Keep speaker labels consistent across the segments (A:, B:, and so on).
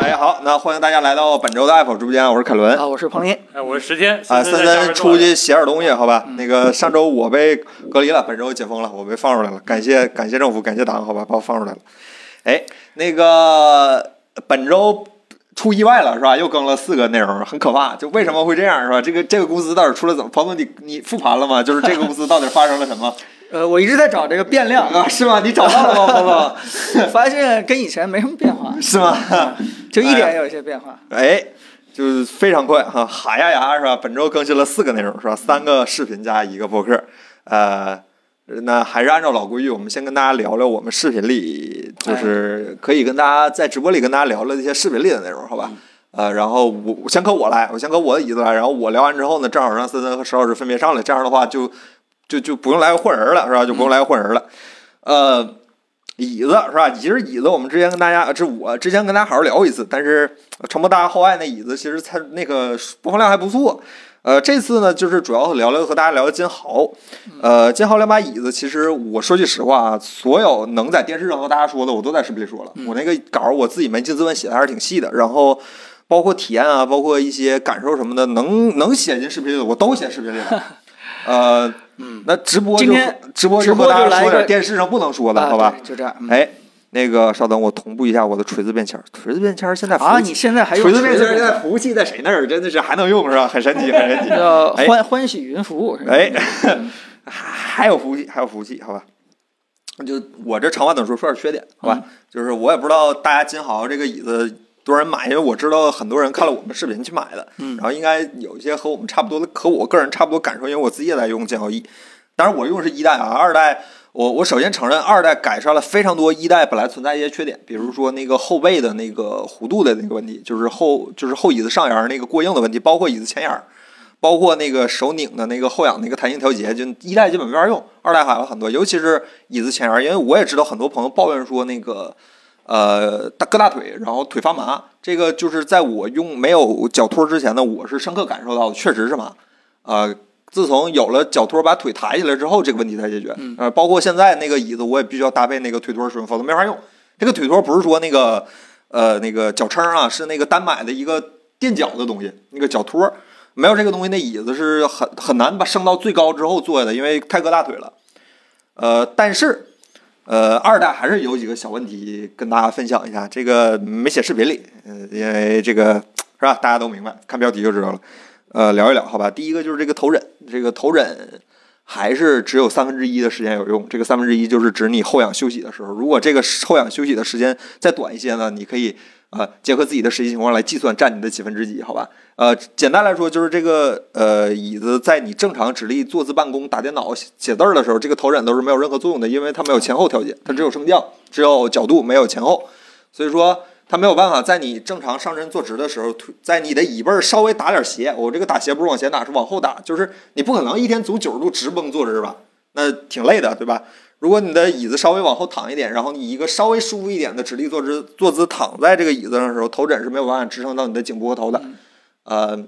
A: 哎那欢迎大家来到本周的 Apple 直播间，我是凯伦。
B: 啊，我是彭鑫。
C: 哎，我是时间
A: 啊，
C: 森
A: 森
C: 在下面
A: 森
C: 坐
A: 出
C: 着嗯
A: 去写点东西，好吧？那个上周我被隔离了，本周解封了，我被放出来了，感谢感谢政府，感谢党，好吧，把我放出来了。哎，那个本周出意外了是吧？又更了四个内容，很可怕。就为什么会这样是吧？这个这个公司到底出了怎么？彭总，你你复盘了吗？就是这个公司到底发生了什么
B: 呃，我一直在找这个变量，
A: 啊？是吗？你找到了吗，彭总？
B: 发现跟以前没什么变化，
A: 是吗？
B: 就一
A: 哎
B: 点
A: 呀
B: 有一些变化。
A: 哎，就是非常快哈，哈呀呀是吧？本周更新了四个内容是吧？三个视频加一个博客，呃。那还是按照老规矩，我们先跟大家聊聊我们视频里，就是可以跟大家在直播里跟大家聊聊这些视频里的内容，好吧？呃，然后我我先搁我来，我先搁我的椅子来，然后我聊完之后呢，正好让森森和石老师分别上来，这样的话就就就不用来个换人了，是吧？就不用来个换人了。呃，椅子是吧？其实椅子我们之前跟大家，呃这我之前跟大家好好聊过一次，但是呃传播大家厚爱那椅子，其实它那个播放量还不错。呃，这次呢，就是主要聊聊和大家聊聊金豪。
B: 嗯
A: 呃，金豪两把椅子，其实我说句实话啊，所有能在电视上和大家说的，我都在视频里说了。
B: 嗯
A: 我那个稿儿我自己扪心自问写的还是挺细的，然后包括体验啊，包括一些感受什么的，能能写进视频里的，我都写视频里 了。呃，那直播就
B: 嗯今天
A: 直播
B: 直
A: 就和
B: 播
A: 大
B: 就
A: 家
B: 来
A: 说
B: 一
A: 点
B: 个
A: 电视上不能说的，
B: 啊
A: 好吧？
B: 对就这样。嗯
A: 哎，那个稍等，我同步一下我的锤子便签儿。锤子便签儿现在服务
B: 啊，
A: 器
B: 你现在还有
A: 锤子便签儿现
B: 锤子
A: 在服务器在谁那儿？真的是还能用是吧？很神奇，很神奇。
B: 叫
A: 哎
B: 欢欢喜云服务是吧？
A: 哎， 还有服务器，还有服务器，好吧？就我这长话短说，说点缺点，好吧？就是我也不知道大家金豪这个椅子多少人买，因为我知道很多人看了我们视频去买的，
B: 嗯
A: 然后应该有一些和我们差不多的，和我个人差不多感受，因为我自己也在用金豪一，当然我用的是一代啊，二代。我我首先承认，二代改善了非常多一代本来存在一些缺点，比如说那个后背的那个弧度的那个问题，就是后就是后椅子上沿儿那个过硬的问题，包括椅子前沿儿，包括那个手拧的那个后仰那个弹性调节，就一代基本没法用，二代还有很多，尤其是椅子前沿儿，因为我也知道很多朋友抱怨说那个呃大硌大腿，然后腿发麻，这个就是在我用没有脚托之前呢，我是深刻感受到的，确实是麻，呃。自从有了脚托把腿抬起来之后，这个问题才解决。呃，包括现在那个椅子，我也必须要搭配那个腿托使用，否则没法用。这个腿托不是说那个呃那个脚撑啊，是那个单买的一个垫脚的东西，那个脚托。没有这个东西，那椅子是很很难把升到最高之后坐下的，因为太硌大腿了。呃，但是呃，二代还是有几个小问题跟大家分享一下，这个没写视频里，呃，因为这个是吧，大家都明白，看标题就知道了。呃，聊一聊好吧。第一个就是这个头枕，这个头枕还是只有三分之一的时间有用，这个三分之一就是指你后仰休息的时候。如果这个后仰休息的时间再短一些呢，你可以呃结合自己的实际情况来计算占你的几分之几，好吧？呃，简单来说就是这个呃椅子在你正常直立坐姿办公、打电脑、写写字儿的时候，这个头枕都是没有任何作用的，因为它没有前后调节，它只有升降，只有角度，没有前后，所以说。它没有办法在你正常上身坐直的时候，腿在你的椅背儿稍微打点斜。我这个打斜不是往前打，是往后打，就是你不可能一天足九十度直绷坐直吧，那挺累的，对吧？如果你的椅子稍微往后躺一点，然后你一个稍微舒服一点的直立坐姿坐姿躺在这个椅子上的时候，头枕是没有办法支撑到你的颈部和头的。呃，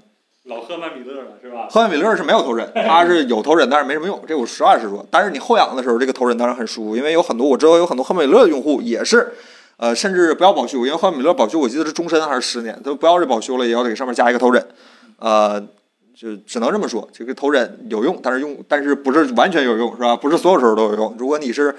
C: 老赫曼米勒了是吧？
A: 赫曼米勒是没有头枕，他是有头枕，但是没什么用。这我实话实说。但是你后仰的时候，这个头枕当然很舒服，因为有很多我知道有很多赫曼米勒的用户也是，呃，甚至不要保修，因为赫曼米勒保修我记得是终身还是十年，他不要是保修了，也要给上面加一个头枕，呃，就只能这么说，这个头枕有用，但是用但是不是完全有用是吧？不是所有时候都有用。如果你是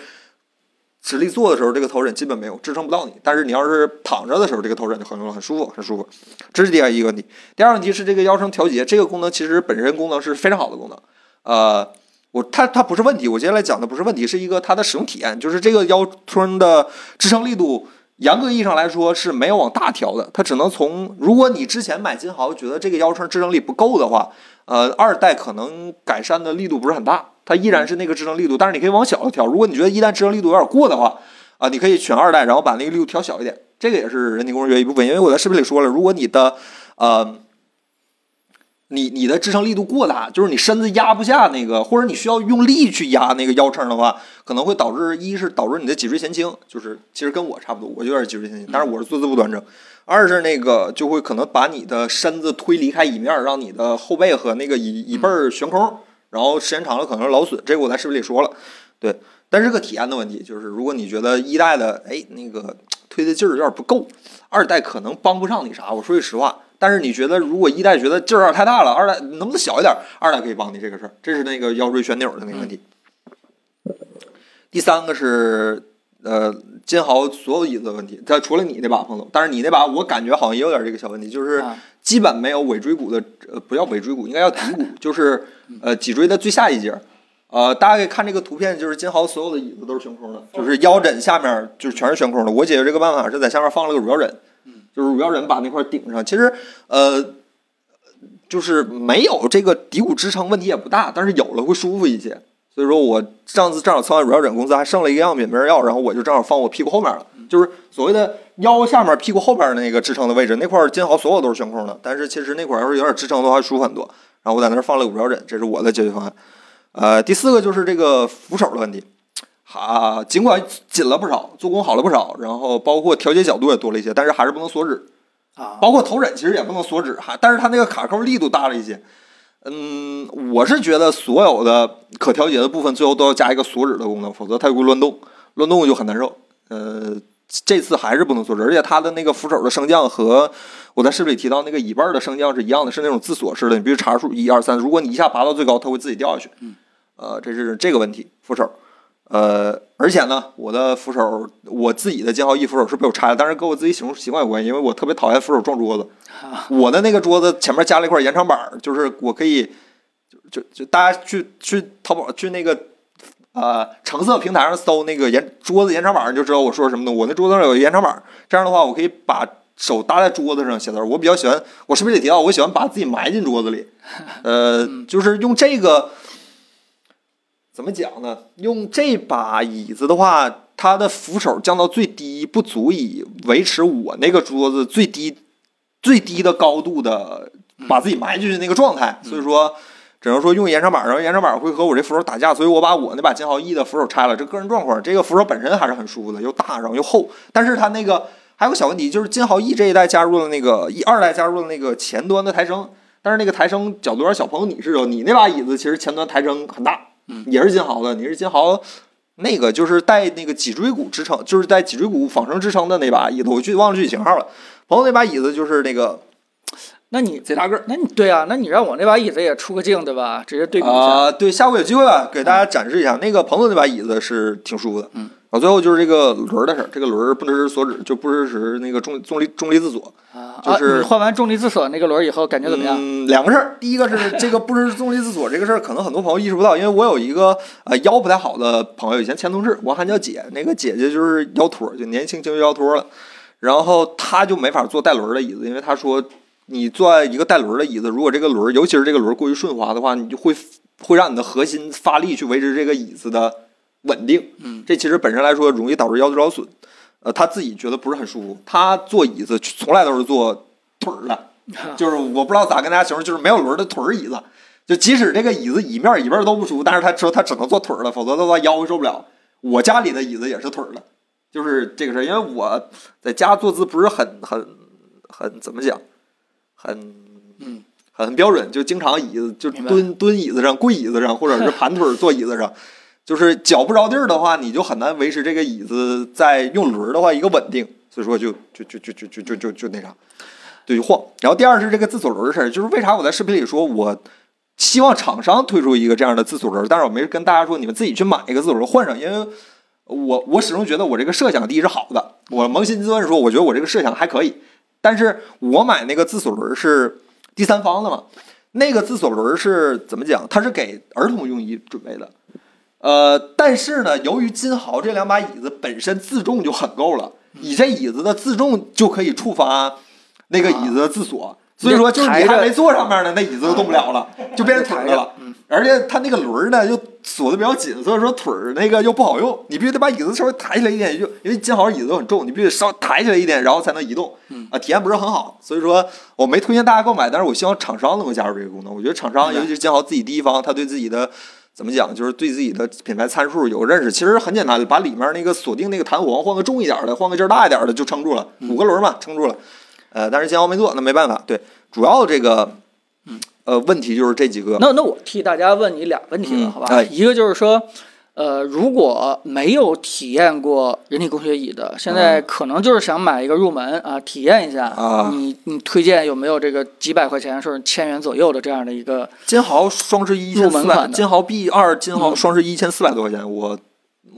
A: 直立坐的时候，这个头枕基本没用，支撑不到你。但是你要是躺着的时候，这个头枕就很用了，很舒服，很舒服。这是第一个问题。第二个问题是这个腰身调节，这个功能其实本身功能是非常好的功能。呃，我它它不是问题，我接下来讲的不是问题，是一个它的使用体验，就是这个腰臀的支撑力度，严格意义上来说是没有往大调的，它只能从如果你之前买金豪觉得这个腰身支撑力不够的话，呃，二代可能改善的力度不是很大，它依然是那个支撑力度，但是你可以往小了调。如果你觉得一代支撑力度有点过的话，啊、你可以选二代，然后把那个力度调小一点。这个也是人体工学一部分，因为我在视频里说了，如果你的呃，你你的支撑力度过大，就是你身子压不下那个，或者你需要用力去压那个腰撑的话，可能会导致一是导致你的脊椎前倾，就是其实跟我差不多，我就有点脊椎前倾，但是我是坐姿不端正。二是那个就会可能把你的身子推离开椅面儿，让你的后背和那个椅椅背儿悬空，然后时间长了可能是劳损。这个我在视频里说了，对。但是这个体验的问题，就是如果你觉得一代的哎那个推的劲儿有点不够，二代可能帮不上你啥。我说句实话，但是你觉得如果一代觉得劲儿有啊点太大了，二代能不能小一点？二代可以帮你这个事儿，这是那个腰椎旋钮的那个问题。第三个是呃金豪所有椅子的问题，它除了你那把彭总，但是你那把我感觉好像也有点这个小问题，就是
B: 啊
A: 基本没有尾椎骨的呃不叫尾椎骨，应该叫骶骨，就是呃脊椎的最下一节儿。呃，大家可以看这个图片，就是金豪所有的椅子都是悬空的，就是腰枕下面就是全是悬空的。我解决这个办法是在下面放了个乳胶枕，就是乳胶枕把那块顶上。其实呃，就是没有这个骶骨支撑问题也不大，但是有了会舒服一些。所以说我上次正好测完乳胶枕，公司还剩了一个样品没人要，然后我就正好放我屁股后面了，就是所谓的腰下面屁股后面那个支撑的位置，那块儿金豪所有都是悬空的，但是其实那块儿要是有点支撑的话舒服很多。然后我在那儿放了个乳胶枕，这是我的解决方案。呃，第四个就是这个扶手的问题，哈，尽管紧了不少，做工好了不少，然后包括调节角度也多了一些，但是还是不能锁止。
B: 啊，
A: 包括头枕其实也不能锁止哈，但是它那个卡扣力度大了一些。嗯，我是觉得所有的可调节的部分最后都要加一个锁止的功能，否则太过乱动，乱动就很难受。呃，这次还是不能锁止，而且它的那个扶手的升降和我在视频里提到那个椅背儿的升降是一样的，是那种自锁式的，你必须查数一二三，如果你一下拔到最高，它会自己掉下去。呃，这是这个问题，扶手。呃，而且呢，我的扶手，我自己的金豪一扶手是被我拆了，但是跟我自己使用习惯有关系，因为我特别讨厌扶手撞桌子。我的那个桌子前面加了一块延长板儿，就是我可以，就就就大家去去淘宝去那个呃橙色平台上搜那个延桌子延长板儿，你就知道我说什么东西。我那桌子上有个延长板儿，这样的话我可以把手搭在桌子上写字儿。我比较喜欢，我是不是也提到我喜欢把自己埋进桌子里？呃，就是用这个。怎么讲呢？用这把椅子的话，它的扶手降到最低，不足以维持我那个桌子最低最低的高度的把自己埋进去那个状态。所以说，只能说用延长板，然后延长板会和我这扶手打架，所以我把我那把金豪一的扶手拆了。这个人状况，这个扶手本身还是很舒服的，又大，然后又厚，但是它那个还有个小问题，就是金豪 E 这一代加入了那个一二代加入了那个前端的抬升，但是那个抬升角度有点小。朋友，你是有你那把椅子其实前端抬升很大，也是金豪的，你是金豪那个就是带那个脊椎骨支撑，就是带脊椎骨仿生支撑的那把椅子，我具忘了具体型号了。朋友那把椅子就是那个
B: 那你
A: 贼大个儿。
B: 那你对啊，那你让我那把椅子也出个镜，对吧？直接对比一下。
A: 啊、对，下回有机会吧，给大家展示一下。那个朋友那把椅子是挺舒服的。
B: 嗯。
A: 啊，最后就是这个轮儿的事儿，这个轮儿不支持锁止，就不支持那个重重力重力自锁。
B: 啊，
A: 就是
B: 啊你换完重力自锁那个轮儿以后，感觉怎么样？
A: 嗯，两个事 儿，第一个是这个不支持重力自锁这个事儿，可能很多朋友意识不到，因为我有一个呃腰不太好的朋友，以前前同事，我喊叫姐，那个姐姐就是腰托儿，就年轻就腰托儿了，然后她就没法坐带轮儿的椅子，因为她说你坐在一个带轮儿的椅子，如果这个轮儿，尤其是这个轮儿过于顺滑的话，你就会会让你的核心发力去维持这个椅子的稳定，
B: 嗯，
A: 这其实本身来说容易导致腰椎劳损，呃，她自己觉得不是很舒服，她坐椅子从来都是坐腿儿的。
B: 啊
A: 就是我不知道咋跟大家形容，就是没有轮儿的腿儿椅子。就即使这个椅子椅面儿椅背儿都不舒服，但是他说他只能坐腿儿了，否则的话腰会受不了。我家里的椅子也是腿儿的，就是这个事儿。因为我在家坐姿不是很很很怎么讲，很
B: 嗯
A: 很标准，就经常椅子就
B: 明白
A: 蹲蹲椅子上、跪椅子上，或者是盘腿儿坐椅子上。就是脚不着地儿的话，你就很难维持这个椅子在用轮儿的话一个稳定，所以说就就就就就就就就就那啥，对就晃。然后第二是这个自锁轮儿的事儿，就是为啥我在视频里说我希望厂商推出一个这样的自锁轮儿，但是我没跟大家说你们自己去买一个自锁轮儿换上，因为我我始终觉得我这个设想第一是好的，我扪心自问说，我觉得我这个设想还可以，但是我买那个自锁轮儿是第三方的嘛，那个自锁轮儿是怎么讲？它是给儿童用于准备的。呃，但是呢，由于金豪这两把椅子本身自重就很够了，以这椅子的自重就可以触发那个椅子的自锁，所以说就是啊你
B: 你抬
A: 还
B: 着
A: 没坐上面呢，那椅子就动不了了， 就变成腿儿的了。而且它那个轮儿呢又锁的比较紧，所以说腿儿那个又不好用，你必须得把椅子稍微抬起来一点，就因为金豪椅子都很重，你必须得稍微抬起来一点，然后才能移动。啊，体验不是很好，所以说我没推荐大家购买，但是我希望厂商能够加入这个功能。我觉得厂商，
B: 明白
A: 尤其是金豪自己第一方，他对自己的怎么讲，就是对自己的品牌参数有个认识。其实很简单的，把里面那个锁定那个弹簧换个重一点的，换个劲儿大一点的就撑住了，五个轮嘛撑住了。呃，但是金豪没做，那没办法。对，主要这个，
B: 嗯
A: 呃，问题就是这几个。
B: 那那我替大家问你俩问题了，
A: 嗯
B: 好吧？
A: 哎
B: 一个就是说，呃，如果没有体验过人体工学椅的，现在可能就是想买一个入门啊，体验一下。
A: 嗯啊
B: 你你推荐有没有这个几百块钱甚至千元左右的这样的一个？
A: 金豪双十一一千
B: 入
A: 四
B: 门
A: 百，
B: 款的
A: 金豪 B 二金豪
B: 嗯
A: 双十一一千四百多块钱，我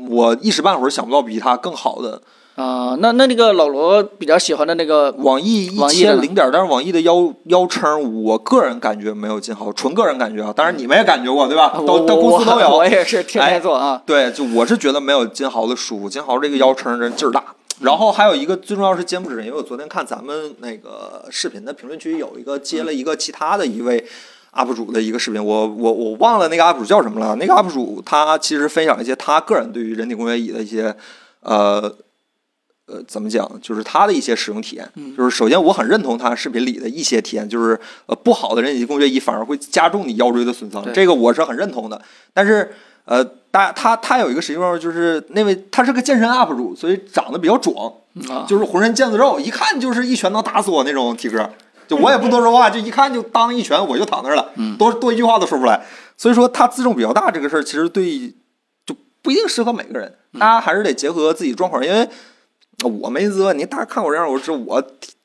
A: 我一时半会儿想不到比它更好的。
B: 啊、那那那个老罗比较喜欢的那个，
A: 网易一
B: 网易的
A: 千
B: 呢
A: 零点儿，但是网易的腰腰称，我个人感觉没有金豪，纯个人感觉啊。当然你们也感觉过对吧？
B: 啊我
A: 都都啊公司都
B: 我我
A: 有。哎
B: 也是天蝎座啊。
A: 对，就我是觉得没有金豪的舒服，金豪这个腰称真劲儿大。然后还有一个最重要是肩不直，因为我昨天看咱们那个视频的评论区有一个接了一个其他的一位 UP 主的一个视频，我我我忘了那个 UP 主叫什么了。那个 UP 主他其实分享一些他个人对于人体工学椅的一些呃呃，怎么讲？就是他的一些使用体验，就是首先我很认同他视频里的一些体验，就是呃不好的人体工学椅反而会加重你腰椎的损伤，
B: 对
A: 这个我是很认同的。但是呃，他他他有一个实际状况，就是那位他是个健身 UP 主，所以长得比较壮，
B: 嗯啊，
A: 就是浑身腱子肉，一看就是一拳能打死我那种体格。就我也不多说话，就一看就当一拳我就躺那儿了，多多一句话都说不出来。所以说他自重比较大这个事儿，其实对就不一定适合每个人，大家还是得结合自己状况。因为我没资格，你大家看我这样，我是我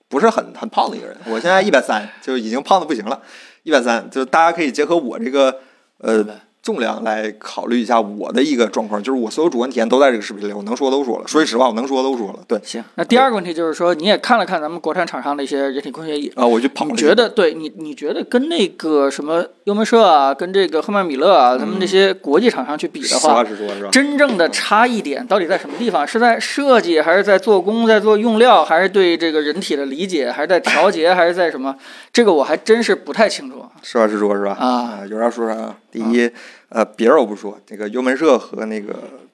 A: 不是很很胖的一个人，我现在一百三，就已经胖的不行了，一百三，就大家可以结合我这个呃重量来考虑一下我的一个状况，就是我所有主观体验都在这个视频里，我能说都说了，说句实话，我能说都说了，对。
B: 行。那第二个问题就是说，你也看了看咱们国产厂商的一些人体工学椅，
A: 啊，我就跑了
B: 你
A: 一
B: 觉
A: 圈
B: 得对你，你觉得跟那个什么优梦社啊，跟这个赫曼米勒啊，他们这些国际厂商去比
A: 实
B: 的话
A: 话，实说，嗯是啊吧？
B: 真正的差异点到底在什么地方？是在设计，还是在做工，在做用料，还是对这个人体的理解，还是在调节，还是在什么？这个我还真是不太清楚。
A: 实话实说，是吧？
B: 啊，
A: 有啥说啥。第一，呃，别人我不说，这个幽门社和那个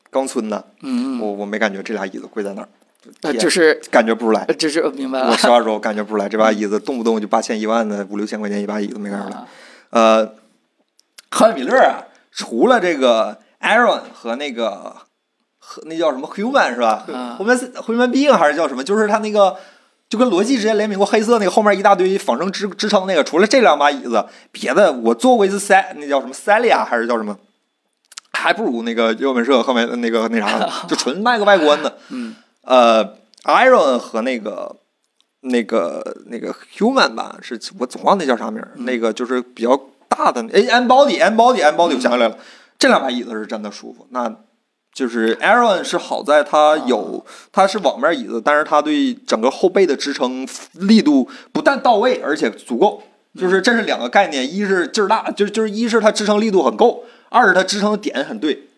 A: 冈村呢，
B: 嗯，
A: 我我没感觉这俩椅子贵在哪儿，
B: 呃，
A: 也
B: 就是，
A: 感觉不出来。
B: 呃就是呃明白
A: 我
B: 了。
A: 实话说，我感觉不出来，这把椅子动不动就八千一万的，五六千块钱一把椅子没感觉出来。
B: 啊
A: 呃，汉密勒啊，除了这个 Aaron 和那个和那叫什么 Human 是吧
B: 啊
A: ？Human Human Being 还是叫什么？就是他那个就跟罗技之前联名过黑色那个后面一大堆仿生支支撑那个，除了这两把椅子，别的我坐过一次塞那叫什么塞利亚还是叫什么？还不如那个幽门社后面那个那 啥呢，就纯卖个外观的。
B: 嗯，
A: 呃，Iron 和那个那个那个 Human 吧，是我总忘那叫啥名儿，那个就是比较大的那，哎 a n b o d y a n b o d y a n b o d y 我想起来了，这两把椅子是真的舒服。那就是 Aaron 是好在它有，它是网面椅子，但是它对整个后背的支撑力度不但到位，而且足够。就是这是两个概念，一是劲儿大，就就是一是它支撑力度很够，二是它支撑的点很对，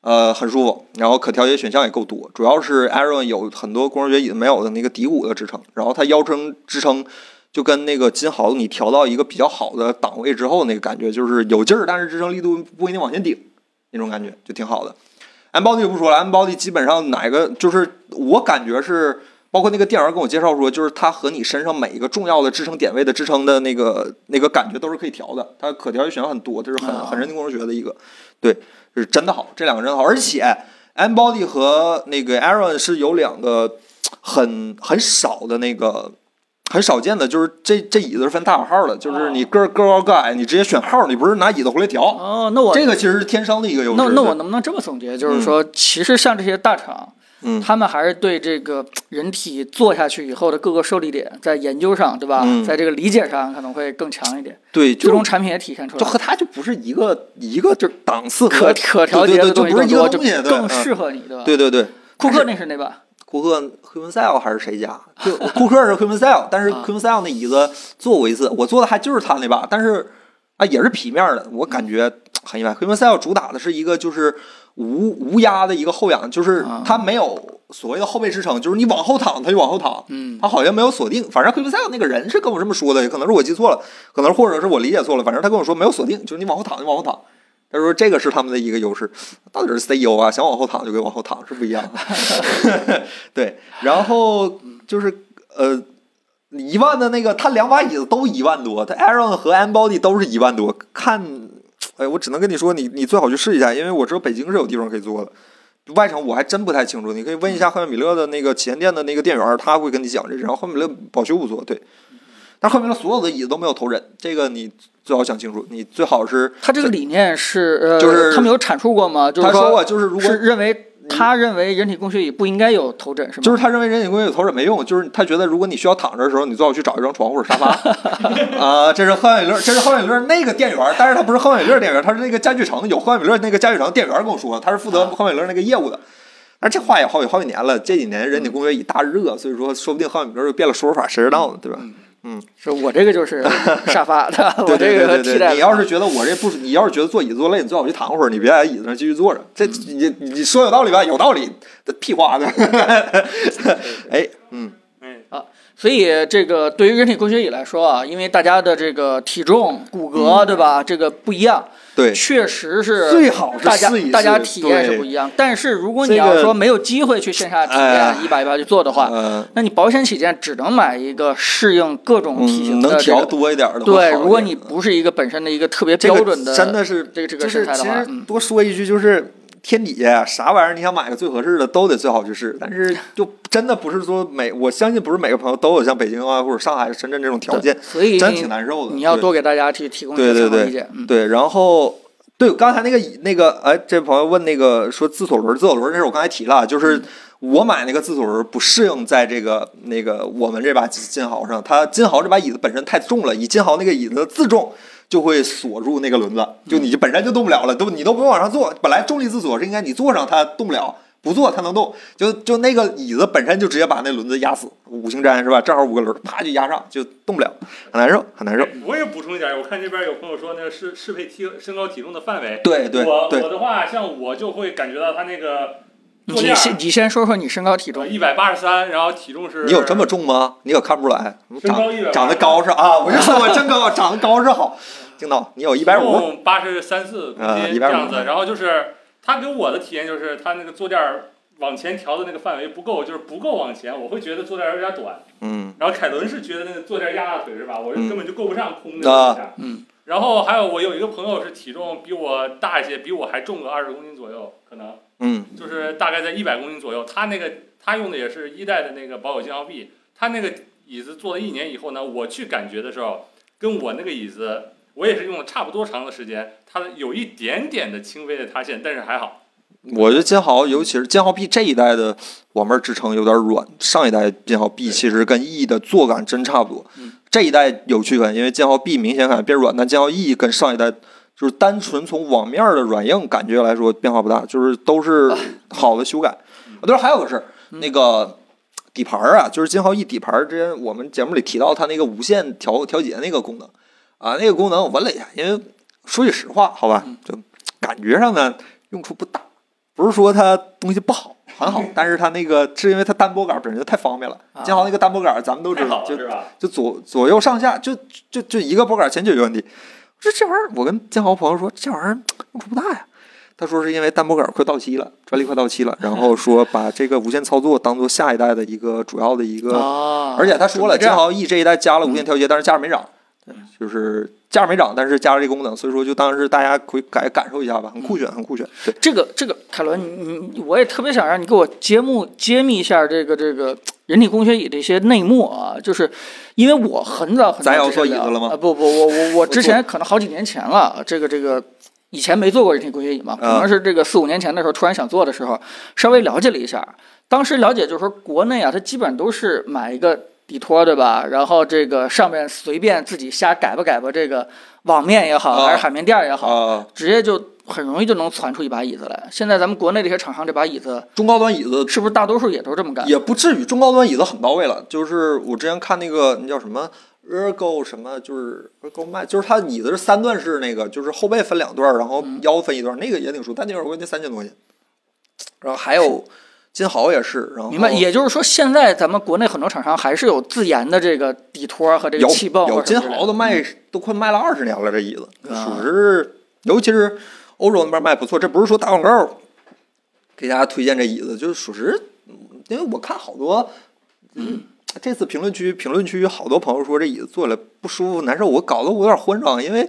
A: 呃，很舒服，然后可调节选项也够多。主要是 Aaron 有很多工人学椅子没有的那个骶骨的支撑，然后它腰撑支撑就跟那个金豪你调到一个比较好的档位之后，那个感觉就是有劲儿，但是支撑力度不一定往前顶那种感觉，就挺好的。M body 就不说了，M body 基本上哪个就是我感觉是，包括那个店员跟我介绍说，就是它和你身上每一个重要的支撑点位的支撑的那个那个感觉都是可以调的，它可调节选项很多，这是很
B: 啊
A: 很人体工程学的一个，对，是真的好，这两个真好，而且 M body 和那个 Aaron 是有两个很很少的那个。很少见的就是这这椅子是分大小号的，就是你个儿个儿高个矮，你直接选号，你不是拿椅子回来调。
B: 哦，那我
A: 这个其实是天生的一个优势。
B: 那那
A: 对
B: 我能不能这么总结，就是说，其实像这些大厂，
A: 嗯
B: 他们还是对这个人体做下去以后的各个受力点，在研究上，对吧？
A: 嗯
B: 在这个理解上可能会更强一点，
A: 对，
B: 最
A: 就
B: 终产品也体现出
A: 就
B: 来。
A: 和它就不是一个一个就是档次和
B: 可可调节
A: 对
B: 的
A: 对
B: 东西
A: 就不是
B: 更
A: 一个
B: 多，
A: 东西，对
B: 就更
A: 嗯
B: 适合你，对吧？
A: 对对对。
B: 库克
A: 但是
B: 那是哪把？
A: 库克黑门塞尔还是谁家？就库克是黑门塞尔，但是
B: 啊
A: 黑门塞尔那椅子坐过一次，我坐的还就是他那把，但是啊也是皮面的，我感觉很意外。黑门塞尔主打的是一个就是无无压的一个后仰，就是
B: 啊
A: 它没有所谓的后背支撑，就是你往后躺它就往后躺，
B: 嗯
A: 他好像没有锁定，反正克林塞尔那个人是跟我这么说的，可能是我记错了，可能或者是我理解错了，反正他跟我说没有锁定，就是你往后躺就往后躺。他说这个是他们的一个优势，到底是 CEO 啊，想往后躺就给往后躺是不一样的。 对，然后就是呃，一万的那个，他两把椅子都一万多，他 Aaron 和 M Body 都是一万多，看，哎，我只能跟你说，你你最好去试一下，因为我知道北京是有地方可以做的。外城我还真不太清楚，你可以问一下汉密米勒的那个旗舰店的那个店员，他会跟你讲这。然后汉密米勒保修不错，对。但是赫梅勒所有的椅子都没有头枕，这个你最好想清楚，你最好是
B: 他这个理念是呃，
A: 就是
B: 他们有阐述过吗？就是
A: 他说
B: 说
A: 过，就是如果嗯
B: 是认为他认为人体工学椅不应该有头枕是吗？
A: 就是他认为人体工学有头枕没用，就是他觉得如果你需要躺着的时候，你最好去找一张床或者沙 发。啊、这是赫远乐，这是赫远乐那个店员，但是他不是赫远乐店员，他是那个家具城有赫远乐那个家具城店员跟我说，他是负责
B: 啊
A: 赫远乐那个业务的。但是这话也好几好几年了，这几年
B: 嗯
A: 人体工学椅大热，所以说说不定赫远乐就变了说法，谁知道呢，对吧？
B: 嗯是我这个就是 沙发，对吧？
A: 对对
B: 我这
A: 对
B: 个
A: 对
B: 替
A: 对，
B: 代。
A: 你要是觉得我这不，你要是觉得坐椅子坐累，你最好去躺会儿，你别在椅子上继续坐着。这
B: 嗯
A: 你你你说有道理吧？有道理，这屁话 呢？哎，嗯，
C: 哎，
B: 所以这个对于人体工学椅来说啊，因为大家的这个体重、骨骼，对吧？这个不一样，
A: 嗯对，
B: 确实是
A: 最好是
B: 大家
A: 试一试
B: 大家体验是
A: 对
B: 不一样。但是如果你
A: 这个
B: 要说没有机会去线下体
A: 哎
B: 验，一把一把去做的话，
A: 嗯，
B: 那你保险起见，只能买一个适应各种体
A: 嗯，
B: 型的
A: 能
B: 这个
A: 调多一点的话好一
B: 对，
A: 点嗯
B: 如果你不是一个本身的一个特别
A: 这个
B: 标准的
A: 真的是
B: 这个这个
A: 就是
B: 身材的
A: 其
B: 话，
A: 实
B: 嗯，
A: 多说一句，就是天底下啥玩意儿，你想买个最合适的，都得最好去试。但 是就真的不是说每，我相信不是每个朋友都有像北京啊或者上海、深圳这种条件，
B: 所以
A: 真挺难受的。
B: 你要
A: 对
B: 多给大家去提供一
A: 对
B: 些
A: 对
B: 参考
A: 对
B: 意见，嗯，
A: 对，然后对刚才那个椅那个，哎，这朋友问那个说自锁轮，自锁轮那是我刚才提了，
B: 嗯
A: 就是我买那个自锁轮不适应在这个那个我们这把金豪上，它金豪这把椅子本身太重了，以金豪那个椅子的自重。就会锁住那个轮子，
B: 嗯
A: 就你本身就动不了了，都你都不用往上坐。本来重力自锁是应该你坐上它动不了，不坐它能动。就就那个椅子本身就直接把那轮子压死，五行粘是吧？正好五个轮，啪就压上，就动不了，很难受，很难受。
C: 我也补充一点，我看这边有朋友说那个适适配体身高体重的范围，
A: 对对
C: 我
A: 对
C: 我，的话，像我就会感觉到他那个坐
B: 你
C: 垫呃
B: 先你先说说你身高体重，
C: 一百八十三，然后体重是
A: 你有这么重吗？你可看不出来，
C: 身
A: 长
C: 高一百
A: 长得高是啊， 我就说我真高，长得高是好。听到你有一
C: 一
A: 百五，
C: 八十三四公
A: 呃
C: 斤
A: 150
C: 这样子，然后就是他给我的体验就是他那个坐垫儿往前调的那个范围不够，就是不够往前，我会觉得坐垫儿有点短。
A: 嗯，
C: 然后凯伦是觉得那个坐垫儿压大腿是吧？我是根本就够不上空的
A: 啊
C: 坐垫儿。
B: 嗯
C: 然后还有我有一个朋友是体重比我大一些，比我还重个二十公斤左右，可能
A: 嗯
C: 就是大概在一百公斤左右。他那个他用的也是一代的那个保有金豪币，他那个椅子坐了一年以后呢，我去感觉的时候，跟我那个椅子，我也是用了差不多长的时间，它有一点点的轻微的塌陷，但是还好。
A: 我觉得金豪，尤其是金豪 B 这一代的网面支撑有点软，上一代金豪 B 其实跟 E 的坐感真差不多
B: 嗯。
A: 这一代有区分，因为金豪 B 明显感觉变软，但金豪 E 跟上一代就是单纯从网面的软硬感觉来说变化不大，就是都是好的修改。啊，对了，还有个事儿，
B: 嗯
A: 那个底盘儿啊，就是金豪 E 底盘儿，之前我们节目里提到它那个无线调调节那个功能啊，那个功能我问了一下，因为说句实话，好吧
B: 嗯，
A: 就感觉上呢用处不大，不是说它东西不好。很
C: 嗯
A: 好，但是它那个是因为它单拨杆儿本身就太方便了。
B: 啊
A: 金豪那个单拨杆儿咱们都知道，就
C: 太好了是吧？
A: 就左左右上下，就就就一个拨杆儿全解决问题。这这玩意儿，我跟建豪朋友说，这玩意儿用处不大呀。他说是因为单拨杆儿快到期了，专利快到期了，然后说把这个无线操作当做下一代的一个主要的一个，
B: 啊，
A: 嗯而且他说了，
B: 这
A: 建
B: 样
A: 豪 E 哦这一代加了无线调节，但是价格没涨，就是价格没涨，但是加了这功能，所以说就当是大家可以感感受一下吧，很酷炫，很酷炫。嗯对，
B: 这个这个凯伦，你你我也特别想让你给我揭幕揭秘一下这个这个人体工学椅的一些内幕啊，就是因为我很早很早
A: 咱要
B: 之前
A: 坐椅子
B: 聊
A: 了吗
B: 啊不不，我我我之
A: 坐
B: 前可能好几年前了，这个这个。以前没坐过人体工学椅嘛，可
A: 啊
B: 能是这个四五年前的时候突然想做的时候，稍微了解了一下。当时了解就是说，国内啊，它基本上都是买一个底托，对吧？然后这个上面随便自己瞎改吧改吧，这个网面也好，
A: 啊
B: 还是海绵垫儿也好，
A: 啊，
B: 直接就很容易就能攒出一把椅子来。现在咱们国内这些厂商这把椅子，
A: 中高端椅子
B: 是不是大多数也都这么干？
A: 也不至于，中高端椅子很到位了。就是我之前看那个那叫什么 ergo 什么，就是 ergo m 就是它椅子是三段式那个，就是后背分两段，然后
B: 嗯
A: 腰分一段，那个也挺舒服，但那会儿我那三千多块钱。然后还有金豪也是，然后
B: 明白，也就是说，现在咱们国内很多厂商还是有自研的这个底托和这个
A: 有
B: 气泵
A: 有
B: 或者什
A: 金
B: 么之类的。嗯
A: 豪的卖都快卖了二十年了，这椅子
B: 啊
A: 属实，尤其是欧洲那边卖不错，这不是说打广告，给大家推荐这椅子，就是属实，嗯因为我看好多，嗯，这次评论区评论区好多朋友说这椅子坐起来不舒服难受，我搞得我有点慌张，因为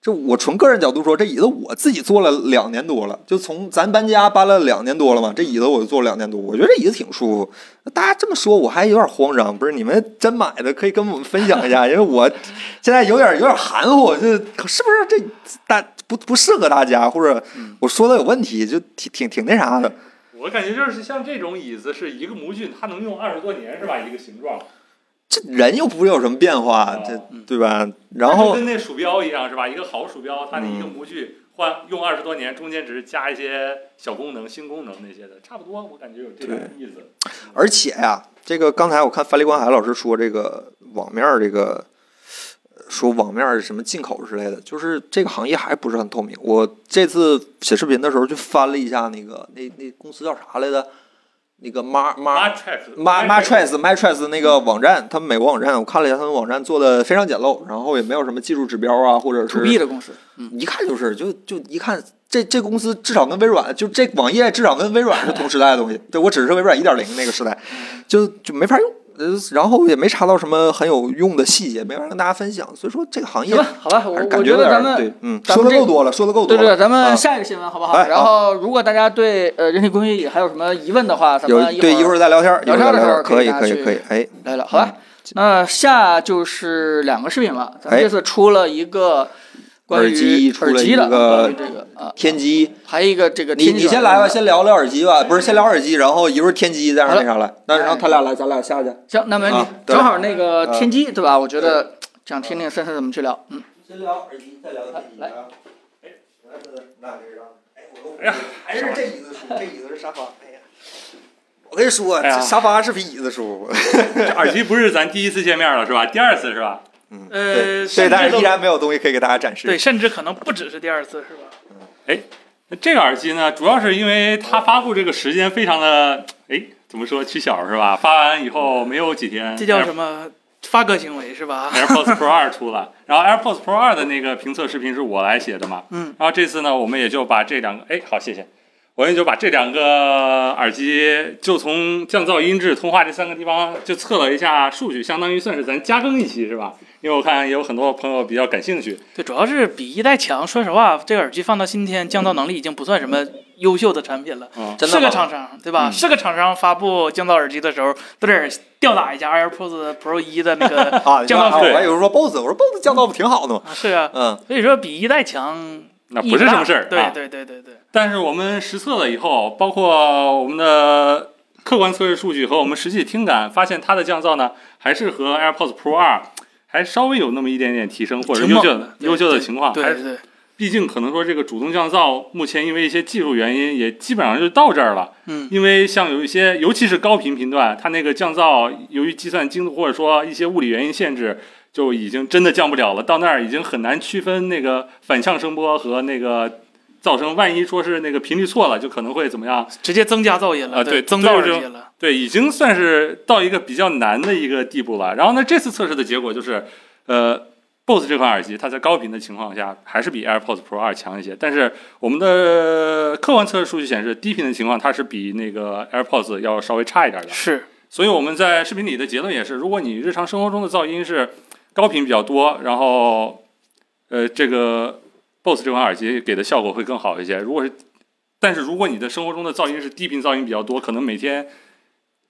A: 这我从个人角度说，这椅子我自己坐了两年多了，就从咱搬家搬了两年多了嘛，这椅子我就坐了两年多，我觉得这椅子挺舒服。大家这么说，我还有点慌张，不是你们真买的可以跟我们分享一下，因为我现在有点有点含糊，就是不是这大不不适合大家，或者我说的有问题，就挺挺挺那啥的。
C: 我感觉就是像这种椅子是一个模具，它能用二十多年是吧？一个形状，
A: 这人又不是有什么变化，这对吧？然
C: 它就
A: 后
C: 跟那鼠标一样是吧？一个好鼠标，它那
A: 嗯
C: 一个模具换用二十多年，中间只是加一些小功能、新功能那些的，差不多。我感觉有这种意思。
A: 而且呀、这个刚才我看范立光海老师说这个网面儿这个呃说网面儿什么进口之类的，就是这个行业还不是很透明。我这次写视频的时候去翻了一下那个那那公司叫啥来着？那个 Mar Mar
C: Matrix
A: Ma Matrix Matrix 那个网站，他们美国网站，我看了一下他们网站做的非常简陋，然后也没有什么技术指标啊，或者
B: ，to
A: 是
B: B 的公司，嗯，
A: 一看就是，就就一看这这公司至少跟微软，就这网页至少跟微软是同时代的东西。对我只是微软一点零那个时代，就就没法用。呃，然后也没查到什么很有用的细节，没法跟大家分享。所以说这个行业
B: 行吧，好吧，我
A: 还是
B: 我
A: 感
B: 觉
A: 有
B: 得
A: 点
B: 咱
A: 儿
B: 们
A: 对，嗯，
B: 咱
A: 说
B: 们
A: 的
B: 这
A: 够多了，说的够多
B: 对
A: 了。
B: 对，咱们
A: 啊
B: 下一个新闻好不好？
A: 哎
B: 然
A: 好
B: 后如果大家对呃人体工学椅还有什么疑问的话，咱
A: 有
B: 们
A: 对一
B: 会
A: 会
B: 儿
A: 儿再聊天儿，一
B: 聊
A: 会儿再
B: 天儿的时
A: 聊
B: 候
A: 可
B: 可以
A: 以
B: 大
A: 可
B: 家
A: 以可以，哎，
B: 来聊，好吧？那下就是两个视频了，咱们
A: 哎
B: 这次出了一个关于
A: 耳机出了
B: 耳机
A: 一
B: 的，
A: 个
B: 关于这个啊，
A: 天玑，
B: 还有一个这个
A: 你
B: 呃天啊嗯
A: 你
B: 气
A: 先来吧，
B: 软件的
A: 先聊聊耳机吧，不是先聊耳机，然后一会儿天玑再让
B: 好
A: 那
B: 的
A: 啥来，那然后他俩来，咱俩下去。
B: 行，那么
A: 啊
B: 你
A: 对
B: 正好那个
A: 呃
B: 天机对吧？我觉得想听听森森怎么去聊，嗯，
A: 先聊耳机，再聊天椅
B: 来
A: 啊。哎，那这那这让，哎，我
C: 哎呀
A: 还是这椅子 舒服，这椅子是沙发。哎呀，我跟你说，
C: 哎呀
A: 这沙发是比椅子舒服。
C: 这耳机不是咱第一次见面了是吧？第二次是吧？
A: 嗯，
D: 呃，
A: 对，
D: 甚
A: 但
D: 至
A: 是
D: 都
A: 依然没有东西可以给大家展示。
D: 对，甚至可能不只是第二次，是吧？
C: 那这个耳机呢，主要是因为它发布这个时间非常的，哎，怎么说取巧是吧？发完以后没有几天，哎
D: 这叫什么发哥行为是吧？
C: AirPods Pro 二出了，然后 AirPods Pro 二的那个评测视频是我来写的嘛，
D: 嗯，
C: 然后这次呢，我们也就把这两个，哎，好，谢谢，我也就把这两个耳机就从降噪、音质、通话这三个地方就测了一下数据，相当于算是咱加更一期是吧？因为我看也有很多朋友比较感兴趣，
D: 对，主要是比一代强。说实话，这个耳机放到今天，降噪能力已经不算什么优秀的产品了。
C: 嗯，
A: 真的吗
D: 是个厂商，对吧？
C: 嗯
D: 是个厂商发布降噪耳机的时候，都得吊打一下 AirPods Pro 一的那个
A: 啊，你
D: 降
A: 看啊
D: 噪
A: 我
D: 水
A: 还有人说 BOSS，我说 BOSS 降噪不挺好的吗？
D: 啊，是啊。
A: 嗯，
D: 所以说比一代强
C: 那不是什么事儿，
D: 对
C: 啊
D: 对对对对，
C: 但是我们实测了以后，包括我们的客观测试数据和我们实际听感，发现它的降噪呢，还是和 AirPods Pro 2还稍微有那么一点点提升，或者
D: 挺
C: 优
D: 猛
C: 秀
D: 的对
C: 优秀的情况。
D: 对
C: 还
D: 对对，
C: 毕竟可能说这个主动降噪，目前因为一些技术原因，也基本上就到这儿了。
D: 嗯，
C: 因为像有一些，尤其是高频频段，它那个降噪，由于计算精度或者说一些物理原因限制，就已经真的降不了了。到那儿已经很难区分那个反向声波和那个噪声。万一说是那个频率错了，就可能会怎么样？
D: 直接增加噪音了，
C: 啊对
D: 对，增噪耳
C: 就是
D: 机了，
C: 对，已经算是到一个比较难的一个地步了。然后呢，这次测试的结果就是，呃，BOSS 这款耳机它在高频的情况下还是比 AirPods Pro 2强一些，但是我们的客观测试数据显示，低频的情况它是比那个 AirPods 要稍微差一点的。
D: 是
C: 所以我们在视频里的结论也是，如果你日常生活中的噪音是高频比较多，然后呃，这个 BOSS 这款耳机给的效果会更好一些。如果是，但是如果你的生活中的噪音是低频噪音比较多，可能每天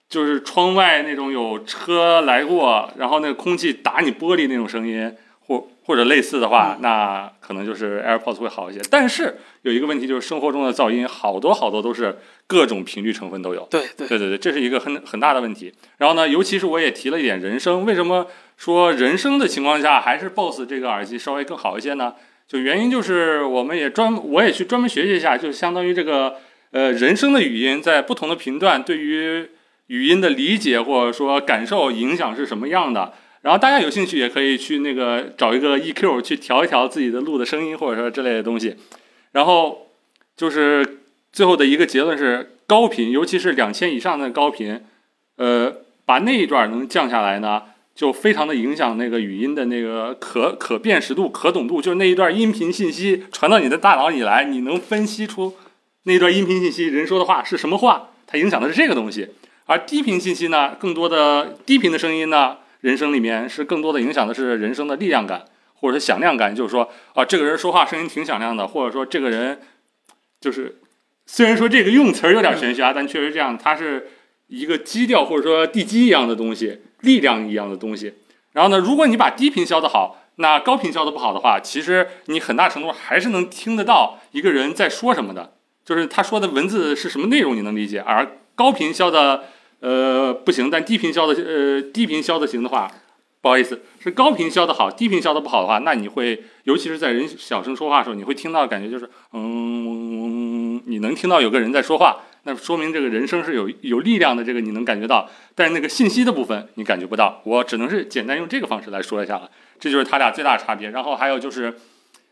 C: 就是窗外那种有车来过，然后那个空气打你玻璃那种声音，或或者类似的话，那可能就是 AirPods 会好一些。但是有一个问题就是，生活中的噪音好多好多都是各种频率成分都有。
D: 对对
C: 对对对，这是一个很很大的问题。然后呢，尤其是我也提了一点人声，为什么说人声的情况下还是 BOSS 这个耳机稍微更好一些呢？就原因就是我们也专我也去专门学习一下，就相当于这个呃人声的语音在不同的频段对于语音的理解或者说感受影响是什么样的。然后大家有兴趣也可以去那个找一个 EQ 去调一调自己的录的声音或者说之类的东西。然后就是最后的一个结论是，高频，尤其是两千以上的高频，呃，把那一段能降下来呢，就非常的影响那个语音的那个可可辨识度、可懂度，就是那一段音频信息传到你的大脑里来，你能分析出那一段音频信息人说的话是什么话，它影响的是这个东西。而低频信息呢，更多的低频的声音呢，人声里面是更多的影响的是人声的力量感。或者是响亮感，就是说啊，这个人说话声音挺响亮的，或者说这个人就是虽然说这个用词儿有点玄学啊，但确实这样，它是一个基调或者说地基一样的东西，力量一样的东西。然后呢，如果你把低频消得好，那高频消的不好的话，其实你很大程度还是能听得到一个人在说什么的，就是他说的文字是什么内容你能理解，而高频消的呃不行，但低频消的呃低频消的行的话，不好意思，是高频消的好，低频消的不好的话，那你会尤其是在人小声说话的时候，你会听到感觉就是嗯，你能听到有个人在说话，那说明这个人声是有有力量的，这个你能感觉到，但是那个信息的部分你感觉不到。我只能是简单用这个方式来说一下了，这就是它俩最大的差别。然后还有就是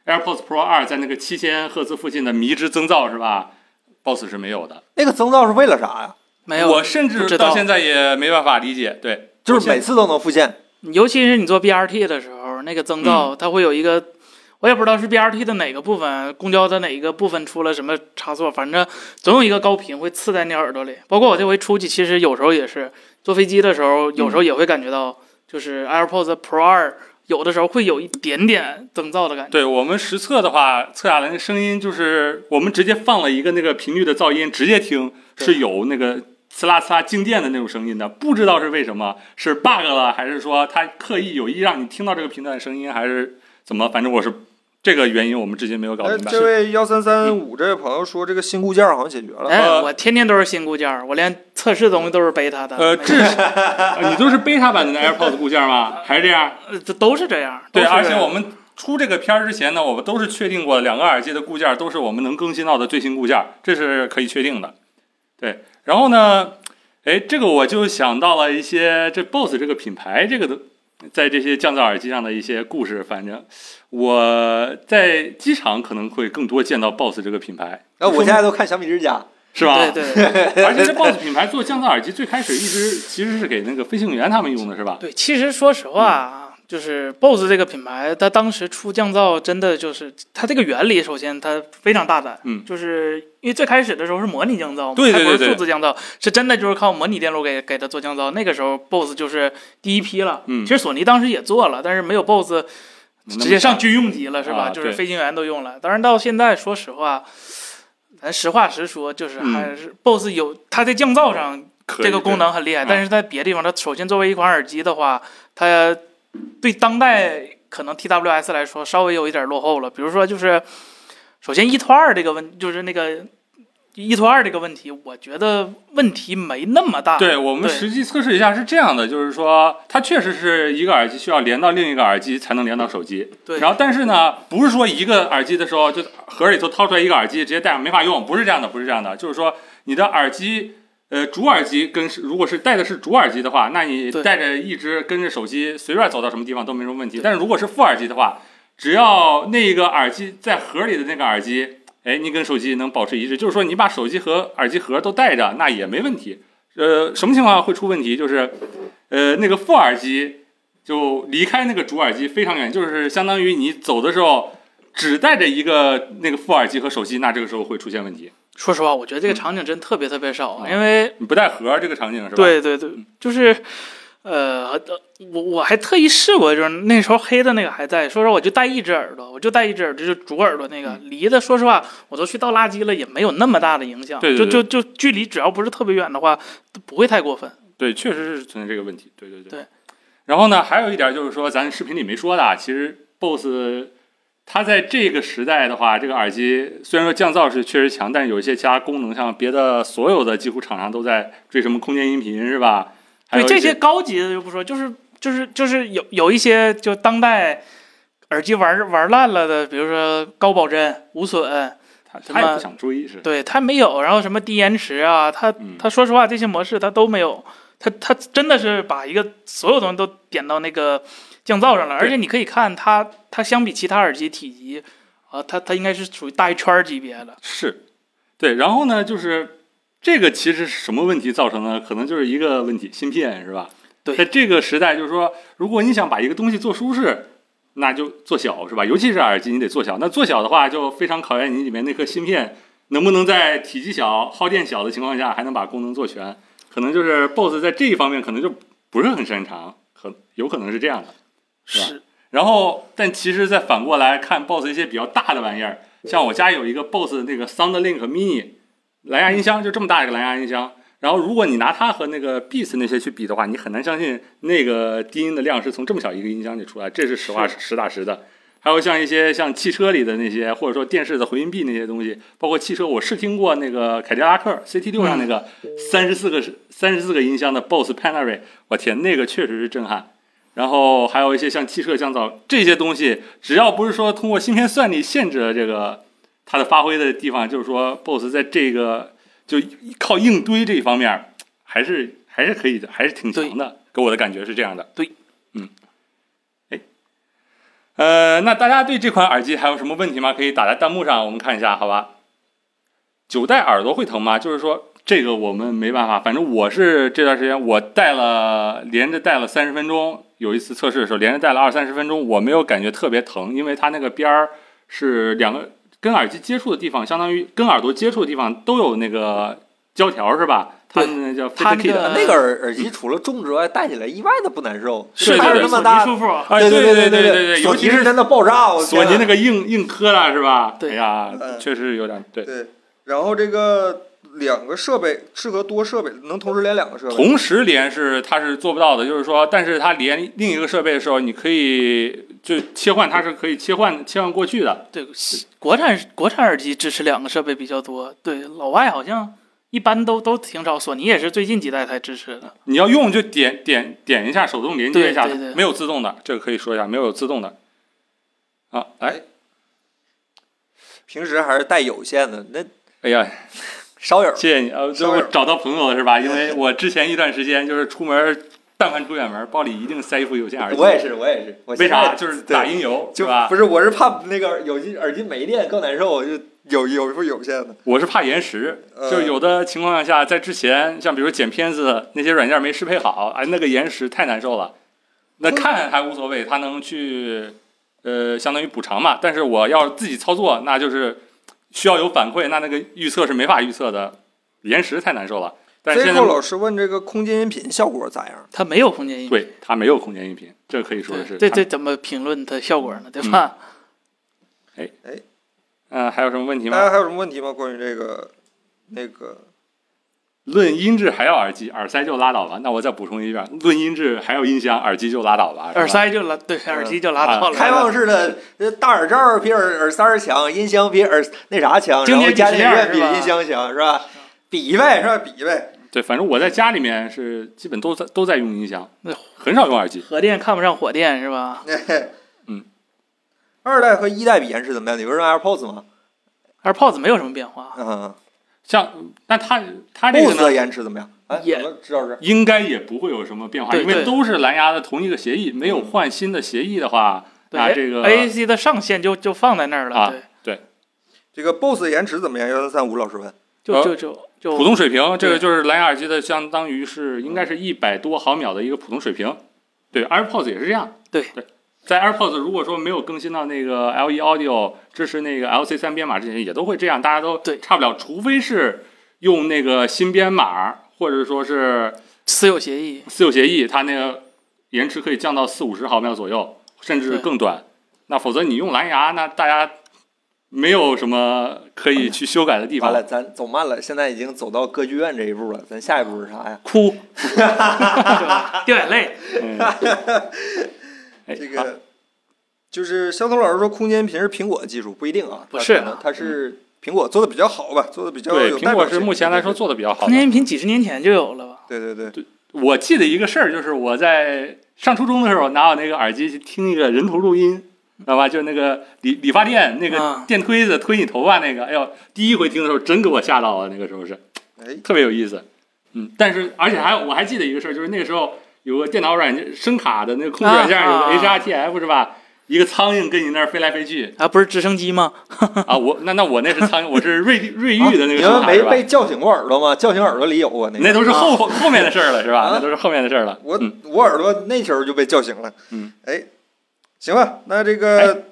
C: AirPods Pro 二在那个七千赫兹附近的迷之增噪是吧？BOSS 是没有的。
A: 那个增噪是为了啥哎呀？
D: 没有，
C: 我甚
D: 不
C: 至
D: 知
C: 到
D: 道
C: 现在也没办法理解。对，
A: 就是每次都能复现，
D: 尤其是你做 BRT 的时候，那个增
C: 嗯
D: 噪它会有一个，我也不知道是 BRT 的哪个部分，公交的哪一个部分出了什么差错，反正总有一个高频会刺在你耳朵里。包括我这回出去，其实有时候也是坐飞机的时候，有时
C: 嗯
D: 候也会感觉到，就是 AirPods Pro 二有的时候会有一点点增噪的感觉。
C: 对我们实测的话，测下来那声音就是我们直接放了一个那个频率的噪音，直接听
D: 对
C: 是有那个呲啦呲啦静电的那种声音的，不知道是为什么，是 bug 了，还是说它刻意有意让你听到这个频段的声音，还是怎么？反正我是这个原因，我们至今没有搞
A: 哎，
C: 明白。
A: 这位幺三三五这位朋友说，这个新固件好像解决了。
D: 哎，
C: 呃
D: 我天天都是新固件儿，我连测试东西都是 beta 的。
C: 呃，
D: 每
C: 至少、呃你都是 beta 版的 AirPods 固件吗？还是这样？
D: 呃这都是这样。
C: 对，
D: 都是
C: 而
D: 这
C: 且
D: 样
C: 我们出这个片儿之前呢，我们都是确定过两个耳机的固件儿都是我们能更新到的最新固件儿，这是可以确定的。对，然后呢，哎，这个我就想到了一些这 BOSS 这个品牌这个的，在这些降噪耳机上的一些故事。反正我在机场可能会更多见到 BOSS 这个品牌，
A: 哎，我现在都看小米啊之家，
C: 是吧？
D: 对对对
C: 而且这 BOSS 品牌做降噪耳机最开始一直其实是给那个飞行员他们用的，是吧？
D: 对，其实说实话
C: 嗯
D: 啊，就是 BOSS 这个品牌，它当时出降噪真的就是它这个原理，首先它非常大胆，
C: 嗯
D: 就是因为最开始的时候是模拟降噪嘛，
C: 对对
D: 它不
C: 对
D: 是
C: 对
D: 数字降噪，是真的就是靠模拟电路给给它做降噪。那个时候 BOSS 就是第一批了，
C: 嗯
D: 其实索尼当时也做了，但是没有 BOSS
C: 那么
D: 直接上军用级了，是吧？
C: 啊
D: 就是
C: 对
D: 飞行员都用了。当然到现在，说实话。咱实话实说，就是
C: 嗯
D: 还是 BOSS 有它在降噪上
C: 可以
D: 这个功能很厉害，
C: 嗯
D: 但是在别的地方，它首先作为一款耳机的话，它对当代可能 TWS 来说稍微有一点落后了。比如说，就是首先一拖二这个问，就是那个一拖二这个问题，我觉得问题没那么大。
C: 对我们
D: 对
C: 实际测试一下是这样的，就是说它确实是一个耳机需要连到另一个耳机才能连到手机。
D: 对
C: 然后但是呢，不是说一个耳机的时候就盒里头掏出来一个耳机直接戴上没法用，不是这样的，不是这样的，就是说你的耳机。呃，主耳机跟是如果是戴的是主耳机的话，那你
D: 对
C: 带着一只跟着手机随便走到什么地方都没什么问题。但是如果是副耳机的话，只要那个耳机在盒里的那个耳机，哎，你跟手机能保持一致，就是说你把手机和耳机盒都带着，那也没问题。呃，什么情况会出问题？就是，呃，那个副耳机就离开那个主耳机非常远，就是相当于你走的时候只带着一个那个副耳机和手机，那这个时候会出现问题。
D: 说实话，我觉得这个场景真特别特别少，啊
C: 嗯
D: 因为
C: 你不带盒儿这个场景是吧？，
D: 对对对，就是。呃，我我还特意试过，就是那时候黑的那个还在，说实话，我就戴一只耳朵，我就戴一只耳朵，就是主耳朵
C: 嗯
D: 那个，离的说实话，我都去倒垃圾了，也没有那么大的影响，
C: 对对对
D: 就就就距离只要不是特别远的话，都不会太过分。
C: 对，确实是存在这个问题。对对对。
D: 对
C: 然后呢，还有一点就是说，咱视频里没说的，啊，其实 BOSS 它在这个时代的话，这个耳机虽然说降噪是确实强，但是有一些其他功能，像别的所有的几乎厂商都在追什么空间音频是吧？还
D: 对
C: 有一
D: 这
C: 些
D: 些高级的就不说，就是就是就是有有一些就当代耳机玩玩烂了的，比如说高保真、无损，
C: 他
D: 什
C: 他也
D: 么
C: 不想追是。
D: 对它没有，然后什么低延迟啊，它
C: 嗯
D: 他说实话，这些模式他都没有，他他真的是把一个所有东西都点到那个降噪上了，而且你可以看它，它相比其他耳机体积，啊，它它应该是属于大一圈儿级别的。
C: 是，对。然后呢，就是这个其实是什么问题造成的？可能就是一个问题，芯片是吧？
D: 对
C: 在这个时代，就是说，如果你想把一个东西做舒适，那就做小是吧？尤其是耳机，你得做小。那做小的话，就非常考验你里面那颗芯片能不能在体积小、耗电小的情况下，还能把功能做全。可能就是 BOSS 在这一方面可能就不是很擅长，很有可能是这样的。是吧
D: 是，
C: 然后，但其实再反过来看 BOSS 一些比较大的玩意儿，像我家有一个 BOSS 的那个 SoundLink Mini 蓝牙音箱，就这么大一个蓝牙音箱。然后，如果你拿它和那个 Beats 那些去比的话，你很难相信那个低音的量是从这么小一个音箱里出来，这是实话实打实的。还有像一些像汽车里的那些，或者说电视的回音壁那些东西，包括汽车，我试听过那个凯迪拉克 CT 六上那个三十四个三十四个音箱的 BOSS Panary，我天，那个确实是震撼。然后还有一些像汽车、降噪这些东西，只要不是说通过芯片算力限制了这个它的发挥的地方，就是说 BOSS 在这个就靠硬堆这一方面儿，还是还是可以的，还是挺强的。给我的感觉是这样的。
D: 对，
C: 嗯，哎，呃，那大家对这款耳机还有什么问题吗？可以打在弹幕上，我们看一下，好吧？九戴耳朵会疼吗？就是说这个我们没办法，反正我是这段时间我戴了连着戴了三十分钟，有一次测试的时候连着戴了二三十分钟，我没有感觉特别疼，因为它那个边儿是两个跟耳机接触的地方，相当于跟耳朵接触的地方都有那个胶条是吧？它那叫 fit
D: 它那
C: kit，
D: 个
A: 那个耳耳机除了重之外，戴起来意外的不难受，
C: 是
A: 它是
C: 的
D: 的，
A: 那
D: 手
A: 么
D: 机
A: 大，
D: 舒服。啊
C: 哎，
A: 对
C: 对
A: 对
C: 对
A: 对
C: 对，尤
A: 索
C: 其
A: 尼
C: 是
A: 是真的爆炸，我
C: 索尼那
A: 个
C: 个硬硬磕了是吧？
D: 对
C: 哎呀，
A: 嗯
C: 确实有点对。
A: 对，然后这个两个设备适合多设备，能同时连两个设备，
C: 同时连是它是做不到的，就是说，但是它连另一个设备的时候，你可以就切换，它是可以切换切换过去的。
D: 对，国产国产耳机支持两个设备比较多，对，老外好像一般都都挺少，索尼也是最近几代才支持的。
C: 你要用就点点点一下，手动连接一下，
D: 对对对
C: 没有自动的，这个可以说一下，没有自动的。啊，哎，
A: 平时还是带有线的，那
C: 哎呀，
A: 烧友
C: 谢谢你，呃，就是我找到朋友了是吧？因
A: 哎
C: 为我之前一段时间就是出门，但凡出远门，包里一定塞一副有线耳机。
A: 我也，是，我也是，我
C: 哎为
A: 现在
C: 啥？就是打
A: 对
C: 音游是
A: 就
C: 吧？
A: 不是，我是怕那个有机耳机没电更难受，我就有有一副有线的，
C: 我是怕延时，
A: 呃
C: 就是有的情况下，在之前，像比如剪片子那些软件没适配好，哎，那个延时太难受了。那
A: 嗯
C: 看还无所谓，它能去呃，相当于补偿嘛。但是我要自己操作，那就是需要有反馈，那那个预测是没法预测的，延时太难受了。但是现
A: J
C: 在
A: o 老师问这个空间音频效果咋样？
D: 它没有空间音，
C: 对它没有空间音频，这可以说
D: 对，
C: 是
D: 这
C: 它
D: 这怎么评论它效果呢？对吧？
C: 嗯、还有什么问题
A: 大家
C: 吗？
A: 还有什么问题吗？关于这个那个
C: 论音质还要耳机，耳塞就拉倒吧。那我再补充一遍，论音质还有音箱，耳机就拉倒吧。是吧
D: 耳塞就拉，对，
C: 嗯
D: 耳机就拉
C: 啊
D: 倒了。
A: 开放式的呃大耳罩比耳耳塞儿强，音箱比耳那啥强，
D: 经
A: 然
D: 典
A: 后家电
D: 鄙视
A: 院
D: 链
A: 比
D: 是吧
A: 音箱强是吧？比
C: 嗯
A: 呗是吧？比呗。
C: 对，反正我在家里面是基本都在都在用音箱
D: 那，
C: 很少用耳机。
D: 核电看不上火电是吧
C: 嗯。
A: 二代和一代比延迟怎么样？你不是用 AirPods 吗？
D: ？AirPods 没有什么变化，
A: 嗯
C: 像那它它这个
A: ，Bose 的
C: 呢，
A: 延迟怎么样？哎，
D: 也
A: 怎么知道是
C: 应该也不会有什么变化，
D: 对
C: 因为
D: 对
C: 都是蓝牙的同一个协议，没有换新的协议的话，
D: 对、
C: 那这个
D: AAC 的上限就就放在那儿了，
C: 啊
D: 对，
A: 这个 Bose 的延迟怎么样？幺三三五老师问。
D: 就就就就
C: 呃普通水平，这个
D: 对
C: 就是蓝牙耳机的相当于是应该是一百多毫秒的一个普通水平。对，AirPods 也是这样。
D: 对
C: 在 AirPods 如果说没有更新到那个 LE Audio 支持那个 LC 三编码之前，也都会这样，大家都
D: 对
C: 差不了，除非是用那个新编码，或者说是
D: 私有协议，
C: 私有协议，它那个延迟可以降到四五十毫秒左右，甚至更短。那否则你用蓝牙，那大家没有什么可以去修改的地
A: 完了，
C: 方。
A: 咱走慢了，现在已经走到歌剧院这一步了，咱下一步是啥呀？
C: 哭，
D: 掉眼泪，
C: 嗯、哎
A: 这
C: 好
A: 个就是肖彤老师说，空间屏是苹果技术，不一定啊，
D: 不是啊
A: 它可能它是苹果做的比较好吧，做的比较
C: 对
A: 有代
C: 苹
A: 表
C: 果
A: 性
C: 是目前来说，做的比较好
D: 空
C: 的。
D: 间音频几十年前就有了吧？
A: 对对对，对
C: 我记得一个事儿，就是我在上初中的时候，拿我那个耳机去听一个人头录音，知道吧？就是那个理理发店那个
D: 啊
C: 电推子推你头发那个，哎呦，第一回听的时候真给我吓到了，那个时候是。
A: 哎，
C: 特别有意思。嗯，但是而且还有我还记得一个事儿，就是那个时候有个电脑软件声卡的那个控制软件，有
D: 啊
C: 个 HRTF 是吧？一个苍蝇跟你那儿飞来飞去
D: 啊，不是直升机吗？
C: 啊！我那那我那是苍蝇，我是瑞瑞昱的那个
A: 啊
C: 声
A: 你们
C: 卡是
A: 没
C: 吧？
A: 被叫醒过耳朵吗？叫醒耳朵里有啊，那
C: 那
A: 个。
C: 都是 后后后面的事儿了是吧
A: 啊？
C: 那都是后面的事儿了。
A: 我
C: 嗯
A: 我耳朵那时候就被叫醒了。
C: 嗯，哎
A: 哎，行吧，那这个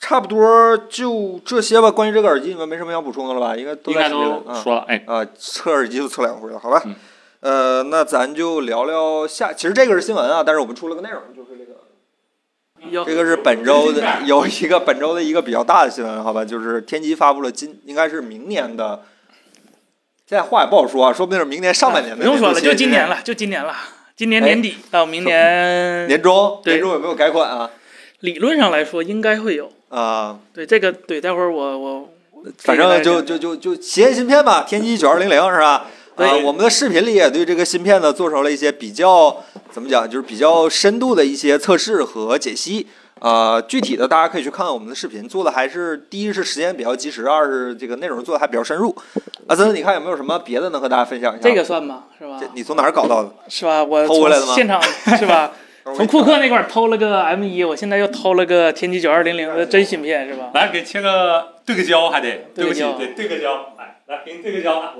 A: 差不多就这些吧。关于这个耳机，你们没什么想补充的了吧？应该都
C: 应
A: 在
C: 该
A: 这里
C: 都
D: 嗯
A: 了啊
C: 说了，哎，
A: 啊，测耳机就测两回了，好吧？
C: 嗯
A: 呃，那咱就聊聊下，其实这个是新闻啊，但是我们出了个内容，就是这个
D: 有
A: 这个是本周的有一个本周的一个比较大的新闻，好吧，就是天玑发布了今应该是明年的，现在话也不好说啊，说不定是明年上半年的
D: 不用
A: 年
D: 说
A: 度
D: 了，
A: 新
D: 就
A: 品。
D: 今年了，就今年了，今年年底到明
A: 哎年
D: 年，
A: 终，
D: 对
A: 年终有没有改款啊？
D: 理论上来说应该会有。
A: 啊、
D: 对这个，对，待会儿我我
A: 反正就就就就携芯片吧，天玑九二零零是吧？啊、
D: 对
A: 我们的视频里也对这个芯片呢做成了一些比较怎么讲，就是比较深度的一些测试和解析。呃，具体的大家可以去看看我们的视频，做的还是第一是时间比较及时，二是这个内容做的还比较深入。阿森，你看有没有什么别的能和大家分享一下？
D: 这个算吧，是吧？
A: 这你从哪儿搞到的？
D: 是吧？我
A: 偷回来的吗
D: 从现场 是吧？从库克那块儿偷了个 M 一，我现在又偷了个天玑九二零零的真芯片，是吧？
C: 来给切个对个焦，还得对
D: 对个
C: 不起
D: 焦，
C: 得对个焦，来来给你对个焦啊。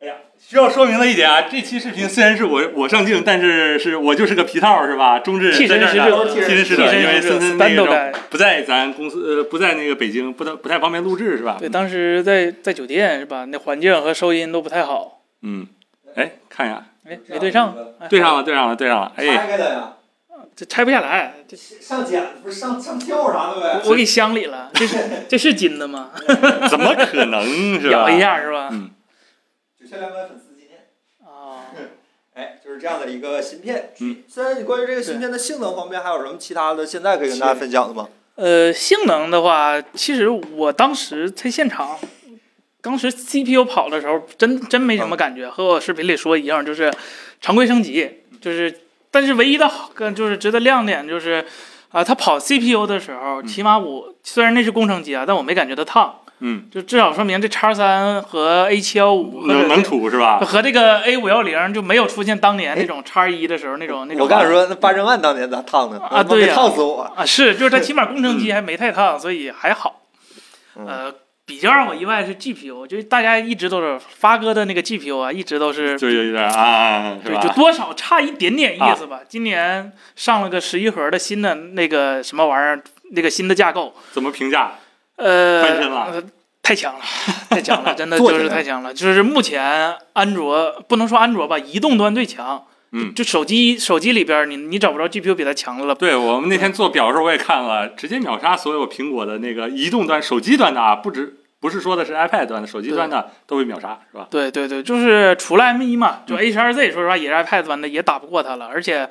C: 哎呀，需要说明的一点啊，这期视频虽然是我我上镜，但是是我就是个皮套是吧？中置
D: 替
C: 在
D: 身
C: 这
D: 使
C: 儿呢
D: 者，
A: 替
C: 替
A: 身
C: 身
D: 替
C: 使者，因为
D: 身使
C: 森
D: 者
C: 森那个
D: Spandau
C: 时候
D: 盖。
C: 不在咱公司，呃，不在那个北京，不太不太方便录制是吧？
D: 对，当时在在酒店是吧？那环境和收音都不太好，
C: 嗯，哎，看一下，
D: 哎，没对上，哎
C: 对上了，对上了，对上了，哎，
A: 开的呀，
D: 这拆不下来，这
A: 上剪不是上上跳啥的呗
D: 我我给镶里了， 这是这是金的吗？
C: 怎么可能是吧
D: 咬？一下是吧？
C: 嗯，
A: 九千两百粉丝纪念。
D: 啊，
A: 哎，就是这样的一个芯片。
C: 嗯，
A: 现在关于这个芯片的性能方面，还有什么其他的现在可以跟大家分享的吗？
D: 呃，性能的话，其实我当时在现场，当时 CPU 跑的时候，真真没
C: 嗯
D: 什么感觉，和我视频里说一样，就是常规升级，就是但是唯一的好，跟就是值得亮点就是，啊、它跑 CPU 的时候，
C: 嗯
D: 起码我虽然那是工程机啊，但我没感觉它烫，
C: 嗯，
D: 就至少说明这叉三和 A 七幺五和
C: 能能
D: 这
C: 吐是 吧？
D: 和这个 A 五幺零就没有出现当年那种叉一的时候那种那种。
A: 我刚才说那八珍万当年咋烫的？
D: 啊
A: 他妈
D: 对
A: 没
D: 呀
A: 烫死我。
D: 啊，是，就是它起码工程机还没太烫，所以还好。
A: 嗯
D: 呃，比较让我意外是 GPU，就是大家一直都是发哥的那个 GPU 啊，一直都是
C: 就有点啊，是
D: 对，就
C: 吧？
D: 多少差一点点意思吧。今年上了个十一核的新的那个什么玩意儿，那个新的架构，
C: 怎么评价？
D: 呃，
C: 翻身了
D: 呃太强了，太强了，真的
A: 坐起来
D: 就是
A: 了
D: 太强了。就是目前安卓不能说安卓吧，移动端最强。
C: 嗯
D: 就手机手机里边儿你你找不着 GPU 比它强的了，
C: 对我们那天做表的时候，我也看了，直接秒杀所有苹果的那个移动端、手机端的啊，不止不是说的是 iPad 端的，手机端的都被秒杀，是吧？
D: 对对对，就是除了 M 1嘛，
C: 嗯
D: 就 H 2 Z 说实话也是 iPad 端的，也打不过它了。而且，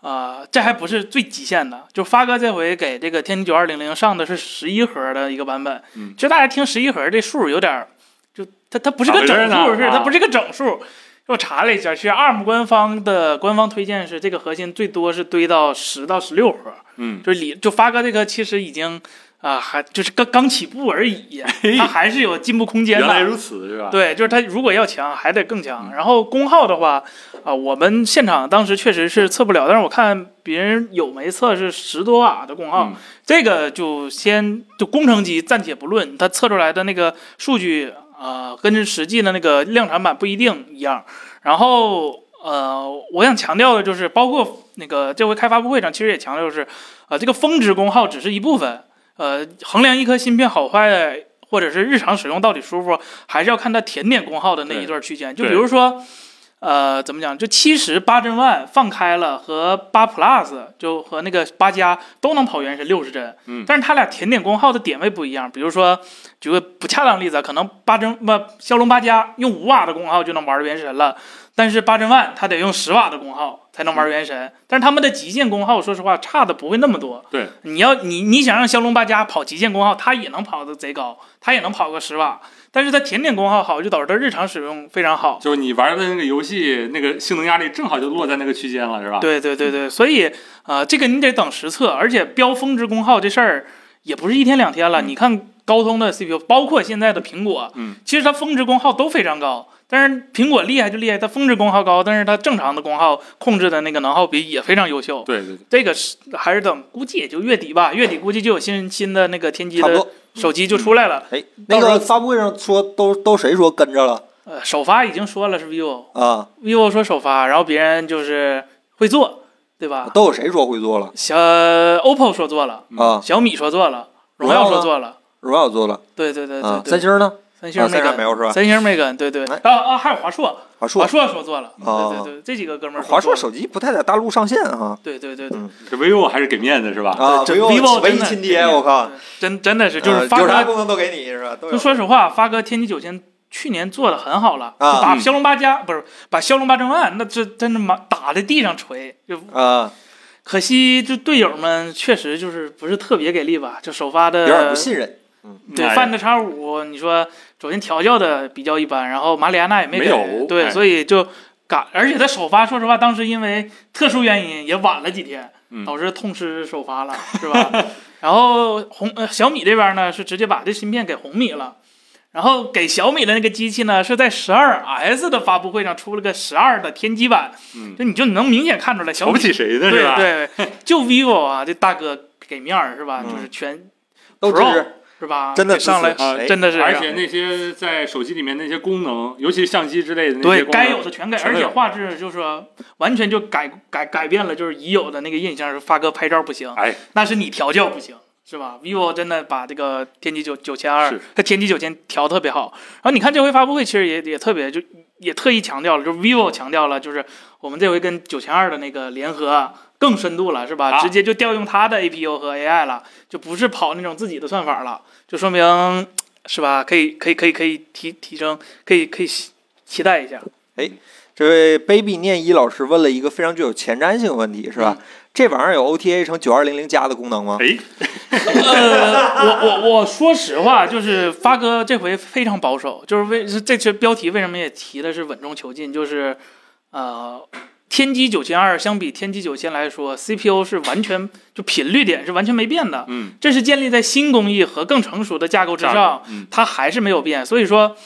D: 呃，这还不是最极限的，就发哥这回给这个天玑九二零零上的是十一核的一个版本。
C: 嗯
D: 其实大家听十一核这数有点儿，就它它不是
C: 咋
D: 个
C: 回事
D: 整
C: 呢
D: 数，是
C: 啊
D: 它不是个整数。我查了一下，其实 ARM 官方的官方推荐是这个核心最多是堆到十到十六核，
C: 嗯，
D: 就是里就发哥这个其实已经啊、还就是刚刚起步而已，它还是有进步空间
C: 原
D: 的。
C: 来如此，是吧？
D: 对，就是它如果要强，还得更强。
C: 嗯
D: 然后功耗的话，啊、我们现场当时确实是测不了，但是我看别人有没测是十多瓦的功耗，
C: 嗯
D: 这个就先就工程机暂且不论，它测出来的那个数据啊、跟实际的那个量产版不一定一样。然后呃，我想强调的就是，包括那个这回开发布会上，其实也强调就是，呃，这个峰值功耗只是一部分，呃，衡量一颗芯片好坏。或者是日常使用到底舒服，还是要看它甜点功耗的那一段区间。就
C: 对
D: 比如说，呃，怎么讲？就七十八帧万放开了和八 Plus 就和那个八加都能跑原神六十帧，
C: 嗯
D: 但是它俩甜点功耗的点位不一样。比如说，举个不恰当例子啊，可能八帧不骁龙八加用五瓦的功耗就能玩原神了，但是八帧万它得用十瓦的功耗才能玩原神。但是他们的极限功耗，说实话差的不会那么多。
C: 对，
D: 你要你你想让骁龙八加跑极限功耗，它也能跑的贼高，它也能跑个十瓦，但是它甜点功耗好，就导致它日常使用非常好。
C: 就是你玩的那个游戏，那个性能压力正好就落在那个区间了，是
A: 啊
C: 吧？
D: 对对对对，所以啊、呃这个你得等实测，而且标峰值功耗这事儿也不是一天两天了。
C: 嗯
D: 你看高通的 CPU，包括现在的苹果，
C: 嗯，
D: 其实它峰值功耗都非常高。但是苹果厉害就厉害，它峰值功耗高，但是它正常的功耗控制的那个能耗比也非常优秀。
C: 对对对，
D: 这个是还是等，估计也就月底吧，月底估计就有新新的那个天玑
A: 差不
D: 的
A: 多。
D: 手机就出来了。
A: 哎，那
D: 到时
A: 个
D: 候
A: 发布会上说都都谁说跟着了
D: 呃，首发已经说了是 vivo，vivo
A: 啊？
D: 说首发，然后别人就是会做，对吧？
A: 都有谁说会做了
D: 小 OPPO 说做了。
A: 啊？
D: 小米说做了，
A: 荣
D: 荣
A: 耀
D: 耀
A: 呢
D: 说做了，
A: 荣耀做了
D: 对对对
A: 啊
D: 对？
A: 三
D: 对。
A: 星呢？
D: 三星
A: 啊，
D: 没
A: 三
D: 跟
A: 闪没有是吧？
D: 三星没跟，对对，
A: 哎
D: 啊啊，还有华硕，
A: 华
D: 华
A: 硕，
D: 硕说做了，
A: 哦
D: 对对对，这几个哥们儿
A: 华硕
D: 说做了，
A: 手机不太在大陆上线啊。
D: 对对对，对
C: 这 vivo 还是给面子是吧？
A: 啊
D: 这
A: 唯有
D: vivo
A: 唯一
D: 真的
A: 亲爹，我靠，
D: 真真的是就
A: 呃
D: 是发
A: 有啥
D: 哥，
A: 功能都给你是吧？都
D: 就
A: 有。
D: 说实话，发哥天玑九千去年做的很好了，
A: 啊
D: 把
C: 嗯
D: 骁龙八加不是把骁龙八千万，那这真的妈打在地上锤，就
A: 啊，
D: 可惜这队友们确实就是不是特别给力吧，就首发的
A: 有点不信任。
D: 对，
C: 哎
D: 泛的叉五，你说首先调教的比较一般，然后马里亚纳也没给，
C: 没有
D: 对，
C: 哎
D: 所以就赶，而且他首发，说实话，当时因为特殊原因也晚了几天，
C: 嗯
D: 导致痛失首发了，是吧？ 然后红、呃、小米这边呢是直接把这芯片给红米了，然后给小米的那个机器呢是在十二 S 的发布会上出了个十二的天玑版，
C: 嗯，
D: 就你就能明显看出来小
C: 瞧不
D: 米
C: 起谁呢是
D: 对
C: 吧？
D: 对，对就 vivo 啊，这大哥给面儿是吧？
A: 嗯
D: 就是全
A: 都支
D: Pro
A: 持，
D: 是吧？
A: 真的
D: 给上来啊
A: 支持哎
D: 真的是，
C: 而且那些在手机里面那些功能，尤其相机之类的那
D: 对
C: 些功能，
D: 该有的全给，
C: 全
D: 而
C: 都
D: 且
C: 有
D: 画质就是说完全就改改改变了，就是已有的那个印象是发哥拍照不行，
C: 哎，
D: 那是你调教不行。是吧？vivo 真的把这个天玑九九千二
C: 是，
D: 它天玑九千调特别好。然后你看这回发布会，其实也也特别，就也特意强调了，就是 vivo 强调了，就是我们这回跟九千二的那个联合啊更深度了，是吧？
C: 啊
D: 直接就调用它的 APU 和 AI 了，就不是跑那种自己的算法了，就说明是吧？可以可以可以可以提提升，可以可以期期待一下。
A: 这位 baby 念一老师问了一个非常具有前瞻性的问题，是
D: 嗯
A: 吧？这玩意儿有 OTA 乘九二零零加的功能吗？
C: 哎，
D: 呃，我我我说实话，就是发哥这回非常保守，就是为这次标题为什么也提的是稳中求进，就是呃，天玑九千二相比天玑九千来说，CPU 是完全就频率点是完全没变的，
C: 嗯，
D: 这是建立在新工艺和更成熟的架构之上，
C: 嗯
D: 它还是没有变，所以说。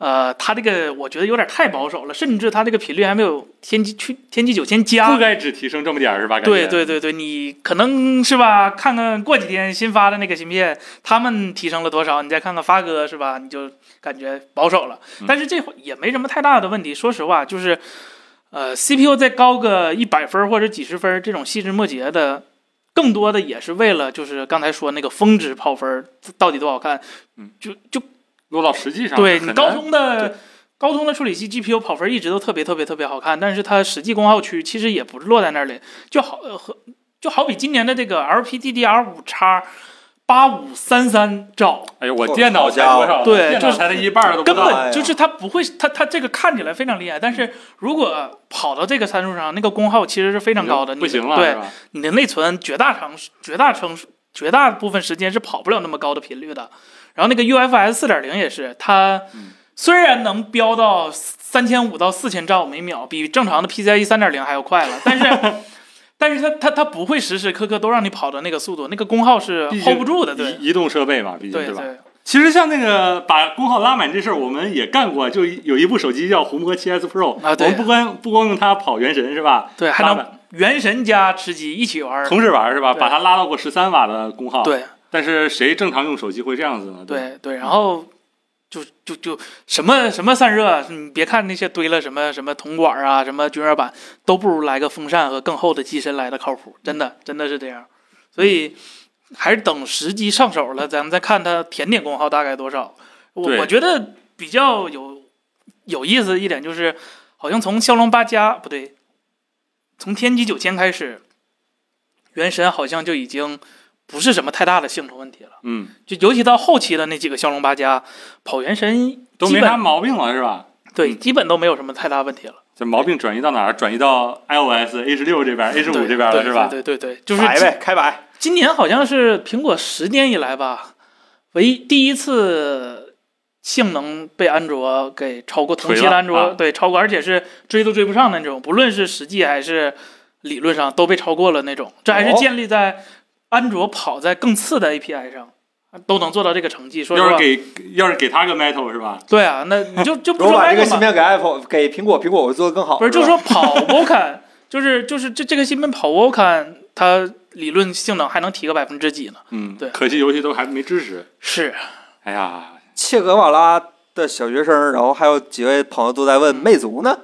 D: 呃，它这个我觉得有点太保守了，甚至它这个频率还没有天玑去天玑九千加
C: 不该只提升这么点儿是吧？感觉
D: 对对对对，你可能是吧？看看过几天新发的那个芯片，他们提升了多少，你再看看发哥是吧？你就感觉保守了
C: 嗯。
D: 但是这会也没什么太大的问题。说实话，就是呃，CPU 再高个一百分儿或者几十分儿这种细枝末节的，更多的也是为了就是刚才说那个峰值跑分儿到底多好看
C: 嗯，
D: 就就
C: 落到实际上，
D: 对
C: 啊很
D: 你
C: 难
D: 高
C: 对
D: 通的高通的处理器 GPU 跑分一直都特别特别特别好看，但是它实际功耗区其实也不是落在那里，就好呃和就好比今年的这个 LPDDR 五叉八五三三兆，
C: 哎呦，我电脑才
A: 好
C: 多
A: 家
C: 少？
D: 对
C: 电
D: 就
C: 脑
D: 是
C: 才的一半儿都不
D: 根
C: 到。
A: 呀
D: 本就是它不会，它它这个看起来非常厉害，但是如果跑到这个参数上，那个功耗其实是非常高的，
C: 嗯不行
D: 你
C: 了，
D: 对
C: 是，吧？
D: 你的内存绝大程绝大程绝大部分时间是跑不了那么高的频率的。然后那个 UFS 四点零也是，它
C: 嗯
D: 虽然能飙到三千五到四千兆每秒，比正常的 PCIe E 三点零还要快了，但是但是它它它不会时时刻刻都让你跑到那个速度，那个功耗是
C: 毕竟
D: hold 不住的，对
C: 移移动设备嘛，毕竟
D: 对
C: 吧？
D: 对，
C: 其实像那个把功耗拉满这事儿，我们也干过，就有一部手机叫红魔 7S Pro，
D: 啊
C: 我
D: 对
C: 们不光不光用它跑原神是吧？
D: 对还
C: 拉
D: 能
C: 满
D: 原神加吃鸡一起玩儿，
C: 同时玩儿是吧？
D: 对
C: 把它拉到过十三瓦的功耗。，
D: 对。
C: 但是谁正常用手机会这样子呢？吧，嗯
D: 对对，然后就就就什么什么散热，你别看那些堆了什么什么铜管啊，什么均热板，都不如来个风扇和更厚的机身来的靠谱，真的
C: 嗯
D: 真的是这样。所以还是等时机上手了，咱们再看它甜点功耗大概多少。我
C: 对
D: 我觉得比较有有意思的一点就是，好像从骁龙八加不对，从天玑九千开始，原神好像就已经不是什么太大的性能问题了。
C: 嗯，
D: 就尤其到后期的那几个骁龙八加跑原神
C: 都
D: 基
C: 没
D: 本
C: 啥毛病了是吧？
D: 对，
C: 嗯
D: 基本都没有什么太大问题了，
C: 这毛病转移到哪儿？转移到 iOS A 十六这边、A 十五
D: 对
C: 这边了
D: 对
C: 是吧？
D: 对对对，对就是
A: 摆
D: 今
A: 呗，开摆。
D: 今年好像是苹果十年以来吧，唯一第一次性能被安卓给超过同期
C: 锤
D: 的
C: 了
D: 安卓，
C: 啊
D: 对超过，而且是追都追不上的那种，不论是实际还是理论上都被超过了那种。这还是
A: 哦
D: 建立在安卓跑在更次的 API 上都能做到这个成绩，说实
C: 要是
D: 话。
C: 给要是给他个 Metal 是吧？
D: 对啊，那你就就不
A: 如果
D: 说
A: 把这个
D: Mac
A: 芯
D: 嘛
A: 片给 iPhone 给苹果，苹果会做的更好。
D: 不是，就是
A: 吧
D: 说跑 Vulkan，就是就是这这个芯片跑 Vulkan，它理论性能还能提个百分之几呢？
C: 嗯，
D: 对
C: 可惜游戏都还没支持。
D: 是，啊
C: 哎呀，
A: 切格瓦拉的小学生，然后还有几位朋友都在问
D: 嗯
A: 魅族呢，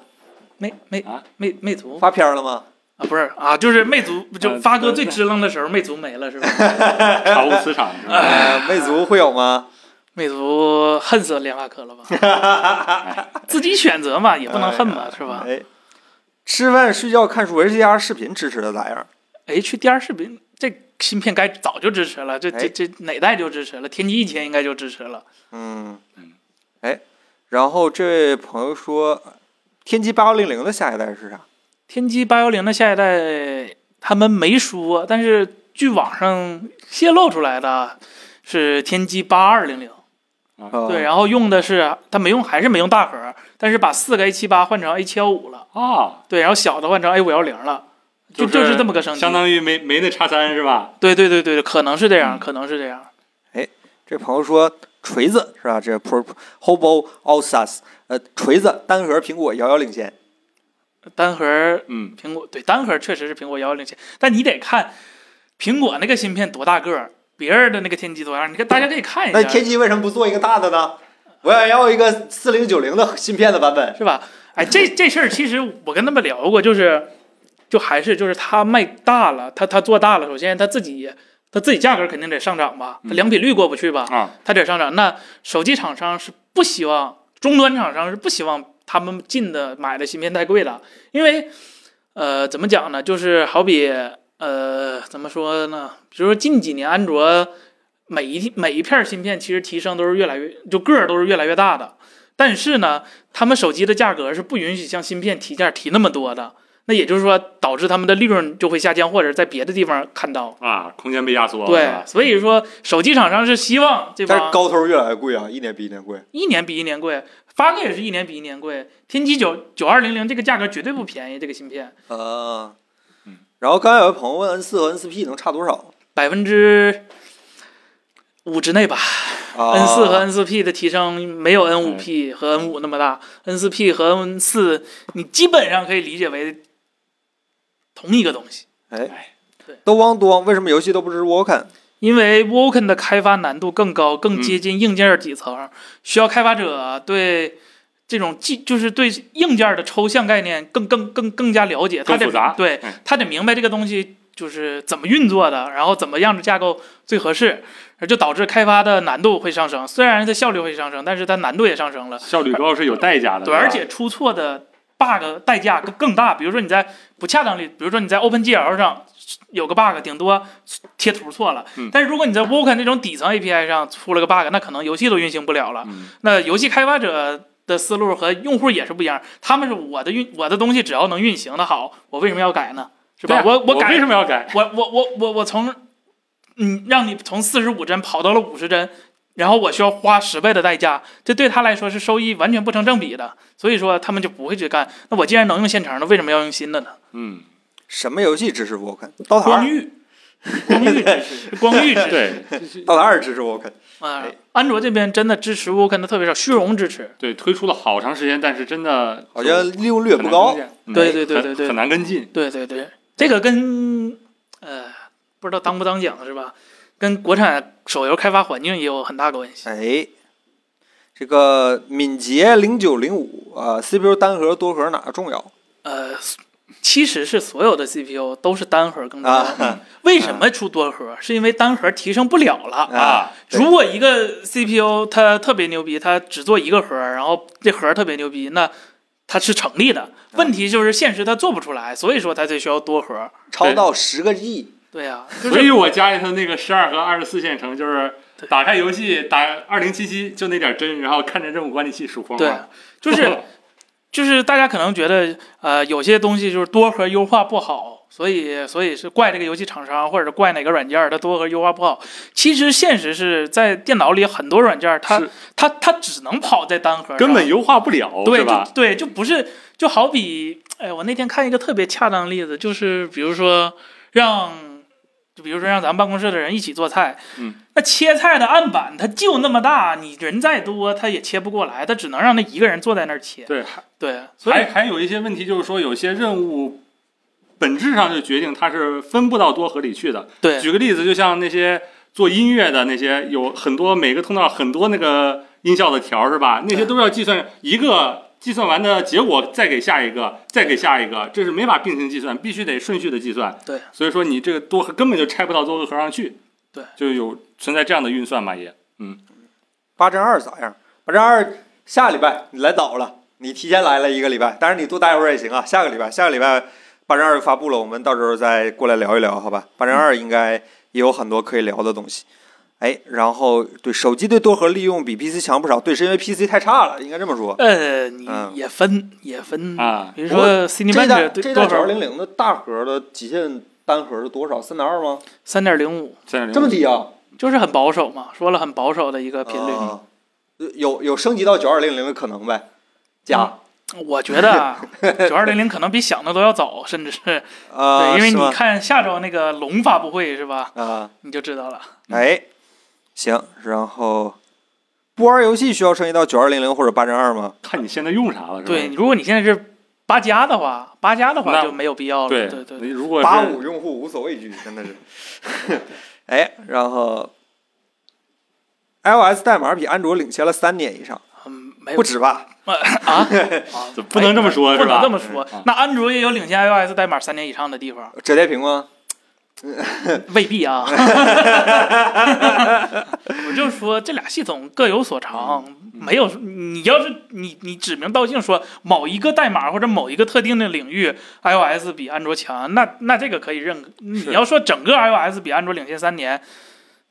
D: 魅魅
C: 啊
D: 魅魅族
A: 发片了吗？
D: 啊，不是啊，就是魅族，就
C: 呃
D: 发哥
C: 呃
D: 最
C: 那
D: 支棱的时候，魅族没了是吧？哎
C: 查无此场是吧？
A: 呃，魅族会有吗？
D: 魅族恨死联发科了吧？ 哎自己选择嘛，也不能恨嘛，是吧
A: 哎，吃饭、睡觉、看书，HDR 视频支持的咋样？
D: ？HDR 视频这芯片该早就支持了，这这
A: 哎
D: 这哪代就支持了？天玑一千应该就支持了。
A: 嗯
C: 嗯，
A: 哎，然后这位朋友说，天玑八幺零零的下一代是啥？
D: 天玑八幺零的下一代他们没说，但是据网上泄露出来的是天玑八二零零。
C: 哦
A: 啊
D: 对，然后用的是它没用，还是没用大核，但是把四个 A 7 8换成 A 7 1 5了，
C: 啊，
D: 对，然后小的换成 A 5 1 0了，就
C: 就是
D: 这么个升级
C: 相。当于没没那叉三是吧？
D: 对对对对，可能是这样，
C: 嗯
D: 可能是这样。
A: 这朋友说锤子是吧？这 Pro Hobo Alsas，呃，锤子单核苹果遥遥领先。
D: 单核
C: 嗯，
D: 苹果对单核确实是苹果遥遥领先，但你得看苹果那个芯片多大个儿，别人的那个天玑多样，你看大家可以看一下，
A: 那天玑为什么不做一个大的呢？我想要一个四零九零的芯片的版本。
D: 是吧？哎，这这事儿其实我跟他们聊过，就是就还是就是他卖大了，他他做大了，首先他自己他自己价格肯定得上涨吧，他
C: 嗯
D: 良品率过不去吧，
C: 啊，
D: 它得上涨。那手机厂商是不希望终端厂商是不希望他们进的买的芯片太贵了，因为呃怎么讲呢，就是好比呃怎么说呢，比如说近几年安卓每一每一片芯片其实提升都是越来越就个儿都是越来越大的，但是呢，他们手机的价格是不允许向芯片提价提那么多的。那也就是说，导致他们的利润就会下降，或者在别的地方看到。
C: 啊，空间被压缩了，是
D: 对
C: 吧，
D: 所以说手机厂商是希望这
A: 但
D: 帮
A: 是高通越来越贵啊，一年比一年贵。
D: 一年比一年贵，发哥也是一年比一年贵。天玑九九二零零这个价格绝对不便宜，这个芯片
A: 呃
C: 嗯，
A: 然后刚才有位朋友问 N 四和 N 四 P 能差多少
D: 百分之五之内吧。N
A: 啊
D: 四和 N 四 P 的提升没有 N 五 P 和 N 五那么大，N 四 P 和 N 四你基本上可以理解为同一个东西，
A: 都汪都汪，为什么游戏都不支持 Vulkan？
D: 因为 Vulkan 的开发难度更高，
C: 嗯
D: 更接近硬件底层，需要开发者对。这种技就是对硬件的抽象概念更更更更加了解，他
C: 更
D: 得
C: 复杂，
D: 对
C: 哎，
D: 他得明白这个东西就是怎么运作的，然后怎么样的架构最合适，就导致开发的难度会上升。虽然它效率会上升，但是它难度也上升了。
C: 效率高是有代价的，
D: 对，
C: 是吧
D: 而且出错的 bug 代价更更大。比如说你在不恰当率，比如说你在 OpenGL 上有个 bug，顶多贴图错了。
C: 嗯
D: 但是如果你在 Vulkan 这种底层 API 上出了个 bug，那可能游戏都运行不了了。
C: 嗯
D: 那游戏开发者的思路和用户也是不一样，他们是我的运我的东西只要能运行的好，我为什么要改呢？是
C: 对
D: 吧？
C: 啊
D: 我我
C: 我为
D: 改，
C: 什么要改？
D: 我我我我我从嗯让你从四十五帧跑到了五十帧，然后我需要花十倍的代价，这对他来说是收益完全不成正比的，所以说他们就不会去干。那我既然能用现成的，为什么要用新的呢？
C: 嗯，
A: 什么游戏支持 Vulkan？刀塔
D: 光
A: 二，
D: 遇，光遇支持，光遇支持。
C: 对
A: 刀塔二支持 Vulkan。
D: 啊
A: 对，
D: 安卓这边真的支持 Vulkan 的特别少，虚荣支持。
C: 对，推出了好长时间，但是真的
A: 好像利用率也不高。
C: 嗯
D: 对对对对
C: 很
D: 对
C: 很难跟进。
D: 对对对，这个跟呃不知道当不当讲是吧？跟国产手游开发环境也有很大关系。
A: 哎，这个敏捷零九零五啊，CPU 单核多核哪个重要？
D: 呃，其实是所有的 CPU 都是单核更多。
A: 啊
D: 为什么出多核？是因为单核提升不了了。
A: 啊，对
D: 如果一个 CPU 它特别牛逼，它只做一个核，然后这核特别牛逼，那它是成立的。问题就是现实它做不出来，所以说它就需要多核。
A: 超到十个 G，
D: 对啊呀、
C: 所以我家里头那个十二和二十四线程，就是
D: 对
C: 打开游戏打二零七七就那点帧，然后看着任务管理器数框
D: 对啊
C: 嘛。，
D: 就是 就是大家可能觉得，呃，有些东西就是多核优化不好，所以所以是怪这个游戏厂商或者是怪哪个软件儿它多核优化不好。其实现实是在电脑里很多软件儿它
C: 是
D: 它它只能跑在单核上，
C: 根本优化不了，
D: 对
C: 是吧
D: 就？对，就不是就好比，哎，我那天看一个特别恰当的例子，就是比如说让，就比如说让咱们办公室的人一起做菜，
C: 嗯，
D: 那切菜的案板它就那么大，你人再多它也切不过来，它只能让那一个人坐在那儿切。
C: 对，还
D: 对，所以
C: 还还有一些问题，就是说有些任务本质上就决定它是分布到多核里去的。
D: 对
C: 举个例子，就像那些做音乐的那些，有很多每个通道很多那个音效的条儿是吧？那些都要计算一个计算完的结果，再给下一个，再给下一个，这是没法并行计算，必须得顺序的计算。
D: 对，
C: 所以说你这个多核根本就拆不到多个核上去。
D: 对，
C: 就有存在这样的运算嘛也。
A: 八针二咋样？八针二下礼拜你来早了，你提前来了一个礼拜，但是你多待一会儿也行啊。下个礼拜，下个礼拜八针二发布了，我们到时候再过来聊一聊，好吧？八针二应该也有很多可以聊的东西。哎，然后对手机对多核利用比 PC 强不少，对，是因为 PC 太差了，应该这么说。
D: 呃，你
A: 嗯
D: 也分也分
C: 啊
D: 比如
A: 不
D: 说 c i n e
A: 这
D: b e
A: 代
D: n c
A: 这
D: 对
A: 代
D: 多
A: 九
D: 少
A: 二零零的大核的极限单核是多少？三点二吗？
D: 三点零五，
C: 三点零
A: 这么低啊？
D: 就是很保守嘛，说了很保守的一个频率。
A: 啊有有升级到九二零零的可能呗？加
D: 嗯我觉得啊九二零零可能比想的都要早，甚至是
A: 啊，
D: 嗯对，因为
A: 是吗
D: 你看下周那个龙发布会是吧，
A: 啊，
D: 你嗯就知道了。
A: 哎，行，然后不玩游戏需要升级到九二零零或者八针二吗？
C: 看你现在用啥了，是吧？
D: 对，如果你现在是八加的话，八加的
C: 嗯
D: 话
C: 那
D: 就没有必要了。哦对
C: 对
D: 对
C: 你
D: 对，
C: 如果是
A: 八五用户无所畏惧，真 的是。哎，然后 iOS 代码比安卓领先了三年以上，
D: 嗯，没有
A: 不止吧？
D: 啊，
C: 这不能这么说，
D: 不
C: 是
D: 能
C: 吧？
D: 这么说
C: 嗯。
D: 那安卓也有领先 iOS 代码三年以上的地方，
A: 折叠屏吗？
D: 嗯未 必啊。我就说这俩系统各有所长，
C: 嗯
D: 没有你要是你你指名道姓说某一个代码或者某一个特定的领域 iOS 比安卓强，那那这个可以认可。你
C: 是
D: 要说整个 iOS 比安卓领先三年，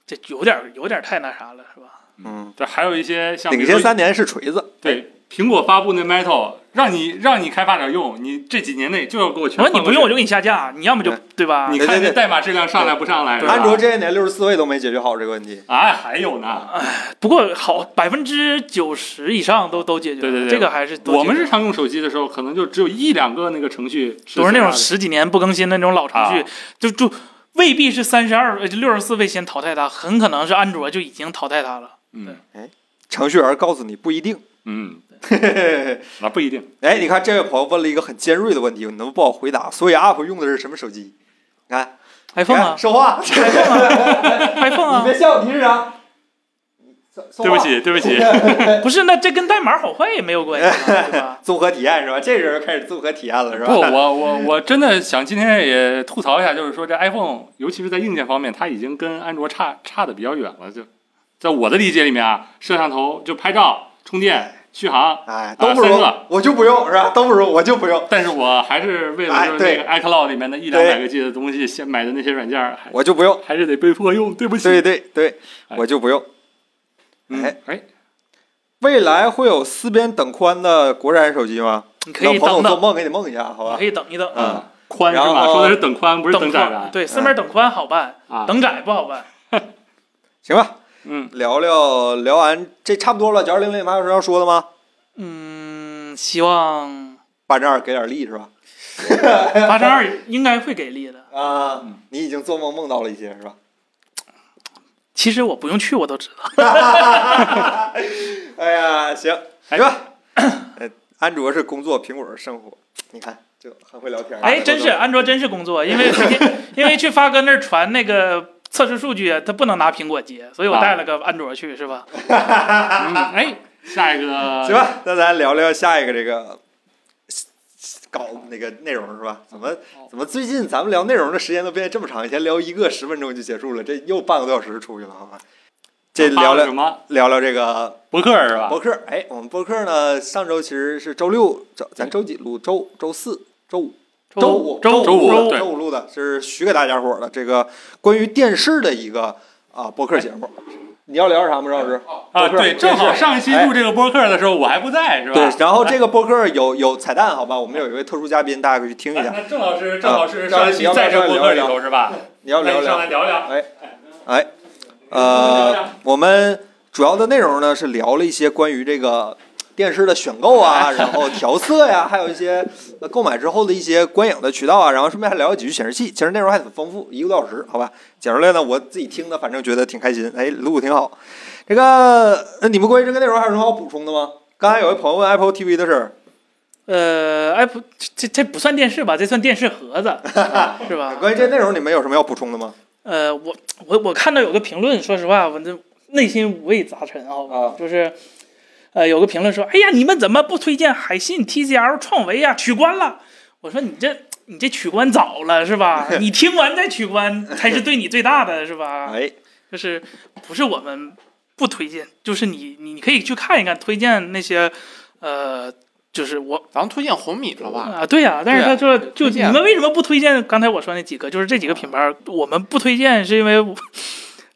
D: 这有点有点太那啥了，是吧？
A: 嗯，
C: 这还有一些像比
A: 领
C: 如说
A: 先三年是锤子。
C: 对苹果发布那 Metal，让你让你开发者用，你这几年内就要给我全
D: 我
C: 换
D: 说
C: 过
D: 你
C: 去。
D: 不用我就给你下架，你要么就
A: 对
D: 对吧？
C: 你
A: 对
C: 看
A: 对
C: 这
A: 对
C: 代码质量上来不上来？是吧
A: 安卓这些年六十四位都没解决好这个问题。
C: 哎还有
D: 啊
C: 呢，
D: 不过好百分之九十以上都都解决了，
C: 对对对
D: 这个还是都
C: 我们
D: 解决
C: 日
D: 了
C: 常用手机的时候，可能就只有一两个那个程序
D: 都是那种
C: 下
D: 十几年不更新的那种老程序，
C: 啊
D: 就就未必是三十二呃六十四位先淘汰它，很可能是安卓就已经淘汰它了。
C: 来的。嗯
A: 程序员告诉你不一 定。
C: 嗯，那不一定。
A: 哎，你看这位朋友问了一个很尖锐的问题，你能不好回答？所以 App 用的是什么手机？你看
D: iPhone 啊
A: 哎说话，
D: ，iPhone
A: 你
D: 啊，
A: 别笑，你是啥？
C: 对不，起，对不起，
D: 不是，那这跟代码好坏也没有关系嘛，对吧？
A: 综合体验是吧？这人开始综合体验了是
C: 不，
A: 吧？
C: 我我我真的想今天也吐槽一下，就是说这 iPhone，尤其是在硬件方面，它已经跟安卓差差的比较远了。就在我的理解里面啊，摄像头就拍照、充电、续航，
A: 哎，都不
C: 啊三
A: 如
C: 个
A: 我就不用是吧？都不如我就不用，
C: 但是我还是为了
A: 哎
C: 就是
A: 对
C: 那个 iCloud 里面的一两百个 G 的东西，先买的那些软件儿，还
A: 我就不 用。
C: 还是得被迫用，对不起。
A: 对对对，
C: 哎
A: 我就不用。
C: 嗯
A: 哎
C: 哎，
A: 未来会有四边等宽的国产手机吗？
D: 你可
A: 让
D: 以
A: 彭总
D: 等
A: 做
D: 等，
A: 梦给你梦一下，好
D: 你
A: 吧
D: 可？以等一等，啊
A: 嗯，
C: 啊宽是
A: 然
C: 吧？
A: 后
C: 说的是等宽，不是
D: 等
C: 窄啊
D: 宽
C: 吧？
D: 对，四面等宽好办，
C: 啊，
D: 等窄不好办。
A: 行吧，
C: 嗯，
A: 聊聊聊完这差不多了。九二零零还有什么要说的吗？
D: 嗯，希望
A: 八阵二给点力是吧？
D: 八三二应该会给力的。
A: 啊
C: 嗯，
A: 你已经做梦梦到了一些是吧？
D: 其实我不用去，我都知道。
A: 哎呀，行，
C: 哎
A: 行 吧。呃，安卓是工作，苹果是生活，你看就很会聊天。
D: 哎，真是安卓真是工作，因为最近因为去发哥那儿传那个测试数据，他不能拿苹果接，所以我带了个安卓去，是吧？
C: 嗯哎，下一个
A: 行吧，那咱聊聊下一个这个搞那个内容是吧？怎么怎么最近咱们聊内容的时间都变得这么长？以前聊一个十分钟就结束了，这又半个多小时出去了，好吧？这
C: 发
A: 聊
C: 了
A: 聊
C: 什么？
A: 聊聊这个
C: 博客是吧
A: 博？客。哎，我们博客呢，上周其实是周六，周咱周几录？周周四、周五。五
D: 周
A: 周
C: 五
D: 周
C: 对
A: 周五录的，是许给大家伙儿的这个关于电视的一个啊播客节目。你要聊点啥吗，赵老师？
C: 啊，
A: 博客
C: 对，正好上一期
A: 哎
C: 录这个播客的时候我还不在，是吧？
A: 对，然后这个播客有有彩蛋，好吧？我们有一位特殊嘉宾，大家可以去听一
C: 哎
A: 下。啊
C: 那郑老师，郑老师
A: 郑老
C: 上
A: 师
C: 一期在这个播客
A: 你要不
C: 里
A: 要聊一
C: 头是吧？
A: 你要聊
C: 那你上
A: 聊
C: 来聊聊。
A: 呃，我们主要的内容呢是聊了一些关于这个电视的选购 啊，然后调色呀，还有一些呃购买之后的一些观影的渠道啊，然后顺便还聊了几句显示器。其实内容还很丰富，一个多小时，好吧？剪出来呢，我自己听的，反正觉得挺开心，哎，录得挺好。这个，呃你们关于这个内容还有什么好补充的吗？刚才有位朋友问 Apple TV 的事儿，
D: 呃，app 这这不算电视吧？这算电视盒子，是吧？
A: 关于这内容你们有什么要补充的吗？
D: 呃，我我我看到有个评论，说实话，我这内心五味杂陈啊，
A: 啊
D: 就是。呃，有个评论说：“哎呀，你们怎么不推荐海信、TCL、创维啊呀？取关了。”我说：“你这你这取关早了是吧？你啊听完再取关才是对你最大的是吧？”
A: 哎，
D: 就是不是我们不推荐，就是你你你可以去看一看，推荐那些呃，就是我
C: 咱们推荐红米了吧？
D: 啊，对呀、但是
C: 对
D: 他说
C: 推
D: 就你
C: 荐
D: 们为什么不推荐刚才我说那几个？就是这几个品牌儿，我们不推荐是因为我，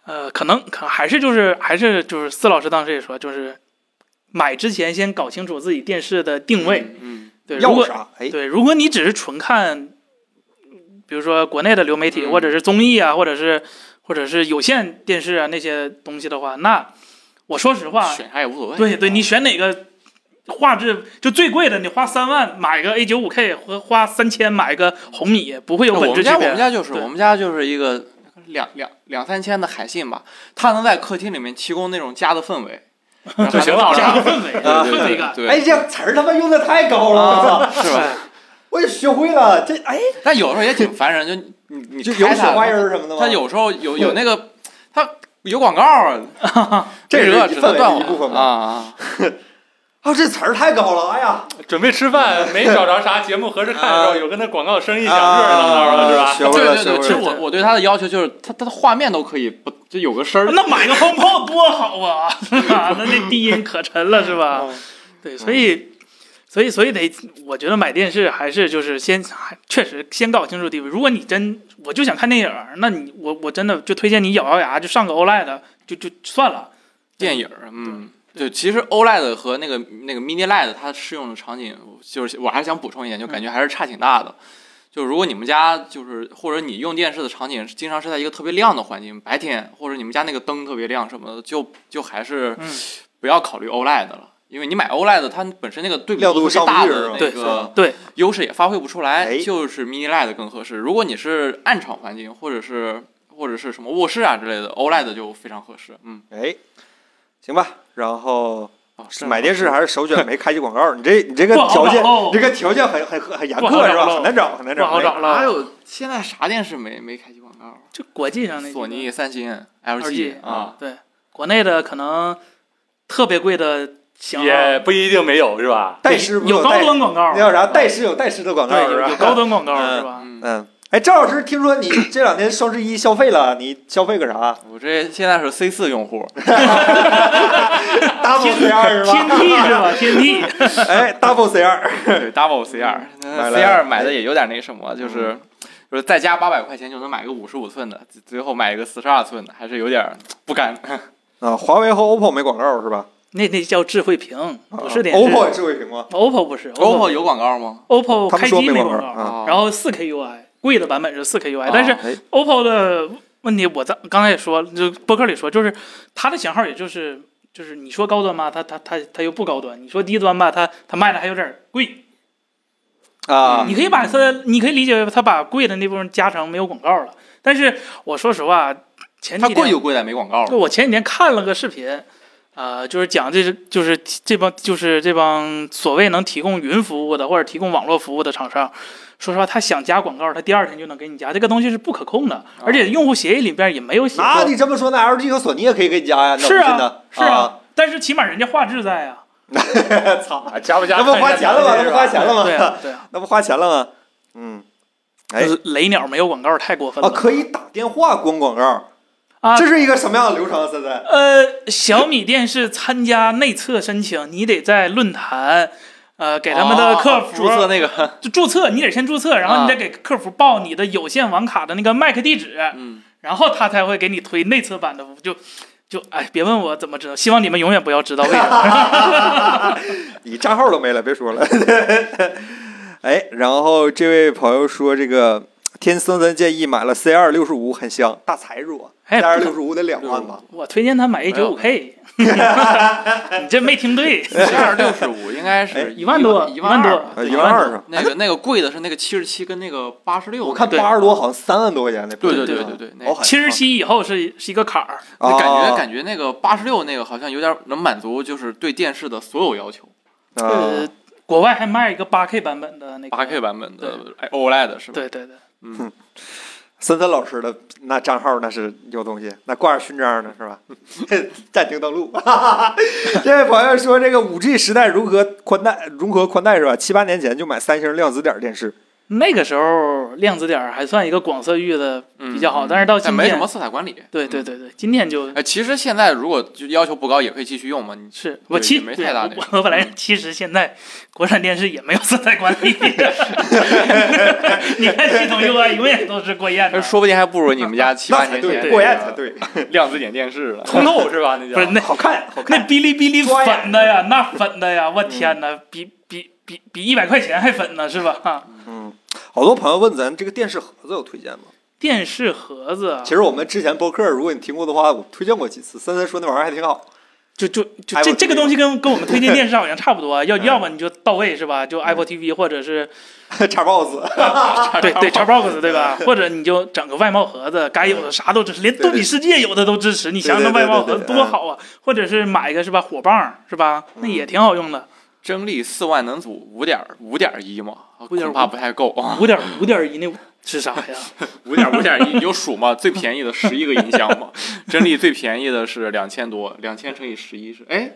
D: 呃，可能可能还是就是还是就是司老师当时也说，就是买之前先搞清楚自己电视的定位。
C: 嗯，
D: 对，如
A: 要
D: 果
A: 啥？哎，
D: 对，如果你只是纯看，比如说国内的流媒体，
C: 嗯
D: 或者是综艺啊，或者是或者是有线电视啊那些东西的话，那我说实话，
C: 选啥也无所谓。
D: 对对，你选哪个画质就最贵的，你花三万买个 A 九五 K 和花三千买个红米，不会有
C: 我
D: 本
C: 们
D: 质
C: 家
D: 区
C: 我们
D: 别。
C: 家就是
D: 对
C: 我们家就是一个两两两三千的海信吧，它能在客厅里面提供那种家的氛 围，然
E: 就
C: 后还能
E: 行了
C: 照
D: 家
C: 亮
D: 的氛围，
A: 啊
C: 对
D: 氛围
C: 对
D: 感。
C: 对
A: 哎，这词儿他妈用的太高了，我操！
C: 啊，是吧？
A: 我也学会了，这哎，
C: 但有时候也挺烦人，就你你
A: 就
C: 开
A: 有雪
C: 它
A: 花音儿什么的吗？
C: 它，有时候有有那个，它有广告啊，
A: 这
C: 个
A: 是
C: 只
A: 一氛
C: 能
A: 围
C: 断
A: 的
C: 我
A: 一部分
C: 啊
A: 吧？
C: 啊，
A: 啊，这词儿太高了，哎呀，
E: 准备吃饭没找着啥节目合适看的时候，有跟那广告声一响，热热闹闹的是吧？
A: 啊学会
C: 对
A: 了，
C: 对
A: 学
C: 对，其
A: 会
C: 实
A: 了。
C: 我我对它的要求就是它它的画面都可以不就有个声儿，
D: 那买个 HomePod 多好啊， 是吧？那那低音可沉了，是吧？
A: 嗯
B: 嗯
D: 对，所以，所以，所以得，我觉得买电视还是就是先，还确实先搞清楚地位。如果你真我就想看电影儿，那你我我真的就推荐你咬咬牙就上个 OLED，就就算了。
C: 电影儿，嗯，对，其实 OLED 和那个那个 Mini LED 它适用的场景，就是我还是想补充一点，就感觉还是差挺大的。就如果你们家就是或者你用电视的场景，经常是在一个特别亮的环境，白天或者你们家那个灯特别亮什么的，就就还是
D: 嗯
C: 不要考虑 OLED 了。因为你买 OLED，它本身那个对比
A: 亮度
C: 特别
A: 上不
C: 大
A: 去
C: 的
A: 是嗯
C: 那
D: 吧
C: 个
D: 对对
C: 优势也发挥不出来，
A: 哎
C: 就是 Mini LED 更合适。如果你是暗场环境，或者是或者是什么卧室啊之类的，OLED 就非常合适。嗯，
A: 哎，行吧，然后
C: 哦
A: 买电视还是 首选没开机广告，你这你这个
D: 啊不好
A: 条件
D: 找喽，
A: 你这个条件很很很很严
D: 不
A: 苛
D: 好找
A: 是吧？
D: 喽
A: 很难找，很难
D: 不
A: 找哎
D: 好。找
C: 哪
D: 了。
C: 有现在啥电视没没开机广告？
D: 就国际上那几个
C: 索尼、三星、
D: LG
C: 啊，
D: 对国内的可能特别贵的型号
E: 也不一定没有是吧？
A: 戴师不
D: 有高
A: 戴，
D: 端广告
A: 那，叫啥？戴师有戴师的广
D: 对，
A: 告是
D: 有有
A: 吧？
D: 高端广告
A: 嗯
D: 是吧？
C: 嗯，
A: 嗯，哎，赵老师，听说 你这两天双十一消费了，你消费个啥
C: 我这现在是 C 四 用户，
A: ？Double C 二是
D: 天
A: 吧？
D: 梯是吧？天梯，
A: 哎，Double C 二，
C: 对 Double C 二
A: 买
C: ，C
A: 了
C: 二买的也有点那什么，就是就是再加八百块钱就能买个五十五寸的，最后买一个四十二寸的，还是有点儿不甘。
E: 哦
A: 啊，华为和 OPPO 没广告是吧？
D: 那那叫智慧屏，
A: 啊
D: 不是电视。
A: OPPO 有智慧屏啊吗？
D: OPPO 不是
C: OPPO 有广告吗？哦
D: OPPO
A: 他
D: 开
A: 们说
D: 机
A: 没
D: 没
A: 广告
D: 告，
E: 嗯
A: 啊。
D: 然后四 K UI，贵的版本是四 K UI，但是
A: 哎，
D: OPPO 的问题我在刚才也说，就播客里说，就是它的型号也就是就是你说高端吧，它它它它又不高端；你说低端吧，它它卖的还有点贵。
A: 啊，
D: 你可以把它，你可以理解为它把贵的那部分加成没有广告了。但是我说实话，前
C: 它
D: 几
C: 贵
D: 天
C: 有贵在没广告
D: 就我前几天看了个视频。啊、就是讲这就是这帮就是这帮所谓能提供云服务的或者提供网络服务的厂商，说实话，他想加广告，他第二天就能给你加，这个东西是不可控的，而且用户协议里边也没有写
A: 那
D: 说，
A: 你这么说，那 LG 和索尼也可以给你加呀？那
D: 是啊
A: 不呢
D: 是啊，但是起码人家画质在啊，
A: 啊 操！
E: 啊加不加？
A: 那不花钱了吗？那不花钱了
D: 对
A: 吗？
D: 啊对啊，
A: 那不花钱了吗？嗯，哎
D: 雷鸟没有广告太过分
A: 啊，
D: 了
A: 可以打电话关广告，
D: 啊
A: 这是一个什么样的流程啊？现在
D: 呃，小米电视参加内测申请，你得在论坛，呃，给他们的客服、
C: 哦注册啊那个，
D: 就注册，你得先注册，然后你再给客服报你的有线网卡的那个 MAC 地址，
C: 嗯，
D: 然后他才会给你推内测版的服务。就就哎，别问我怎么知道，希望你们永远不要知道为什么。
A: 你账号都没了，别说了。 哎，然后这位朋友说，这个天森森建议买了 C 二六十五，很香，大财主啊
D: 哎
A: ，C 二六十五得两万吧？
D: 我推荐他买 A
C: 没
D: 九
C: 有哎
D: 五 K，你这没听对，
C: C 二六十五应该
A: 哎
C: 是
D: 一万多，
C: 一
D: 万
C: 万
D: 多
C: 二吧。
A: 呃，
D: 对
A: 一万二上。
C: 那个那个贵的是那个七十七跟那个八十六，
A: 我看
D: 对
A: 八十多好像三万多块钱那
C: 对
A: 屏
C: 对
A: 是
C: 对
A: 吧
C: 对对，那
A: 好
C: 个
A: 狠
D: 七十七以后是是一个坎儿，
A: 啊
C: 感觉感觉那个八十六那个好像有点能满足，就是对电视的所有要求。
A: 啊
D: 呃，国外还卖一个八 K 版本的那个
C: 八 K 版本的哎 OLED 是吧？
D: 对对对，
C: 嗯，
A: 森森老师的那账号那是有东西，那挂着勋章呢是 吧？暂停登 录。这位朋友说，这个五 G 时代如何宽带，如何宽带是吧？七八年前就买三星量子点儿电视，
D: 那个时候量子点儿还算一个广色域的
C: 嗯
D: 比较好，但是到
C: 但
D: 今
C: 没什
D: 天
C: 么，色彩管理。嗯
D: 对对对对，今天就
C: 哎，其实现在如果就要求不高，也可以继续用嘛。你
D: 是
C: 对
D: 我七
C: 也没太大那嗯
D: 对我我本来其实现在国产电视也没有色彩管 理，你看系统 UI 永远都是过艳的，
C: 哎说不定还不如你们家七八
A: 那才
C: 年前
A: 对，
D: 对
A: 过眼才对，
C: 量子点电视了。
F: 通透是吧？那
D: 不
F: 叫
D: 是那
A: 好看，好
D: 那
A: 看。
D: 哔哩哔哩
A: 抓眼
D: 粉的呀，那粉的呀，我
C: 嗯
D: 天哪，比比比比一百块钱还粉呢是吧？哈
A: 嗯，好多朋友问咱这个电视盒子有推荐吗？
D: 电视盒子啊
A: 其实我们之前播客，如果你听过的话，我推荐过几次。森森说那玩意儿还挺好，
D: 就就就
A: Apple
D: 这
A: TV
D: 这个东西跟跟我们推荐电视好像差不多啊，要
A: 嗯
D: 要么你就到位是吧？
C: 嗯
D: 就 Apple TV 或者是
A: 叉 box，
D: 对对 Xbox 对吧？或者你就整个外贸盒子，该有的啥都支持，连
A: 对对
D: 杜比世界有的都支持。你想想那
A: 对对对
D: 外贸盒子
A: 对对
D: 多好啊！或者是买一个是吧，火棒是吧？那也挺好用的，
C: 蒸力四万能阻五点五点一吗？
D: 5.1
C: 恐怕不太够啊。
D: 五点五点一那是啥呀？
C: 五点五点一，你就数嘛，最便宜的十一个音箱 嘛，真力最便宜的是两千多，两千乘以十一是哎，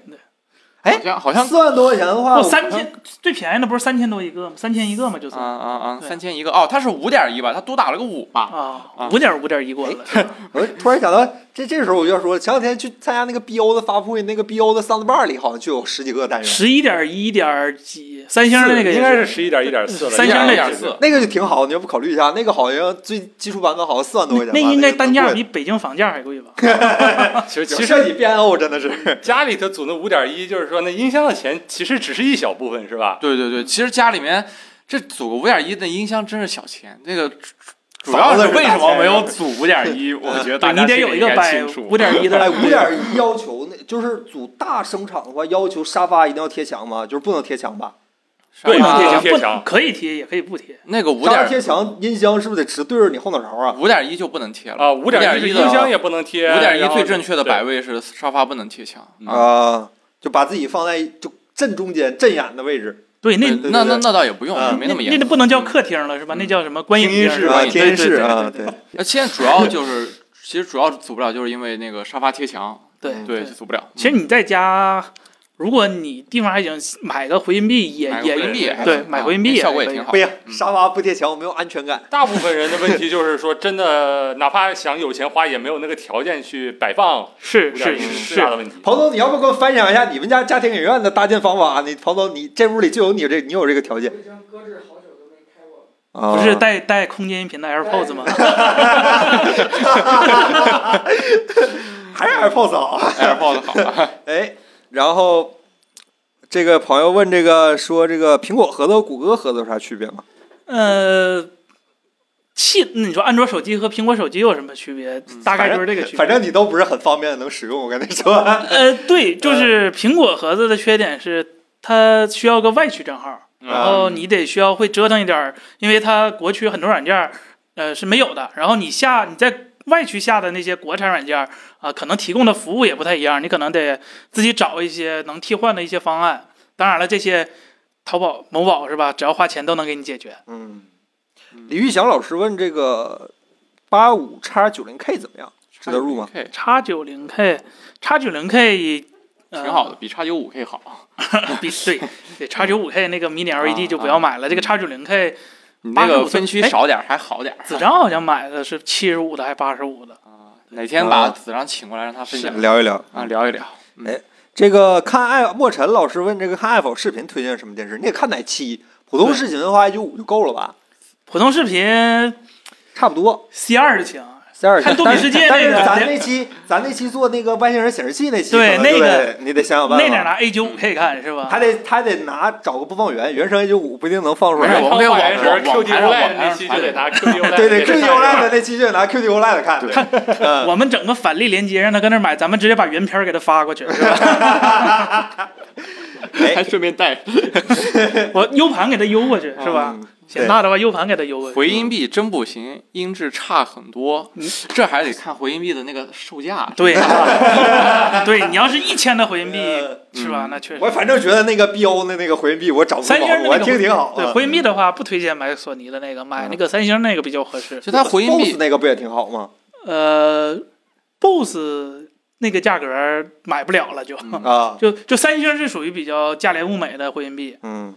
A: 哎
C: 好像好像
A: 四万多块钱的话，
D: 哦，
A: 我
D: 三千最便宜的不是三千多一个吗？三千一个吗？就是
C: 啊啊啊，
D: 对
C: 三千一个哦，它是五点一吧，它多打了个五吧，
D: 啊
C: 啊，
D: 五点五点一过了。是吧
A: 我突然想到，这这时候我就要说，前两天去参加那个 BO 的发布会，那个 BO 的 soundbar 里好像就有十几个单元，
D: 十一点一点几，三星的那个
F: 应
D: 也
F: 该是十一点一点四了，
D: 三星
C: 那
D: 那
C: 点
D: 点
C: 四，
A: 那个就挺好，你要不考虑一下？那个好像最基础版本好像四万多块钱吧，
D: 那应该单价
A: 那个
D: 比北京房价还贵吧？
C: 其实
A: 挺贵的。
C: 其实
A: 设计变欧真的是，
F: 家里头组那五点一，就是说那音箱的钱其实只是一小部分，是吧？
C: 对对对，其实家里面这组个五点一的音箱真是小钱，那个主主
A: 房
C: 要
A: 子
C: 是
A: 是
C: 为
A: 大
C: 什么
A: 钱啊
C: 没有组五点 一？我觉得 大
D: 对
C: 家
D: 你得
C: 心里
D: 有一个
C: 应该
D: 百
C: 清楚
D: 五点一的，
A: 哎，五点一要求那就是组大声场的话，要求沙发一定要贴墙吗？就是不能贴墙吧？
F: 对
C: 啊
F: 贴墙
D: 不
F: 贴墙
D: 可以贴也可以不贴。
C: 那个五
A: 当然
C: 点
A: 贴墙，音箱是不是得直对着你后脑勺啊？
C: 五点一就不能贴了
F: 啊，五点
C: 一
F: 一
C: 的
F: 音箱也不 能贴，
C: 五点
F: 然
C: 一
F: 后
C: 最正确的
F: 对
C: 摆位是沙发不能贴墙
F: 嗯
C: 啊。
A: 啊，就把自己放在就正中间正眼的位置，
D: 对，那
C: 那
A: 对对
C: 那那
A: 对
C: 那倒也不用
A: 啊，
C: 没那么严
D: 那
C: 重。
D: 那不能叫客厅了是吧？那叫什么观影
C: 听音
D: 厅
C: 室
A: 是
D: 是
A: 吧？
D: 吧？
A: 天
D: 对
A: 使啊，
D: 对对对对
C: 那现在主要就是，其实主要组不了，就是因为那个沙发贴墙，
D: 对
A: 嗯
C: 对，
D: 对
C: 就组不了。
D: 其实你在家，如果你地方还行，买个回音壁也
C: 嗯买个
D: 也
C: 回音壁也还
D: 对，
C: 行
D: 买
C: 啊
D: 回音壁
C: 效果也
D: 可以
C: 挺好
A: 不行，
C: 嗯
A: 沙发不贴墙，我没有安全感。
F: 大部分人的问题就是说，真的，哪怕想有钱花，也没有那个条件去摆放，
D: 是
F: 五
D: 是
F: 点一
D: 是
F: 是
D: 是
F: 大，的问题。
A: 彭总，你要不给我分享一下你们家家庭影院的搭建方法？啊你彭总，你这屋里就有你这，你有这个条件。啊
D: 不是带带空间音频的 AirPods 吗？
A: 还是 AirPods 好。
C: AirPods 好啊，
A: 哎，然后这个朋友问这个说，这个苹果盒子和谷歌盒子有啥区别吗？
D: 呃，气，你说安卓手机和苹果手机有什么区别？
C: 嗯
D: 大概就是这个区别。
A: 反正你都不是很方便能使用，我跟你 说。
D: 呃，对，就是苹果盒子的缺点是它需要个外区账号，
C: 嗯
D: 然后你得需要会折腾一点儿，因为它国区很多软件儿呃是没有的，然后你下你在。外区下的那些国产软件儿啊、可能提供的服务也不太一样，你可能得自己找一些能替换的一些方案。当然了，这些淘宝、某宝是吧？只要花钱都能给你解决。
A: 嗯，李玉祥老师问这个八五叉九零 K 怎么样？值得入吗？
C: K
D: 叉九零 K，叉九零 K
C: 挺好的，比叉九五 K 好。
D: 比对对叉九五 K 那个 mini
C: 啊
D: LED E 就不要买了，这个叉九零 K
C: 你那
D: 85
C: 个
D: 寸
C: 分区
D: 哎
C: 少点儿还好点儿
D: 子章好啊像买的是七十五的还八十五的，
C: 啊。哪天把
A: 啊
C: 子章请过来让他分享
A: 聊一聊。
C: 啊，聊一聊。
A: 这个看爱莫尘老师问这个看爱否视频推荐什么电视？你得看哪期？普通视频的话，一九五就够了吧？
D: 普通视频
A: 差不多。
D: C 二就行。
A: C 二
D: 看杜比世界
A: 但是
D: 那个
A: 咱那期咱那期做那个外星人显示器那期，
D: 对
A: 可能就
D: 那
A: 得你得想想办
D: 那点
A: 法。
D: 拿 A 九五 K 看是吧
A: 还？得还得拿找个播放源，原声 A 九五不一定能放出
D: 哎
C: 没事
A: 来
C: 我。们可以
F: 看
C: 往
F: 花园时
C: 往往
F: QD
C: 盘上往
F: OLED 那
C: 盘
F: 期
C: 上
F: 就得
C: 盘
F: 拿 QD OLED，
A: 对对
F: 给
A: ，QD
F: 它看
A: OLED 那期就得拿 QD OLED 看。 嗯
D: 我们整个返利连接让他搁那买，咱们直接把原片儿给他发过去，是吧？
C: 还
A: 哎，
C: 顺便带
D: 我 U 盘给他邮过去，是吧？
A: 嗯？
D: 显大的话 U 盘给他邮过去。
C: 回音壁真不行，音质差很多
D: 嗯，
C: 这还得看回音壁的那个售价。
D: 对，啊 对你要是一千的回音壁
A: 呃
D: 是吧？那确实
A: 我。反正觉得那个 BO 的那个回音壁我找不着
D: 三星的，那
A: 我嗯
D: 个
A: 听挺好。
D: 对
A: 嗯
D: 回音壁的话，不推荐买索尼的那个，买那个三星那个比较合适。
C: 就它回音
A: BOSS
C: 壁
A: 那个不也挺好吗？
D: 呃，BOSS 那个价格买不了了就，
C: 嗯
A: 啊，
D: 就就三星是属于比较价廉物美的回音壁。
A: 嗯，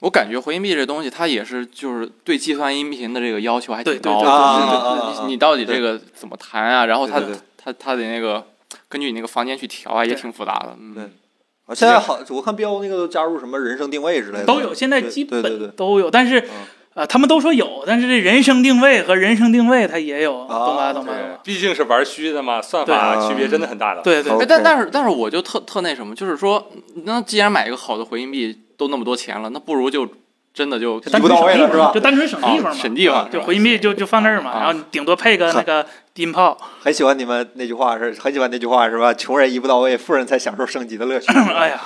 C: 我感觉回音壁这东西，它也是就是对计算音频的这个要求还挺
D: 对对
C: 高
D: 对
C: 的。
A: 啊
C: 哦就是
A: 啊啊啊
C: 你你到底这个怎么弹啊？然后它
A: 对对对
C: 它它得那个根据你那个房间去调啊，也
D: 对
C: 挺复杂的。嗯
A: 对啊现在好，我看标那个都加入什么人声定位之类的，
D: 都有，现在
A: 对
D: 基
A: 对对对
D: 本都有，但是
A: 嗯
D: 呃，他们都说有，但是这人声定位和人声定位它也有，
A: 啊
D: 懂吧？懂吧？懂
F: 对
D: 吧，
F: 毕竟是玩虚的嘛，算法区别真的很大的。
D: 对对
A: 好
C: 哎，
A: OK
C: 但但是但是我就特特那什么，就是说，那既然买一个好的回音壁都那么多钱了，那不如就真的就
A: 一步到位了是吧
D: 就？单纯省地
C: 啊
D: 方
C: 省
D: 嘛，
C: 地方是
D: 就
C: 吧
D: 回音壁就就放那儿嘛，
C: 啊
D: 然后你顶多配 个那个低音炮，
A: 很喜欢你们那句话是，很喜欢那句话是吧？穷人一步到位，富人才享受升级的乐趣。
D: 哎呀，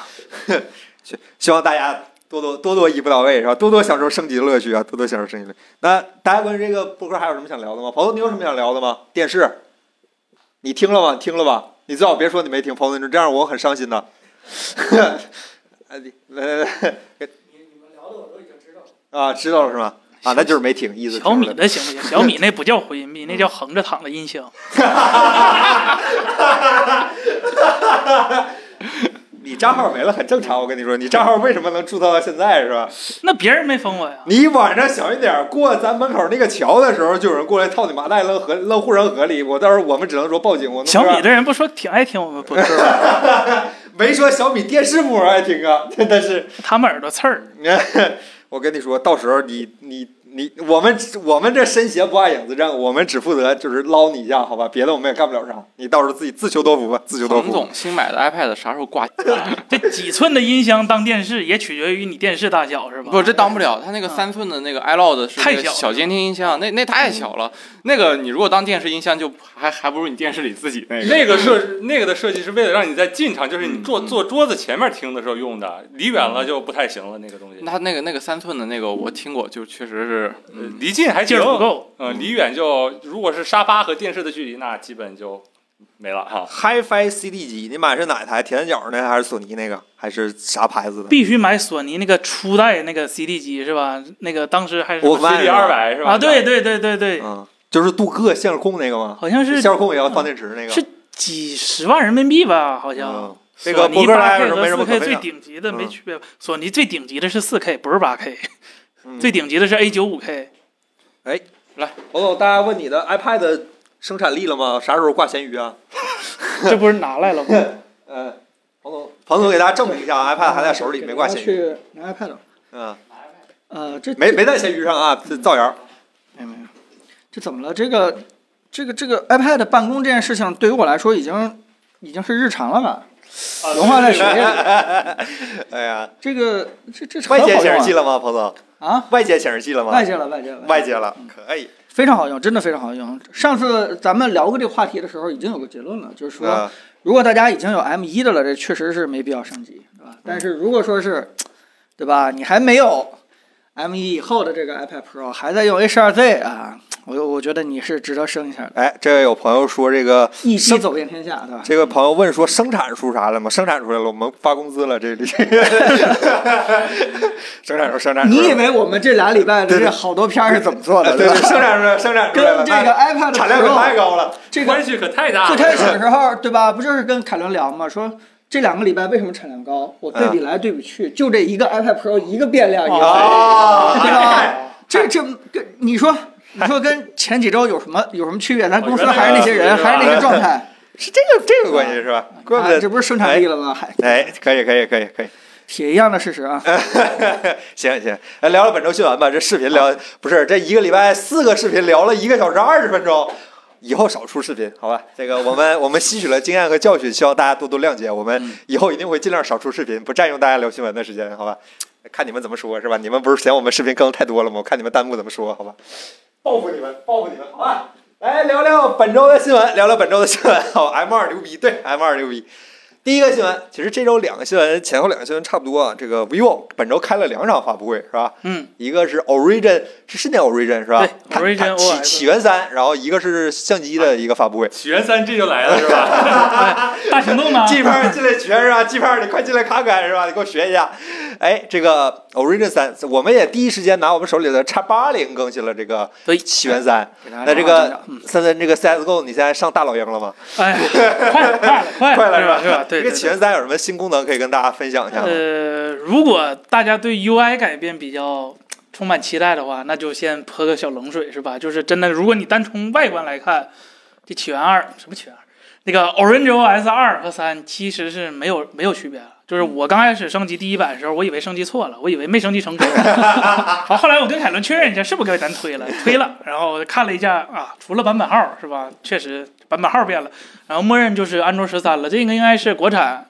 A: 希望大家多多多多一步到位是吧？多多享受升级的乐趣啊，多多享受升级的乐趣。那大家关于这个播客还有什么想聊的吗？跑头，你有什么想聊的吗？电视，你听了吗？你听了吧？你最好别说你没听，跑头，你这样我很伤心的。哎你来来来
B: 你们聊的我都已经知道了。
A: 啊，知道了是吗？啊，那就是没听，意思
D: 小
A: 听
D: 米
A: 了
D: 的行不行？小米那不叫回音壁，那叫横着躺的音箱。
A: 你账号没了很正常，我跟你说，你账号为什么能注册到现在是吧？
D: 那别人没封我呀，
A: 你晚上小心点儿，过咱门口那个桥的时候，就有人过来套你麻袋扔河扔护城河里，我到时候我们只能说报警。我弄
D: 小
A: 不
D: 米
A: 着
D: 的人不说挺爱听我们播客吗，
A: 没说小米电视膜爱听 啊，真的是。
D: 他们耳朵刺儿。
A: 我跟你说，到时候你你你，我们我们这身携不怕影子正，我们只负责就是捞你一下，好吧？别的我们也干不了啥，你到时候自己自求多福吧，自求多
C: 彭
A: 福。
C: 总新买的 iPad 啥时候挂？啊
D: 这几寸的音箱当电视，也取决于你电视大小是吧？
C: 不，这当不了。它那个
D: 啊
C: 三寸的那个 iLoud 是
D: 太
C: 那个
D: 小了
C: 小监听音箱，那那太小了。那个你如果当电视音箱，就还还不如你电视里自己那个。
F: 那个设那个的设计是为了让你在进场，就是你坐
C: 嗯嗯
F: 坐桌子前面听的时候用的，离远了就不太行了那个东西。
C: 它那个那个三寸的那个我听过，就确实是，
F: 呃离近还
D: 劲
F: 行
D: 儿，不够，
C: 呃
F: 嗯，离远就如果是沙发和电视的距离，那基本就没了哈。
A: HiFi CD 机，你买是哪台？铁三角那还是索尼那个？还是啥牌子的？
D: 必须买索尼那个初代那个 CD 机是吧？那个当时还是
A: 我发
F: CD 二百是吧？
D: 啊，对对对对对，
A: 嗯，就是镀铬线控那个吗？
D: 好像是
A: 线控也要放电池那个。
D: 是几十万人民币吧，好像。
A: 嗯，这个博客来有什么没什么可
D: K
A: 分
D: 最
A: 享？
D: 顶级的没
A: 嗯
D: 区别吧，索尼最顶级的是四 K，不是八 K，
A: 嗯
D: 最顶级的是 A 九五 K。
A: 王总，大家问你的 iPad 生产力了吗？啥时候挂咸鱼啊？
D: 这不是拿来了吗？
A: 呃，彭总，彭总给大家证明一下啊，iPad 还在手里，没挂咸鱼。
B: 去拿 iPad 了。
A: 嗯，
B: 呃，这
A: 没没在咸鱼上啊，这造谣。
B: 没没有，这怎么了？这个这个这个 iPad 办公这件事情，对于我来说已经已经是日常了吧？
D: 啊
B: 融
C: 呃
B: 化在血液里。
A: 哎呀，
B: 这个这这
A: 外
B: 很
A: 接
B: 好
A: 显
B: 用
A: 示器了吗，彭总？
B: 啊！啊，
A: 外接显示器了吗？
B: 外接了，外接了，
A: 外接了，可以。
B: 非常好用，真的非常好用。上次咱们聊过这个话题的时候，已经有个结论了，就是说，
A: 嗯
B: 如果大家已经有 M 1的了，这确实是没必要升级，对吧？但是如果说是，对吧，你还没有 M 1以后的这个 iPad Pro，还在用 H 2 Z 啊，我我觉得你是值得升一下的，
A: 哎，这位有朋友说这个
B: 一机
A: 生
B: 走遍天下，对吧？
A: 这个朋友问说生产出啥了吗？生产出来了，我们发工资了，这 里。生产出生产出来了。
B: 你以为我们这俩礼拜的
A: 对对
B: 这好多片儿是怎么做
A: 对
B: 的，
A: 对，
B: 吧？
A: 生产出来，生产出来了
B: 跟这个 iPad
A: 产量可
B: Pro
A: 太高了。
B: 这个
F: 关系可太大
B: 最
F: 了。
B: 开始的时候，对吧？不就是跟凯伦聊嘛，说这两个礼拜为什么产量高？我对比来对比去，就这一个 iPad Pro 一个变量，一个
A: 啊
B: 对吧？这这跟你说，你说跟前几周有什么有什么区别？咱公司还是那些人，还是那个状态，
A: 是这个这个关系是吧？怪不
B: 啊
A: 得
B: 这不是生产力了吗？还
A: 哎，可以可以可以可以，
B: 铁一样的事实啊！
A: 行行，来聊聊本周新闻吧。这视频
B: 啊
A: 聊不是这一个礼拜四个视频聊了一个小时二十分钟，以后少出视频，好吧？这个我们我们吸取了经验和教训，希望大家多多谅解。我们
B: 嗯
A: 以后一定会尽量少出视频，不占用大家聊新闻的时间，好吧？看你们怎么说，是吧？你们不是嫌我们视频更太多了吗？我看你们弹幕怎么说，好吧？报复你们，报复你们，好吧？来聊聊本周的新闻，聊聊本周的新闻。好，M 二牛逼，对，M 二牛逼。第一个新闻，其实这周两个新闻，前后两个新闻差不多啊。这个 vivo 本周开了两场发布会，是吧？
D: 嗯，
A: 一个是 Origin，是是念 Origin 是吧？
D: 对
A: 它
D: Origin
A: 它起
D: OS
A: 起源三，然后一个是相机的一个发布会。
F: 起源三这就来了是吧？
D: 大行动呢？啊
A: 啊 G 拍进来学是吧？G 拍你快进来看看是吧？你给我学一下。哎，这个 Origin 三，我们也第一时间拿我们手里的 x 八零更新了这个
D: 对
A: 起源三。
B: 给大家
A: 那这
B: 讲讲
A: 个森森这个 CSGO，你现在上大老鹰了吗？
D: 哎，快了，快了，
A: 快了
D: 了，是
A: 吧？
D: 是吧？对，
A: 这个
D: 对对
A: 起源三有什么新功能可以跟大家分享一下吗？
D: 呃，如果大家对 UI 改变比较充满期待的话，那就先泼个小冷水是吧？就是真的，如果你单从外观来看，这起源二什么起源二，那个 Orange OS 二和三其实是没有没有区别了。就是我刚开始升级第一版的时候，我以为升级错了，我以为没升级成功。好，后来我跟凯伦确认一下，是不是该咱推了？推了，然后我看了一下啊，除了版本号是吧？确实版本号变了，然后默认就是安卓十三了。这个应该是国产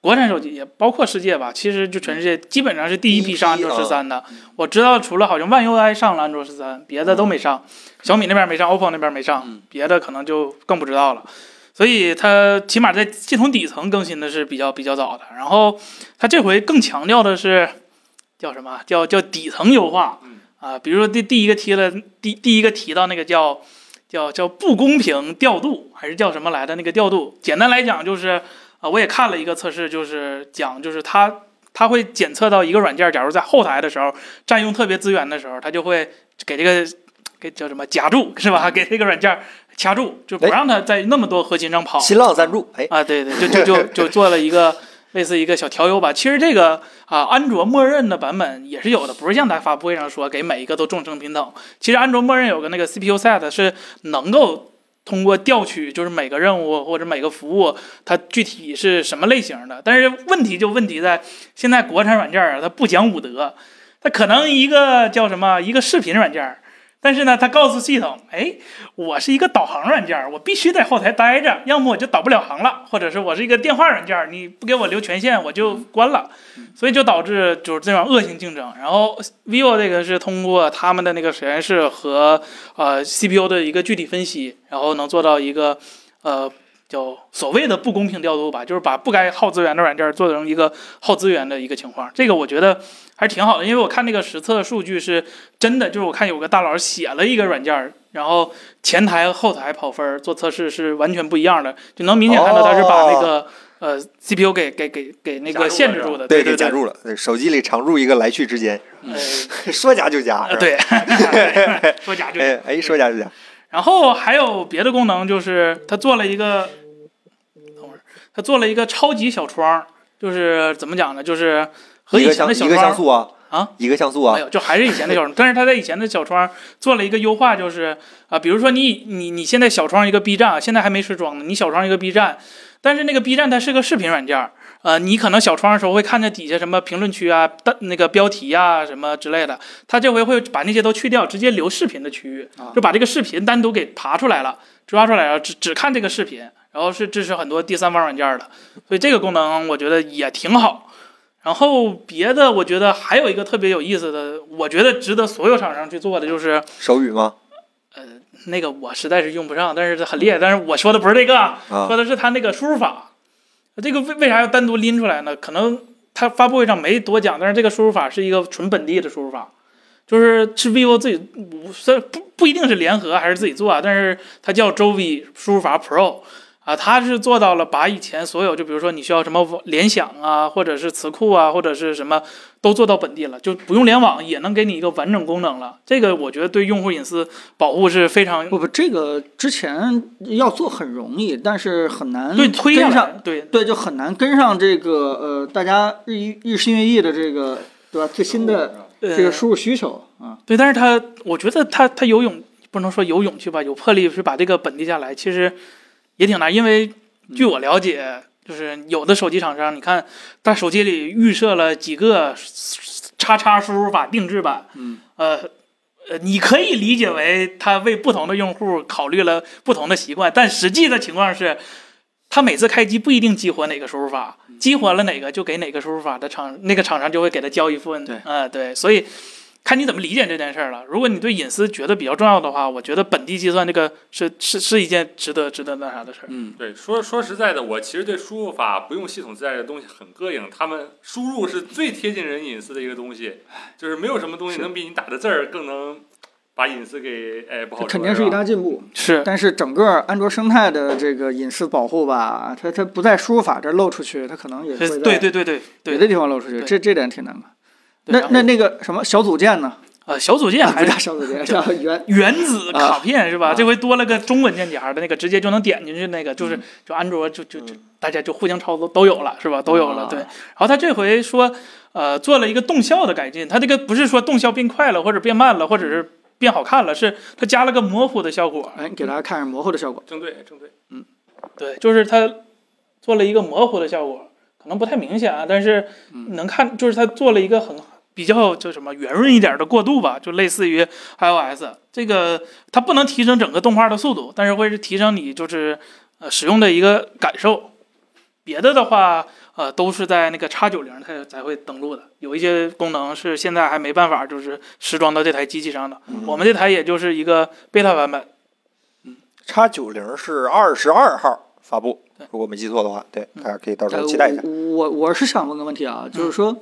D: 国产手机，也包括世界吧，其实就全世界基本上是第一批上安卓
A: 第一
D: 十
A: 批啊
D: 三的。我知道除了好像 One UI 上了安卓十三，别的都没
A: 嗯
D: 上，小米那边没上，OPPO 那边没上，
F: 嗯
D: 别的可能就更不知道了。所以它起码在系统底层更新的是比较比较早的，然后它这回更强调的是叫什么？叫叫底层优化
C: 嗯
D: 啊，比如说第第一个提了第第一个提到那个叫叫叫不公平调度，还是叫什么来的那个调度？简单来讲就是啊，我也看了一个测试，就是讲就是它它会检测到一个软件，假如在后台的时候占用特别资源的时候，它就会给这个给叫什么夹住是吧？给这个软件掐住，就不
A: 哎
D: 让它在那么多核心上跑。
A: 新浪赞助，哎，
D: 啊，对对，就就就就做了一个类似一个小调优吧。其实这个啊，安卓默认的版本也是有的，不是像在发布会上说给每一个都众生平等。其实安卓默认有个那个 CPU set 是能够通过调取，就是每个任务或者每个服务它具体是什么类型的。但是问题就问题在现在国产软件啊，它不讲武德，它可能一个叫什么一个视频软件儿。但是呢，它告诉系统，哎，我是一个导航软件儿，我必须在后台待着，要么我就导不了航了，或者是我是一个电话软件儿，你不给我留权限，我就关了。所以就导致就是这种恶性竞争。然后 vivo 这个是通过他们的那个实验室和呃 CPU 的一个具体分析，然后能做到一个呃叫所谓的不公平调度吧，就是把不该耗资源的软件儿做成一个耗资源的一个情况。这个我觉得还是挺好的，因为我看那个实测数据是真的，就是我看有个大佬写了一个软件儿。然后前台和后台跑分儿做测试是完全不一样的，就能明显看到他是把那个、呃 CPU 给给给给那
C: 夹住哦
D: 个
C: 了
D: 限制
C: 是吧
D: 住的，
A: 对，
D: 对
A: 给夹住了。对手机里常驻一个来去之间，
D: 呃
A: 说夹就夹。
D: 呃
A: 是吧，
D: 对，对说假就假。
A: 哎哎，说夹就夹。
D: 然后还有别的功能，就是它做了一个，等会儿，它做了一个超级小窗，就是怎么讲呢？就是和
A: 一
D: 以
A: 个
D: 前
A: 像
D: 的小
A: 一个像
D: 窗
A: 素啊
D: 啊，
A: 一个像素
D: 没
A: 啊，
D: 有，就还是以前的小窗，但是它在以前的小窗做了一个优化，就是啊、比如说你你你现在小窗一个 B 站，啊，现在还没时装呢，你小窗一个 B 站，但是那个 B 站它是个视频软件儿，呃，你可能小窗的时候会看见底下什么评论区啊、但那个标题啊什么之类的，它这回会把那些都去掉，直接留视频的区域
B: 啊，
D: 就把这个视频单独给爬出来了，抓出来了，只只看这个视频，然后是支持很多第三方软件儿的，所以这个功能我觉得也挺好。然后别的，我觉得还有一个特别有意思的，我觉得值得所有厂商去做的就是，呃
A: 手语吗？
D: 那个我实在是用不上，但是它很厉害。但是我说的不是这个啊，
A: 啊
D: 说的是它那个输入法。这个为为啥要单独拎出来呢？可能它发布会上没多讲，但是这个输入法是一个纯本地的输入法，就是是 vivo 自己，我虽然不不一定是联合还是自己做啊，但是它叫周 v 输入法 Pro。啊，它是做到了把以前所有，就比如说你需要什么网联想啊，或者是词库啊，或者是什么，都做到本地了，就不用联网也能给你一个完整功能了。这个我觉得对用户隐私保护是非常
B: 不不，这个之前要做很容易，但是很难
D: 对推下
B: 嗯跟
D: 来
B: 上，
D: 对
B: 对，就很难跟上这个呃，大家日益日新月异的这个对吧？最新的
D: 呃
B: 这个输入需求啊，
D: 对，但是他我觉得他他有勇不能说有勇气吧，有魄力是把这个本地下来，其实也挺难，因为
F: 嗯
D: 据我了解，就是有的手机厂商，你看他手机里预设了几个叉叉输入法定制版，
F: 嗯，
D: 呃。呃，你可以理解为他为不同的用户考虑了不同的习惯，但实际的情况是，他每次开机不一定激活哪个输入法，
F: 嗯
D: 激活了哪个就给哪个输入法的厂那个厂商就会给他交一份，
F: 对
D: 啊、对，所以看你怎么理解这件事儿了。如果你对隐私觉得比较重要的话，我觉得本地计算这个是是是一件值得值得那啥的事儿。
F: 嗯，
C: 对，说说实在的，我其实对输入法不用系统自带的东西很膈应。他们输入是最贴近人隐私的一个东西，就是没有什么东西能比你打的字儿更能把隐私给哎不好
F: 哦
B: 这
C: 说，
B: 肯定是一
C: 吧
B: 大进步。
D: 是
B: 但是整个安卓生态的这个隐私保护吧，它它不在输入法这儿漏出去，它可能也会在
D: 对对对对
B: 别
D: 对
B: 的地方漏出去，
D: 对
B: 这这点挺难的。
D: 对
B: 那
D: 然后
B: 那那啊个什么小组件呢？
D: 呃小组件还
B: 不
D: 是
B: 叫小组件，叫原
D: 原子卡片是
B: 啊
D: 吧？这回多了个中文键夹的那个，直接就能点进去那个，就是
A: 嗯
D: 就安卓就就就
A: 嗯
D: 大家就互相操作都有了是吧？都有了
F: 啊
D: 对。然后他这回说呃做了一个动效的改进，他这个不是说动效变快了或者变慢了或者是变好看了，是他加了个模糊的效果，
B: 哎，给大家看看模糊的效果。
C: 正对正对，
D: 对，就是他做了一个模糊的效果，可能不太明显啊，但是能看就是他做了一个很比较就什么圆润一点的过渡吧，就类似于 iOS 这个，它不能提升整个动画的速度，但是会是提升你就是呃使用的一个感受。别的的话，呃，都是在那个叉九零才才会登录的，有一些功能是现在还没办法就是实装到这台机器上的。我们这台也就是一个 beta 版本，
A: 叉九零是二十二号发布
D: 对，
A: 如果没记错的话，对，
D: 嗯
A: 大家可以到时
B: 呃
A: 候期待一下。
B: 我我我是想问个问题啊，就是说，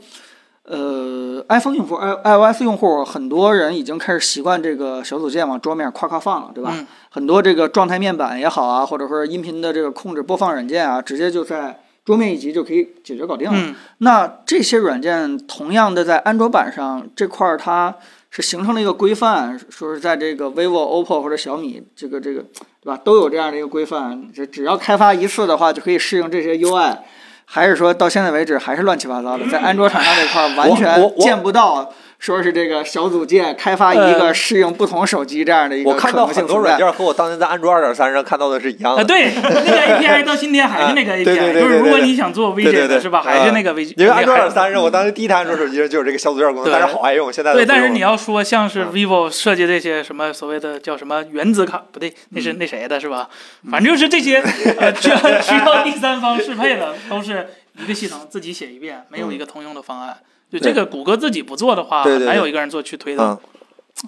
B: 呃，iPhone 用户、i iOS 用户，很多人已经开始习惯这个小组件往桌面夸夸放了，对吧？
D: 嗯
B: 很多这个状态面板也好啊，或者说音频的这个控制播放软件啊，直接就在桌面一级就可以解决搞定了。
D: 嗯，
B: 那这些软件同样的在安卓版上这块儿，它是形成了一个规范，说是在这个 vivo、OPPO 或者小米这个这个对吧，都有这样的一个规范，只只要开发一次的话就可以适应这些 UI。还是说到现在为止还是乱七八糟的，在安卓厂商这块儿完
A: 我
B: 全
A: 我
B: 见不到，说是这个小组件开发一个
D: 呃
B: 适应不同手机这样的一个
A: 我
B: 可
A: 看到
B: 能性
A: 很多
B: 存
A: 软
B: 在。
A: 件和我当年在安卓二点三上看到的是一样
D: 啊，
A: 的，
D: 对，那个 API 到今天还是那个 API，、
A: 啊对对对对
D: 就是如果
A: 对
D: 你想做
A: 对对
D: VJ
A: 对
D: 的是吧，
A: 啊
D: 还是那个 VJ，
A: 因为安卓
D: 还
A: 二点三上我当时第一台安卓手机上就有这个小组件功能，
D: 对
A: 嗯但是好爱用，现在都
D: 对，
A: 不用
D: 但是
A: 了
D: 你要说像是
A: 嗯
D: vivo 设计这些什么所谓的叫什么原子卡，不对，那
A: 嗯
D: 是那谁的是吧？反正就是这些 呃需要需要第三方适配的，都是一个系统自己写一遍，没有一个通用的方案。就这个谷歌自己不做的话，
A: 嗯对对对
D: 很难有一个人做去推的。
A: 嗯，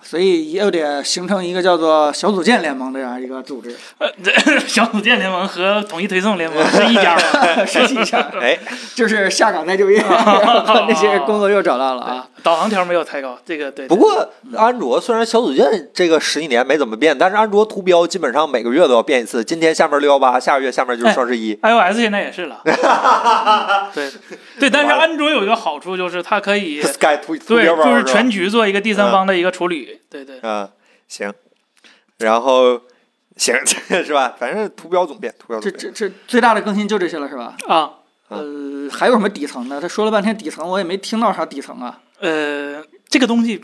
B: 所以也有得形成一个叫做小组件联盟这样一 个组织，
D: 呃这 小组件联盟和统一推送联盟是一 家吗？
B: 设计一下。
A: 哎，
B: 就是下岗再就业， 然后那些工作又找到了啊。
D: 对，导航条没有抬高，这个对。
A: 不过安卓虽然小组件这个十几年没怎么变，但是安卓图标基本上每个月都要变一次，今天下面六幺八，下个月下面
D: 哎
A: 就是双十一。
D: iOS 现在也是了，对对，但是安卓有一个好处就是它 可以
A: Sky 图图
D: 对，
A: 标包
D: 就是全
A: 吧
D: 局做一个第三方的一个处理，对对
A: 嗯，行，然后行 是吧？反正图标总变，图标
B: 这
A: 总变。
B: 这这最大的更新就这些了，是吧？
D: 啊，
B: 呃，还有什么底层的？他说了半天底层，我也没听到啥底层啊。
D: 呃，这个东西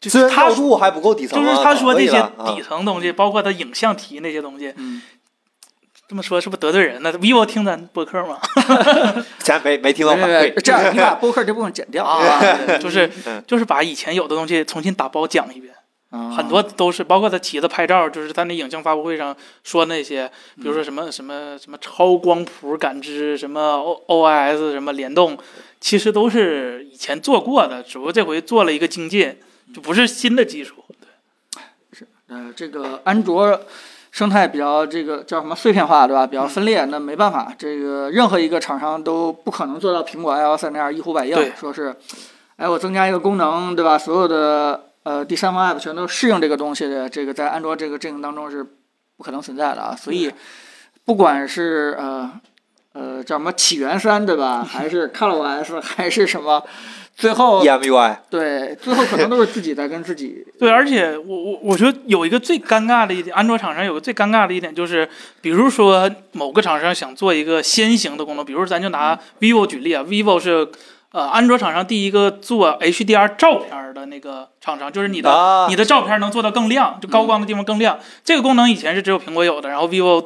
D: 就
A: 资
D: 是
A: 源
D: 他
A: 调度还不够底层
D: 就
A: 吗，
D: 是他说
A: 可
D: 这
A: 以
D: 些
A: 了啊
D: 底层东西，包括他影像题那些东西，
B: 嗯，
D: 这么说是不是得罪人呢？vivo 听咱播客 吗？
A: 咱没没听到
B: 别
A: 反
B: 别别
A: 馈，
B: 这样你把播客这部分剪掉
D: 啊，对就是
A: 嗯
D: 就是把以前有的东西重新打包讲一遍。
B: 啊
D: 很多都是，包括他提的拍照，就是他那影像发布会上说那些，比如说什么、什么什么超光谱感知，什么 O O I S 什么联动，其实都是以前做过的，只不过这回做了一个精进，就不是新的技术。
B: 呃，这个安卓生态比较这个叫什么碎片化，对吧？比较
D: 嗯
B: 分裂，那没办法，这个任何一个厂商都不可能做到苹果 iOS 那样一呼百应
D: 对，
B: 说是，哎，我增加一个功能，对吧？所有的呃第三方 app 全都适应这个东西的，这个在安卓这个阵营当中是不可能存在的啊。所以，不管是呃呃叫什么起源三，对吧？还 是 ColorOS，还是什么，最后
A: EMUI
B: 对最后可能都是自己在跟自 己
D: 对，而且我我我觉得有一个最尴尬的一点，安卓厂商有个最尴尬的一点就是，比如说某个厂商想做一个先行的功能，比如咱就拿 vivo 举例啊，vivo 是呃安卓厂商第一个做 HDR 照片儿的那个厂商，就是你的、
A: 啊
D: 你的照片能做到更亮，就高光的地方更亮。
B: 嗯
D: 这个功能以前是只有苹果有的，然后 vivo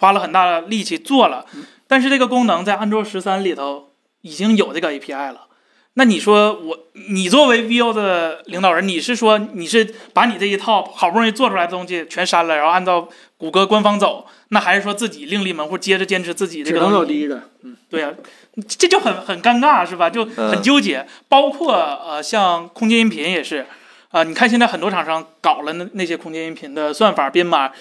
D: 花了很大的力气做了，
B: 嗯
D: 但是这个功能在安卓十三里头已经有这个 API 了。那你说我，你作为 VO 的领导人，你是说你是把你这一套好不容易做出来的东西全删了，然后按照谷歌官方走，那还是说自己另立门户，接着坚持自己这
B: 只
D: 个
B: 能
D: 东
B: 走
D: 西？
B: 第一的。
D: 对啊，嗯这就很很尴尬，是吧？就很纠结。包括呃，像空间音频也是，啊、你看现在很多厂商搞了那那些空间音频的算法编码，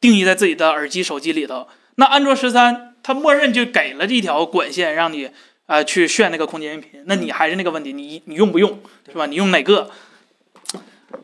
D: 定义在自己的耳机、手机里头。那安卓十三它默认就给了这条管线，让你呃去炫那个空间音频。那你还是那个问题，你你用不用是吧？你用哪个？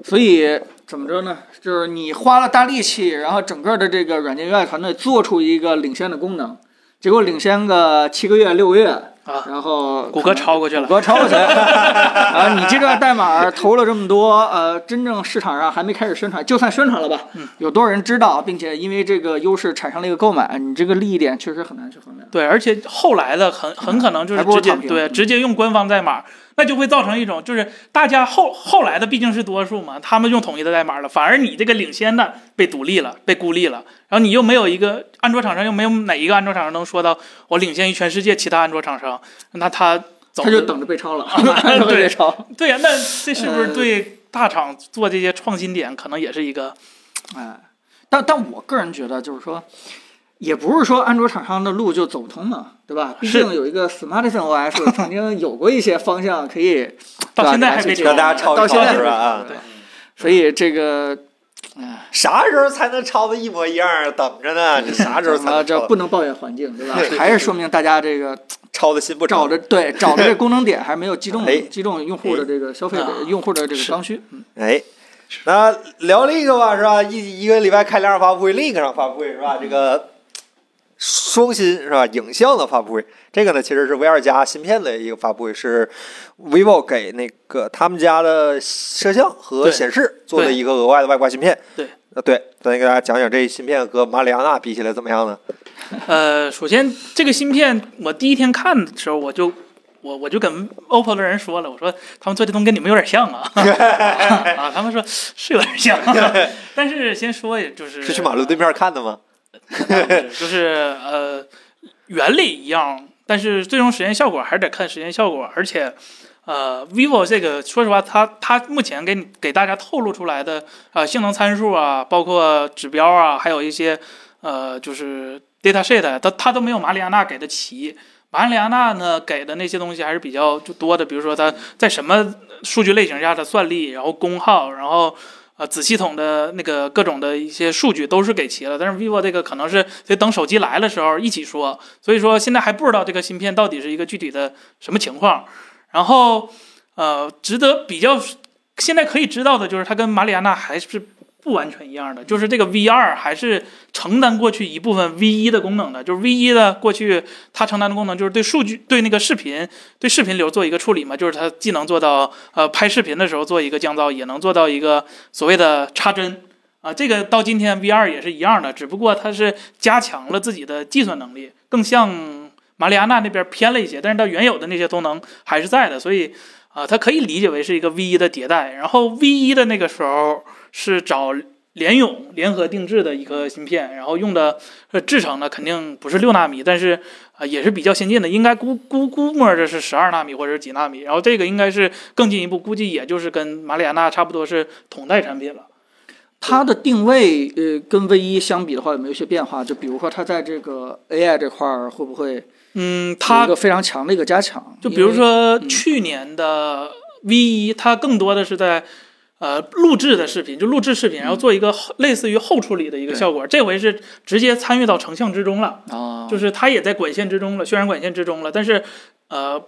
B: 所以怎么着呢？就是你花了大力气，然后整个的这个软件 UI 团队做出一个领先的功能，结果领先个七个月、六个月
D: 啊
B: 然后
D: 谷歌超过去了
B: 谷。歌 超过去了。啊，你这个代码投了这么多，呃，真正市场上还没开始宣传，就算宣传了吧，
D: 嗯
B: 有多少人知道，并且因为这个优势产生了一个购买，你这个利益点确实很难去衡量。
D: 对，而且后来的很很可能就是
B: 还不如
D: 直接
B: 躺平
D: 对直接用官方代码，那就会造成一种就是大家后后来的毕竟是多数嘛，他们用统一的代码了，反而你这个领先的被独立了，被孤立了，然后你又没有一个安卓厂商，又没有哪一个安卓厂商能说到我领先于全世界其他安卓厂商，那他走
B: 他就等着被超了，他就会被超。
D: 对呀、那这是不是
B: 呃
D: 对大厂做这些创新点可能也是一个
B: 哎，但但我个人觉得，就是说，也不是说安卓厂商的路就走通了，对吧？毕
D: 是
B: 竟有一个 Smartisan OS 曾经有过一些方向可以，
D: 到
B: 对啊
D: 现在还
B: 对
D: 被
B: 这
D: 超
A: 让大家抄
B: 到
A: 一
B: 现在
A: 抄是吧？啊，
D: 对
B: 所以这个
A: 啥时候才能抄的一模一样啊？等着呢，这啥时候
B: 怎
A: 才
B: 么
D: 啊
A: 能
B: 这
A: 抄
B: 不能抱怨环境，对吧
A: 对？
B: 还是说明大家这个
A: 抄的心不
B: 找
A: 着？
B: 的对找的这功能点还没有击中
A: 哎
B: 击中用户的这个消费者
D: 啊
B: 用户的这个
D: 是
B: 刚需。
A: 哎，那聊另一个吧，是吧？一一个礼拜开两场发布会，另一个场发布会是吧？这个双芯是吧？影像的发布会，这个呢其实是 V 二加芯片的一个发布会，是 vivo 给那个他们家的摄像和
D: 对
A: 显示做的
D: 对
A: 一个额外的外挂芯片。
D: 对，
A: 那对，咱给大家讲讲这芯片和马里亚纳比起来怎么样呢？
D: 呃，首先这个芯片，我第一天看的时候，我就我我就跟 OPPO 的人说了，我说他们做这东西跟你们有点像 啊，啊，他们说是有点像，啊但是先说，也就是
A: 是去马路对面看的吗？
D: 就是呃原理一样，但是最终实现效果还是得看实现效果，而且。呃，vivo 这个，说实话，它它目前给你给大家透露出来的啊、呃性能参数啊，包括指标啊，还有一些呃，就是 data sheet，它它都没有马里亚纳给的齐。马里亚纳呢给的那些东西还是比较就多的，比如说它在什么数据类型下的算力，然后功耗，然后呃子系统的那个各种的一些数据都是给齐了。但是 vivo 这个可能是得等手机来的时候一起说，所以说现在还不知道这个芯片到底是一个具体的什么情况。然后呃，值得比较现在可以知道的就是它跟马里亚纳还是不完全一样的，就是这个 V 二还是承担过去一部分 V 一的功能的，就是 V 一的过去它承担的功能就是对数据、对那个视频、对视频流做一个处理嘛，就是它既能做到呃拍视频的时候做一个降噪，也能做到一个所谓的插帧啊、这个到今天 V 二也是一样的，只不过它是加强了自己的计算能力，更像马里亚纳那边偏了一些，但是它原有的那些功能还是在的，所以啊、它可以理解为是一个 V 一的迭代。然后 V 一的那个时候是找联咏联合定制的一个芯片，然后用的呃制成的肯定不是六纳米，但是啊、呃也是比较先进的，应该估估估摸着是十二纳米或者是几纳米，然后这个应该是更进一步，估计也就是跟马里亚纳差不多是同代产品了。
B: 它的定位呃跟 V 一相比的话，有没有一些变化？就比如说它在这个 AI 这块儿会不会
D: 嗯，
B: 有
D: 它
B: 一个非常强的一个加强？
D: 就比如
B: 因为
D: 说
B: 嗯
D: 去年的 V 一，它更多的是在呃录制的视频，就录制视频，然后做一个后类似于后处理的一个
B: 嗯对
D: 效果。这回是直接参与到成像之中了，
B: 啊，
C: 哦
D: 就是它也在管线之中了，渲染管线之中了。但是呃，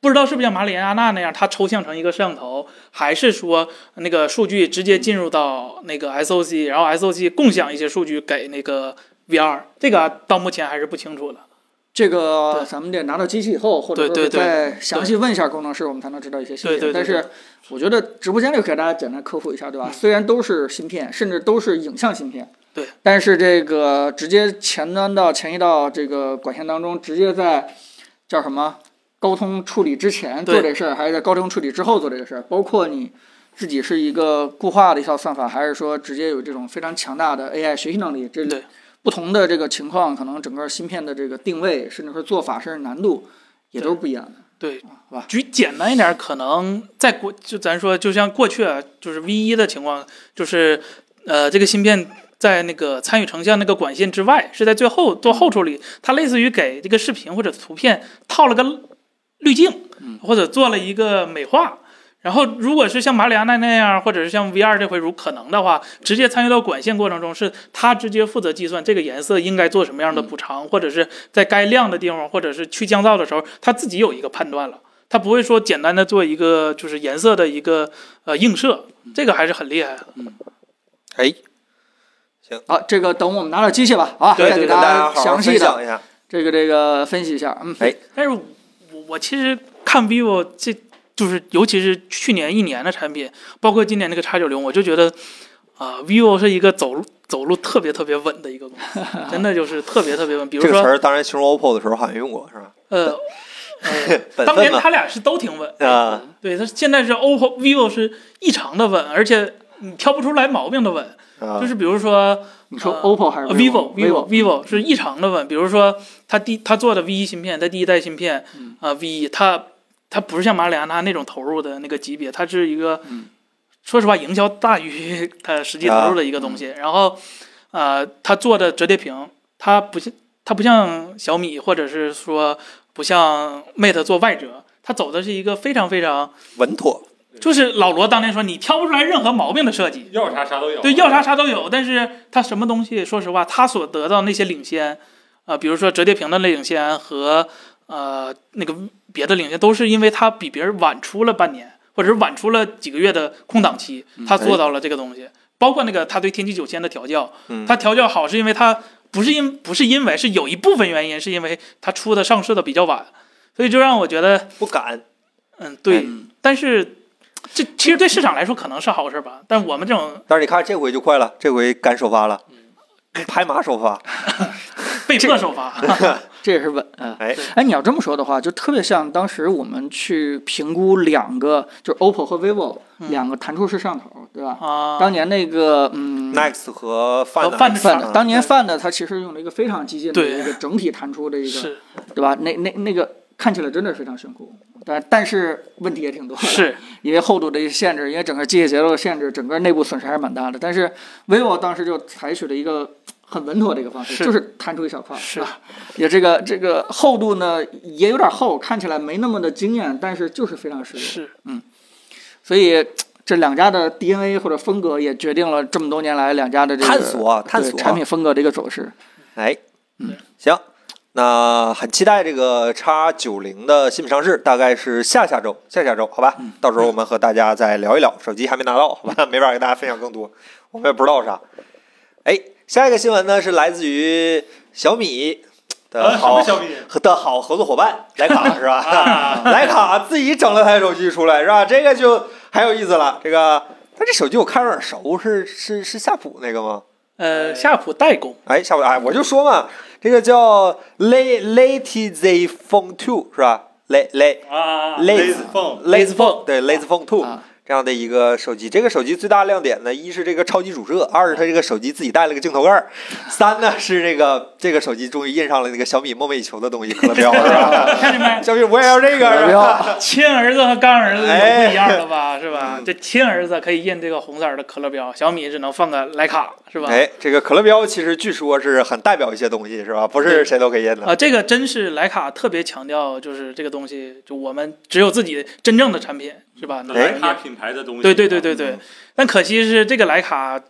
D: 不知道是不是像马里亚纳那样，它抽象成一个摄像头，还是说那个数据直接进入到那个 SOC，然后 SOC 共享一些数据给那个 VR，这个啊到目前还是不清楚的。
B: 这个
D: 对
B: 咱们得拿到机器以后，或者
D: 对
B: 说
D: 对
B: 是
D: 对
B: 再详细问一下工程师，我们才能知道一些细节。
D: 对对对
B: 但
D: 对
B: 是我觉得直播间这个给大家简单科普一下，对吧？虽然都是芯片，甚至都是影像芯片，
D: 对，
B: 但是这个直接前端到前移到这个管线当中，直接在叫什么高通处理之前做
D: 对
B: 这事儿，还是在高通处理之后做这个事儿，包括你。自己是一个固化的一套算法，还是说直接有这种非常强大的 AI 学习能力？这
D: 对
B: 不同的这个情况，可能整个芯片的这个定位，甚至说做法，甚至难度，也都是不一样的。
D: 对，
B: 好吧
D: 举简单一点，可能在过就咱说，就像过去啊，就是 V 一的情况，就是呃，这个芯片在那个参与成像那个管线之外，是在最后做后处理，它类似于给这个视频或者图片套了个滤镜，或者做了一个美化。然后，如果是像马里亚纳那样，或者是像 V 二这回如可能的话，直接参与到管线过程中，是它直接负责计算这个颜色应该做什么样的补偿，或者是在该亮的地方，或者是去降噪的时候，它自己有一个判断了。它不会说简单的做一个就是颜色的一个呃映射，
A: 嗯
D: 这个还是很厉害的。
A: 哎，
B: 好，这个等我们拿到机器吧，好吧，
A: 对，
B: 再给
A: 跟大
B: 家
A: 家好好
B: 详细
A: 分
B: 的
A: 享一下。
B: 这个这个分析一下。嗯，
A: 哎
D: 但是我我其实看 vivo 这就是尤其是去年一年的产品，包括今年这个叉九零，我就觉得啊、v i v o 是一个走路走路特别特别稳的一个 公司，真的就是特别特别稳。比如
A: 这个词
D: 说
A: 儿当然形容 OPPO 的时候好像用过是吧？
D: 呃，呃
A: 本
D: 当
A: 分
D: 年
A: 嘛
D: 他俩是都挺稳，
A: 啊，
D: 对，它现在是 OPPO、vivo 是异常的稳，而且你挑不出来毛病的稳，
A: 啊
D: 就是比如说。
B: 你说
D: 呃
B: OPPO 还是
D: vivo
B: vivo？vivo
D: vivo vivo 是异常的稳，比如说它第它做的 V 一芯片，它第一代芯片
F: 嗯
D: 啊、V 一，它它不是像马里亚纳那种投入的那个级别，它是一个、
F: 嗯
D: 说实话营销大于 它实际投入的一个东西。然后呃，它做的折叠屏，它不像它不像小米或者是说不像 Mate 做外折，它走的是一个非常非常
A: 稳妥，
D: 就是老罗当年说你挑不出来任何毛病的设计，
C: 要啥啥都有。
D: 对，要啥啥都有，但是它什么东西，说实话，它所得到那些领先，啊、比如说折叠屏的领先和呃那个别的领先，都是因为它比别人晚出了半年，或者是晚出了几个月的空档期，它做到了这个东西。包括那个它对天玑九千的调教，
A: 嗯
D: 它调教好是因为它不是因不是因为是有一部分原因是因为它出的上市的比较晚，所以就让我觉得
A: 不敢。
D: 嗯，对，
F: 嗯
D: 但是这其实对市场来说可能是好事吧，但我们这种
A: 但是你看这回就快了，这回敢首发了，
B: 嗯
A: 拍马首发，
D: 被迫首发，
B: 这也是稳。嗯，
A: 哎
B: 哎，你要这么说的话，就特别像当时我们去评估两个，就是 OPPO 和 vivo
D: 嗯
B: 两个弹出式摄像头，对吧？
D: 啊，
B: 当年那个嗯
A: Next 和 Find
D: 和 Find
B: 范
D: 是
B: 的，
A: 啊
B: 当年
D: 对
B: 范的，它其实用了一个非常激进的
D: 对
B: 一个整体弹出的一个，
D: 是
B: 对吧？那那那个看起来真的非常炫酷，但但是问题也挺多的，
D: 是
B: 因为厚度的限制，因为整个机械结构的限制，整个内部损失还是蛮大的。但是 vivo 当时就采取了一个很稳妥的一个方式，
D: 是
B: 就是弹出一小块儿，
D: 是
B: 吧？也这个这个厚度呢也有点厚，看起来没那么的惊艳，但是就是非常实用。
D: 是，
B: 所以嘖这两家的 DNA 或者风格也决定了这么多年来两家的这个
A: 探索啊探
B: 对
A: 索啊
B: 产品风格的一个 走势。
A: 哎，
B: 嗯，
A: 行，那很期待这个叉九零的新品上市，大概是下下周，下下周，好
C: 嗯
A: 吧？到时候我们和大家再聊一聊。手机还没拿到，好 吧？没法给大家分享更多，我们也不知道啥。哎，下一个新闻呢是来自于小米的
C: 呃，什
A: 好
C: 么小米？
A: 的好合作伙伴徕 卡是吧？
C: 啊，
A: 徕卡自己整了台手机出来是吧？这个就很有意思了。这个，但这手机我看着耳熟，是是是夏普那个吗？
D: 呃，夏普代 工，
A: 哎，下午哎，我就说嘛，这个叫 Lay Late Z Phone Two 是吧？Lay Lay
C: 啊
A: Lazy
C: phone，
A: Late Phone 对 Late Phone Two
B: 啊
A: 这样的一个手机，这个手机最大亮点呢，一是这个超级主摄，二是它这个手机自己带了个镜头盖儿，三呢是这个这个手机终于印上了那个小米梦寐以求的东西可乐标是吧？
D: 看见没？
A: 小米我也要这个是吧？
D: 亲儿子和干儿子
A: 哎
D: 不一样了吧，是吧
A: 嗯？
D: 这亲儿子可以印这个红色儿的可乐标，小米只能放个徕卡，是吧？
A: 哎，这个可乐标其实据说是很代表一些东西是吧？不是
D: 对
A: 谁都可以印的。
D: 啊，这个真是徕卡特别强调，就是这个东西，就我们只有自己真正的产品，是吧？能
A: 哎
C: 徕卡品牌的东西。
D: 对
B: 啊
D: 对对对对
A: 嗯，
D: 但可惜是这个徕卡，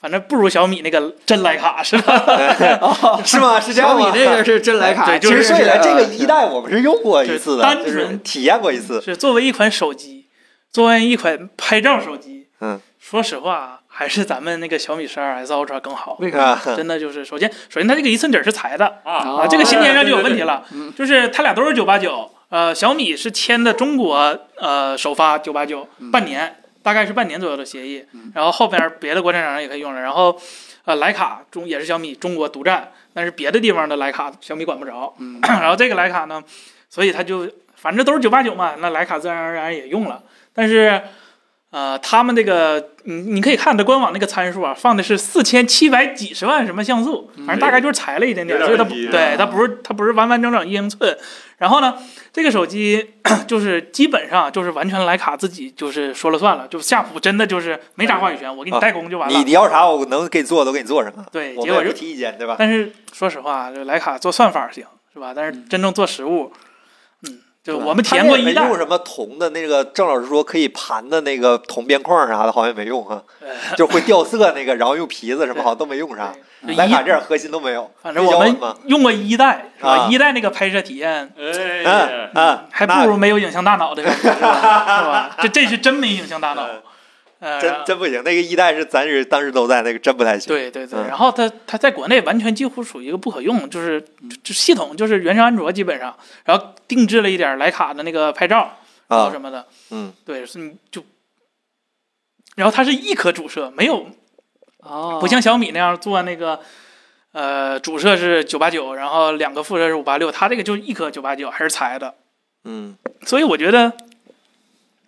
D: 反正不如小米那个真徕卡是吧？
A: 是吗？是这样
B: 小米
A: 吗？
B: 这个是真徕卡，
D: 对
A: 哎其
D: 就
A: 实
D: 是
A: 说起来，这个一代我们是用过一次的，
D: 对单
A: 就
D: 纯
A: 是体验过一次。
D: 是作为一款手机，作为一款拍照手机，
A: 嗯，
D: 说实话，还是咱们那个小米十二 S Ultra 更好。
B: 为啥？
A: 啊，
D: 真的就是，首先，首先它这个一寸底儿是裁的
C: 啊，
D: 啊，这个芯片上就有问题
C: 了。
D: 了
B: 哦对对对嗯，
D: 就是它俩都是九八九，呃，小米是签的中国呃首发九八九
B: 嗯
D: 半年，大概是半年左右的协议
B: 嗯，
D: 然后后边别的国产厂商也可以用了，然后呃徕卡中也是小米中国独占，但是别的地方的徕卡小米管不着，
B: 嗯
D: 然后这个徕卡呢，所以它就反正都是九八九嘛，那徕卡自然而然也用了。但是，呃，他们这个你你可以看它官网那个参数啊，放的是四千七百几十万什么像素，反正大概就是裁了一点点，
C: 有
D: 所以
C: 点
D: 它
C: 儿
D: 不
C: 低
D: 对它不是它不是完完整整一英寸。然后呢，这个手机 就是基本上就是完全徕卡自己就是说了算了，就夏普真的就是没啥话语权，我给你代工就完了。
A: 你你要啥我能给你做都给你做上啊。
D: 对，
A: 我们
D: 结果
A: 也
D: 就
A: 不提意见，对吧？
D: 但是说实话，这徕卡做算法行是吧？但是真正做实物，嗯，就
A: 对
D: 我们体验过
A: 他
D: 一
A: 也没
D: 代
A: 用，什么铜的那个，郑老师说可以盘的那个铜边框啥的，好像也没用 啊，就会掉色那个，然后用皮子什么好像都没用啥，
D: 就
A: 徕卡
D: 一
A: 这样核心都没有，
D: 反正我
A: 那
D: 们
A: 叫什么
D: 用过一代是吧？
A: 啊
D: 一代那个拍摄体验
A: 嗯
C: 哎呀，
A: 嗯，
D: 还不如没有影像大脑的感觉，是吧？ 是吧这这是真没影像大脑
A: 嗯，
D: 呃
A: 那，真真不行，那个一代是咱是当时都在那个真不太行，
D: 对对对，
A: 嗯
D: 然后它它在国内完全几乎属于一个不可用，就是就就系统就是原生安卓基本上，然后定制了一点徕卡的那个拍照然后
A: 啊
D: 什，么的，
A: 嗯，
D: 对，是你就，然后它是一颗主摄，没有
B: 哦，
D: 不像小米那样做那个，呃，主摄是九八九，然后两个副摄是五八六，它这个就一颗九八九还是裁的，
A: 嗯，
D: 所以我觉得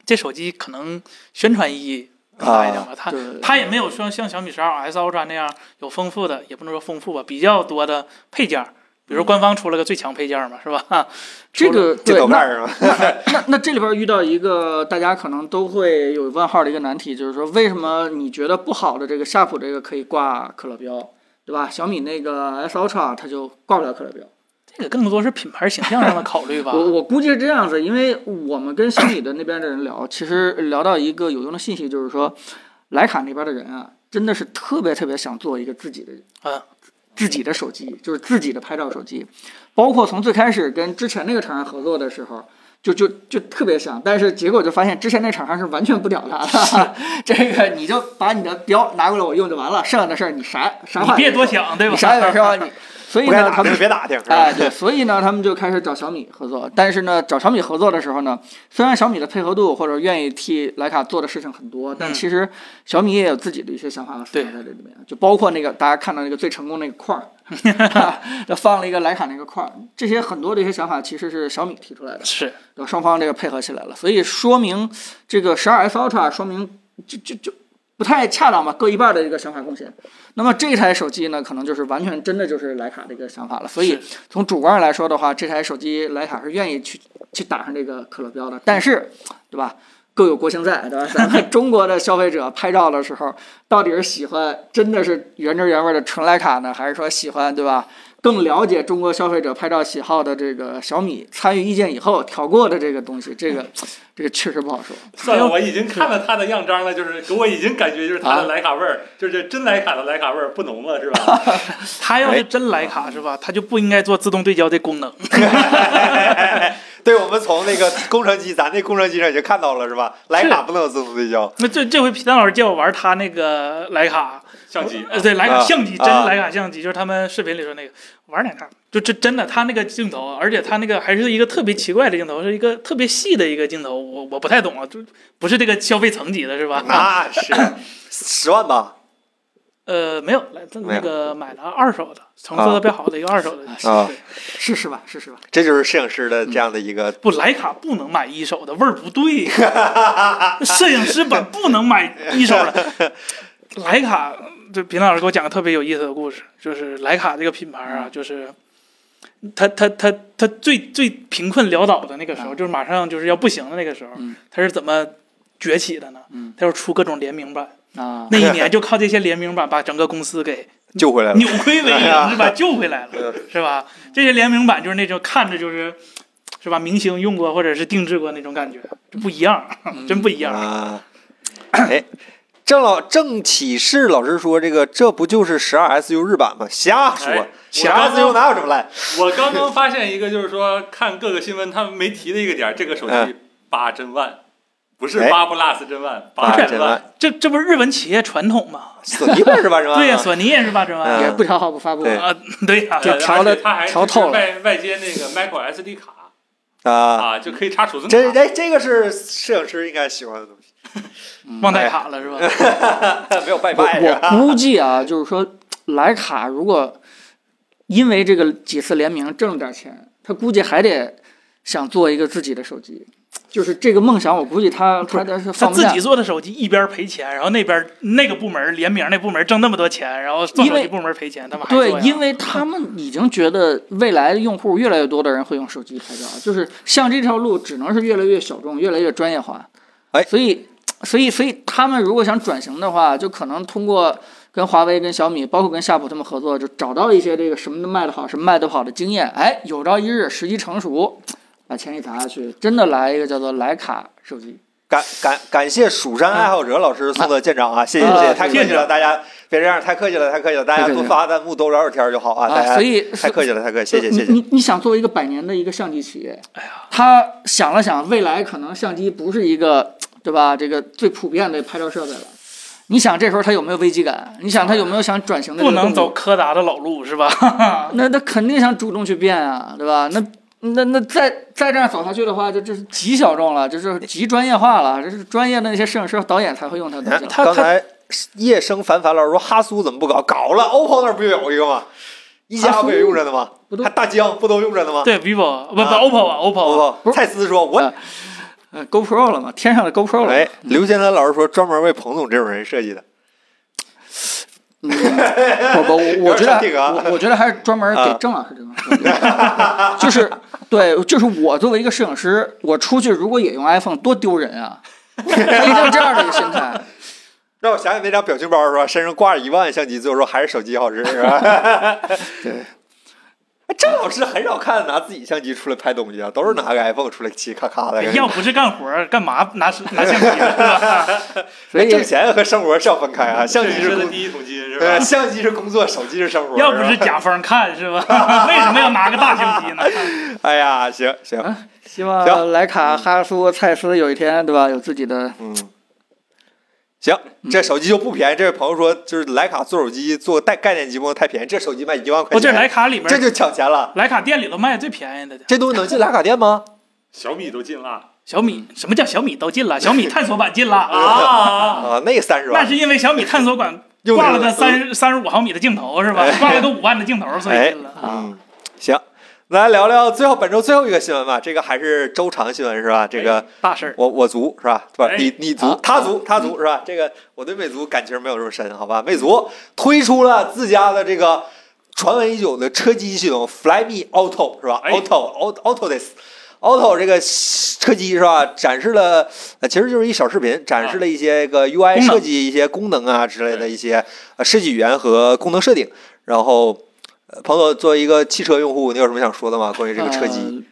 D: 这手机可能宣传意义更大一
A: 啊
D: 点吧，它
B: 对
D: 它也没有说像小米十二 S Ultra 那样有丰富的，也不能说丰富吧，比较多的配件儿，比
A: 嗯
D: 如官方出了个最强配件儿嘛，是吧？
B: 这个
A: 镜
B: 对
A: 头
B: 那
A: 盖是吧？
B: 那那这里边遇到一个大家可能都会有问号的一个难题，就是说为什么你觉得不好的这个夏普这个可以挂可乐标，对吧？小米那个 S Ultra 它就挂不了可乐标。
D: 这个更多是品牌形象上的考虑吧。
B: 我我估计是这样子，因为我们跟小米的那边的人聊，其实聊到一个有用的信息，就是说，徕卡那边的人啊，真的是特别特别想做一个自己的
D: 啊
B: 自己的手机，就是自己的拍照手机，包括从最开始跟之前那个厂商合作的时候。就就就特别想，但是结果就发现之前那厂商是完全不屌他的， 这个你就把你的标拿过来我用就完了，剩下的事儿你啥啥
D: 你
B: 话
D: 别
B: 也
D: 多
B: 说，
D: 想，对吧？
B: 你啥也别说，你所以
A: 不该
B: 呢，
A: 打
B: 他们
A: 听别打听，是吧
B: 哎，对，所以呢，他们就开始找小米合作。但是呢，找小米合作的时候呢，虽然小米的配合度或者愿意替徕卡做的事情很多，但
D: 嗯
B: 其实小米也有自己的一些想法和思想在这里面，就包括那个大家看到那个最成功那个块 儿， 就放了一个徕卡那个块儿，这些很多的一些想法其实是小米提出来的，
D: 是
B: 对吧双方这个配合起来了，所以说明这个十二 S Ultra 说明就就就不太恰当吧，各一半的一个想法贡献。那么这台手机呢，可能就是完全真的就是徕卡的一个想法了。所以从主观上来说的话，这台手机徕卡是愿意去去打上这个可乐标的，但是，对吧？各有国情在，对吧？咱们 中国的消费者拍照的时候，到底是喜欢真的是原汁原味的纯徕卡呢，还是说喜欢对吧？更了解中国消费者拍照喜好的这个小米参与意见以后调过的这个东西，这个这个确实不好说。
C: 算了，我已经看了他的样张了，就是给我已经感觉就是他的徕卡味儿，就是真徕卡的徕卡味儿不浓了，是吧？
D: 它要是真徕卡是吧？它就不应该做自动对焦这功能。
A: 对，我们从那个工程机，咱那工程机上已经看到了，是吧？徕卡不能有自动对焦，
D: 那这这回皮蛋老师叫我玩他那个徕卡，
C: 相机，
D: 呃，对，徕
A: 啊
D: 卡相机，真
A: 啊
D: 徕卡相机，就是他们视频里说那个玩徕卡，就这真的，他那个镜头，而且他那个还是一个特别奇怪的镜头，是一个特别细的一个镜头，我我不太懂啊，就不是这个消费层级 的是吧？
A: 那是十万吧？
D: 呃，没有，来自那个买了二手的，成色特别好的一个二手的，
A: 啊
D: 对
B: 试试吧，试试吧。
A: 这就是摄影师的这样的一个
D: 不，徕卡不能买一手的，味儿不对， 摄影师版不能买一手的。徕卡，这平老师给我讲个特别有意思的故事，就是徕卡这个品牌
B: 嗯
D: 啊，就是他他他他最最贫困潦倒的那个时候，就是马上就是要不行的那个时候
B: 嗯，
D: 他是怎么崛起的呢
B: 嗯？
D: 他要出各种联名版，
B: 啊，
D: 那一年就靠这些联名版把整个公司给
A: 救回来 了。
D: 扭亏为盈
B: 哎
D: 是吧？救回来
A: 嗯
D: 了是吧？这些联名版就是那种看着就是是吧，明星用过或者是定制过那种感觉，这不一样，
B: 嗯
D: 真不一样。
A: 啊，哎，郑老郑启士老师说，这个这不就是十二 S U 日版吗？瞎说
C: 哎，
A: 十
C: 我
A: 二
C: 刚
A: S U 哪有这么烂？
C: 我刚刚发现一个，就是说看各个新闻他们没提的一个点儿，这个手机八真万，不是
A: 哎
C: 八 plus 真万，
F: 啊
C: 八
A: 八
C: 真
A: 真
C: 万
A: 万。
D: 这这不是日本企业传统吗？
A: 索尼不是吧？是吧？
B: 嗯
D: 对呀，索尼也是八千万
A: 嗯
B: 也不调好不发布。
A: 对
D: 啊， 对呀，
B: 就
C: 呃
B: 调
C: 而且
B: 得
C: 它还
B: 调透了
C: 支持外外接那个 micro SD 卡
A: 啊，
C: 啊，就可以插储存
A: 这
C: 卡。
A: 这这个是摄影师应该喜欢的东西，
B: 嗯
D: 忘带卡了是
B: 哎
D: 吧？
A: 没有拜
B: 我
A: 拜是吧？
B: 我估计啊，就是说，徕卡如果因为这个几次联名挣了点钱，他估计还得想做一个自己的手机，就是这个梦想，我估计他他他是
D: 他
B: 放不
D: 自
B: 下
D: 己。做的手机一边赔钱，然后那边那个部门联名那部门挣那么多钱，然后做
B: 因
D: 手机
B: 为
D: 部门赔钱，他们还
B: 对
D: 做，呀
B: 因为他们已经觉得未来用户越来越多的人会用手机拍照，就是像这条路只能是越来越小众，越来越专业化。
A: 哎
B: 所以，所以，所以他们如果想转型的话，就可能通过跟华为、跟小米，包括跟夏普他们合作，就找到一些这个什么卖的好、什么卖的不好的经验。哎，有朝一日时机成熟，把钱一砸下去，真的来一个叫做徕卡手机。
A: 感感感谢蜀山爱好者老师送的见长啊，谢谢
B: 啊
A: 谢谢，太客气
C: 见
A: 了，
C: 长
A: 大家别这样，太客气了，太客气了，大家
B: 太客
A: 多
B: 气了
A: 发弹幕，多聊聊天儿就好啊，大
B: 啊，
A: 家
B: 所以
A: 太客气了，太客气，谢谢谢
B: 你
A: 谢，
B: 你你想作为一个百年的一个相机企业，哎呀，他想了想，未来可能相机不是一个对吧？这个最普遍的拍照设备了。你想这时候他有没有危机感？你想他有没有想转型的？
D: 不能走，柯达的老路是吧？
B: 那他肯定想主动去变啊，对吧？那那那再再这样走下去的话，就这是极小众了，这是极专业化了，这是专业的那些摄影师、导演才会用它的
A: 你看
B: 东西了。
A: 刚才夜生凡凡老师说哈苏怎么不搞，搞了，OPPO 那儿不就有一个吗？一加不也用着呢吗
B: 不？都
A: 还大疆不都用着呢吗
D: 对，vivo 不不
A: 啊
D: OPPO 吧 OPPO 吧
A: ？OPPO 蔡司说，我
B: 啊呃，GoPro 了嘛，天上的 GoPro 了。
A: 哎，刘建南老师说专门为彭总这种人设计的，
B: 嗯，不不，我我
A: 有
B: 觉
A: 点上劲啊
B: 得我我觉得还是专门给
A: 啊
B: 郑老师这种设计的， 就是对，就是我作为一个摄影师，我出去如果也用 iPhone，多丢人啊！一定有这样的一个心态，
A: 让我想起那张表情包是吧？身上挂着一万相机，最后说还是手机好吃是吧？ 哎
B: 对，
A: 郑老师很少看拿自己相机出来拍东西啊，都是拿个 iPhone 出来嘁咔咔的。
D: 哎要不是干活儿，干嘛拿拿相机 呢是吧？
B: 所以
A: 挣钱和生活是要分开啊，相
C: 摄
A: 机
C: 影
A: 是
C: 师的
A: 工，
C: 第一桶金是吧
A: 对，？相机是工作，手机是生活。
D: 要不是
A: 吧
D: 甲方看是吧？ 为什么要拿个大相机呢？
A: 哎呀，行行，
D: 啊
B: 希望
A: 行
B: 徕卡、哈苏、蔡司有一天，对吧，有自己的
A: 嗯，行，
D: 嗯
A: 这手机就不便宜。这位朋友说，就是徕卡做手机做带概念机不能太便宜，这手机卖一万块
D: 我哦这
A: 钱，
D: 徕卡里面，
A: 这就抢钱了。
D: 徕卡店里头卖最便宜的，
A: 这东西能进徕卡店吗？
C: 小米都进了
D: 小米什么叫小米都进了？小米探索版进 了
B: 哦
C: 啊！
A: 啊，那三十
D: 那
A: 万，
D: 是因为小米探索版
A: 用
D: 挂了
A: 着
D: 个三三十五毫米的镜头是吧
A: 哎？
D: 挂了个五万的镜头，所以进了。
B: 啊，
A: 嗯，行，来聊聊最后本周最后一个新闻吧。这个还是周长新闻是吧？这个
D: 大事儿。
A: 我我族是吧？对吧？
C: 哎
A: 你你族
B: 啊，
A: 他族，他族是吧？这个我对魅族感情没有这么深，好吧？魅族推出了自家的这个传闻已久的车机系统 Flyme Auto 是吧
C: 哎
A: ？Auto Auto Autodesk。Auto 这个车机是吧？展示了，呃，其实就是一小视频，展示了一些个 UI
D: 功能
A: 设计、一些功能啊之类的一些呃设计语言和功能设定。然后，呃彭总作为一个汽车用户，你有什么想说的吗？关于这个车机？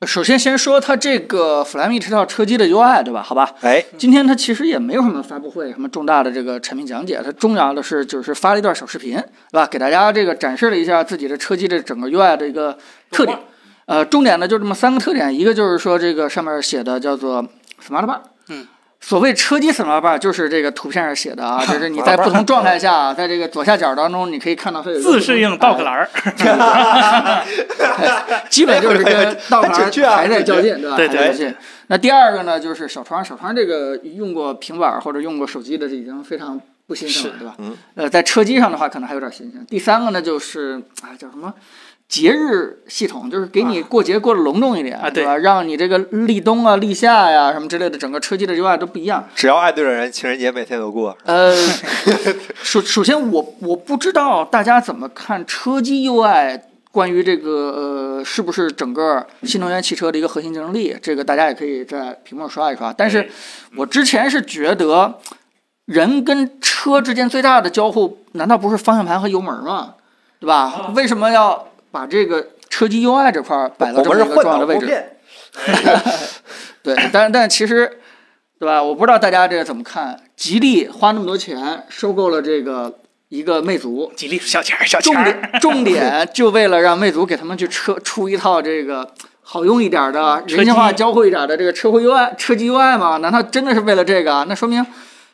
B: 呃首先先说它这个 Flyme 这套车机的 UI，对吧？好吧，
A: 哎，
B: 今天它其实也没有什么发布会，什么重大的这个产品讲解，它重要的是就是发了一段小视频，对吧？给大家这个展示了一下自己的车机的整个 UI 的一个特点。呃，重点呢就这么三个特点，一个就是说这个上面写的叫做 Smart Bar，
D: 嗯。
B: 所谓车机 smart bar 就是这个图片上写的啊，就是你在
A: smart bar
B: 不同状态下，在这个左下角当中，你可以看到它有一个
D: 嗯自适应道克，兰儿，
B: 基本就是跟道
A: 很准
B: 牌
A: 确啊
B: 还在较劲，对吧？
D: 对
B: 还
D: 对
B: 在较劲。那第二个呢，就是小窗，小窗这个用过平板儿或者用过手机的，已经非常不新鲜了，对吧？
A: 嗯
B: 呃，在车机上的话，可能还有点新鲜。第三个呢，就是啊，叫什么？节日系统就是给你过节过得隆重一点，
D: 啊
B: 对吧？让你这个立冬啊、立夏呀、什么之类的，整个车机的 UI 都不一样。
A: 只要爱对的人，情人节每天都过。
B: 呃，首首先我我不知道大家怎么看车机 UI 关于这个呃是不是整个新能源汽车的一个核心竞争力，这个大家也可以在屏幕刷一刷。但是我之前是觉得人跟车之间最大的交互，难道不是方向盘和油门吗？对吧？为什么要把这个车机 UI 这块儿摆到
A: 我
B: 这么
A: 们是
B: 一个
A: 换
B: 重要
A: 挡
B: 的位
A: 不
B: 置？
A: 变，
B: 对，但但其实，对吧？我不知道大家这个怎么看。吉利花那么多钱收购了这个一个魅族，
D: 吉利小钱儿，小
B: 重
D: 钱儿。
B: 点重点 就为了让魅族给他们去车出一套这个好用一点的、
D: 车
B: 人性化
D: 机
B: 交互一点的这个车会 UI 车机 UI 吗？难道真的是为了这个啊？那说明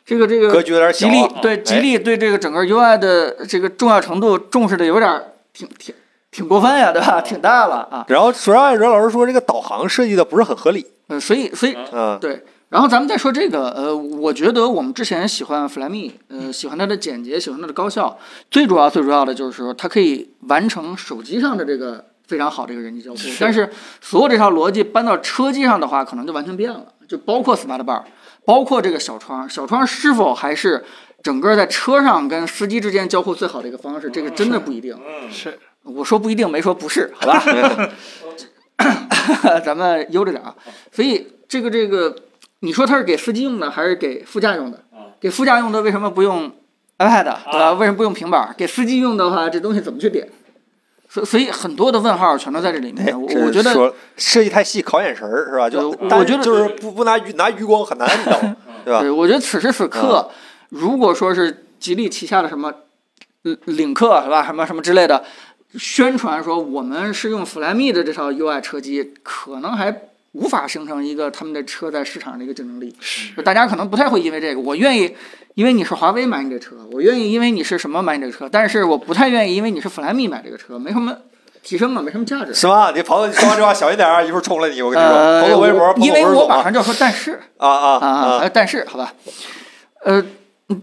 B: 这个这个
A: 格局有点
B: 吉
A: 小。
B: 利
A: 啊
D: 哎
B: 对吉利对这个整个 UI 的这个重要程度重视的有点儿挺挺挺过分呀、对吧？挺大了啊。
A: 然后主要爱哲老师说这个导航设计的不是很合理，
B: 嗯，所以所以
A: 嗯，
B: 对，然后咱们再说这个，呃，我觉得我们之前喜欢 Flyme，呃，喜欢它的简洁，喜欢它的高效，最主要最主要的就是说它可以完成手机上的这个非常好的一个人机交互，但是所有这套逻辑搬到车机上的话，可能就完全变了，就包括 Smart Bar，包括这个小窗，小窗是否还是整个在车上跟司机之间交互最好的一个方式，这个真的不一定。
C: 嗯，
D: 是
B: 我说不一定，没说不是，好 吧？咱们悠着点啊。所以这个这个，你说它是给司机用的还是给副驾用的
C: 啊？
B: 给副驾用的为什么不用 iPad 对吧？为什么不用平板儿？给司机用的话，这东西怎么去点？所所以很多的问号全都在这里
A: 哎
B: 面。我
A: 这
B: 我觉得
A: 说设计太细考眼神儿是吧？就
B: 对
A: 但
B: 我觉得
A: 就是不不拿余拿余光很难你知道吗 对吧？嗯
B: 对，我觉得此时此刻，如果说是吉利旗下的什么呃领克是吧，什么什么之类的，宣传说我们是用弗莱米的这套 UI 车机，可能还无法形成一个他们的车在市场上的一个竞争力。就大家可能不太会因为这个，我愿意因为你是华为买你这车，我愿意因为你是什么买你这车，但是我不太愿意因为你是弗莱米买这个车，没什么提升嘛，没什么价值。
A: 什啊么？你朋友说完这话小心点儿啊，一会儿冲了你！我跟你说，朋
B: 呃，
A: 友微博，
B: 我
A: 朋
B: 因为
A: 友微
B: 我
A: 博
B: 马
A: 啊
B: 上就要说，但是。
A: 啊啊
B: 啊，
A: 啊！
B: 呃但是好吧，呃，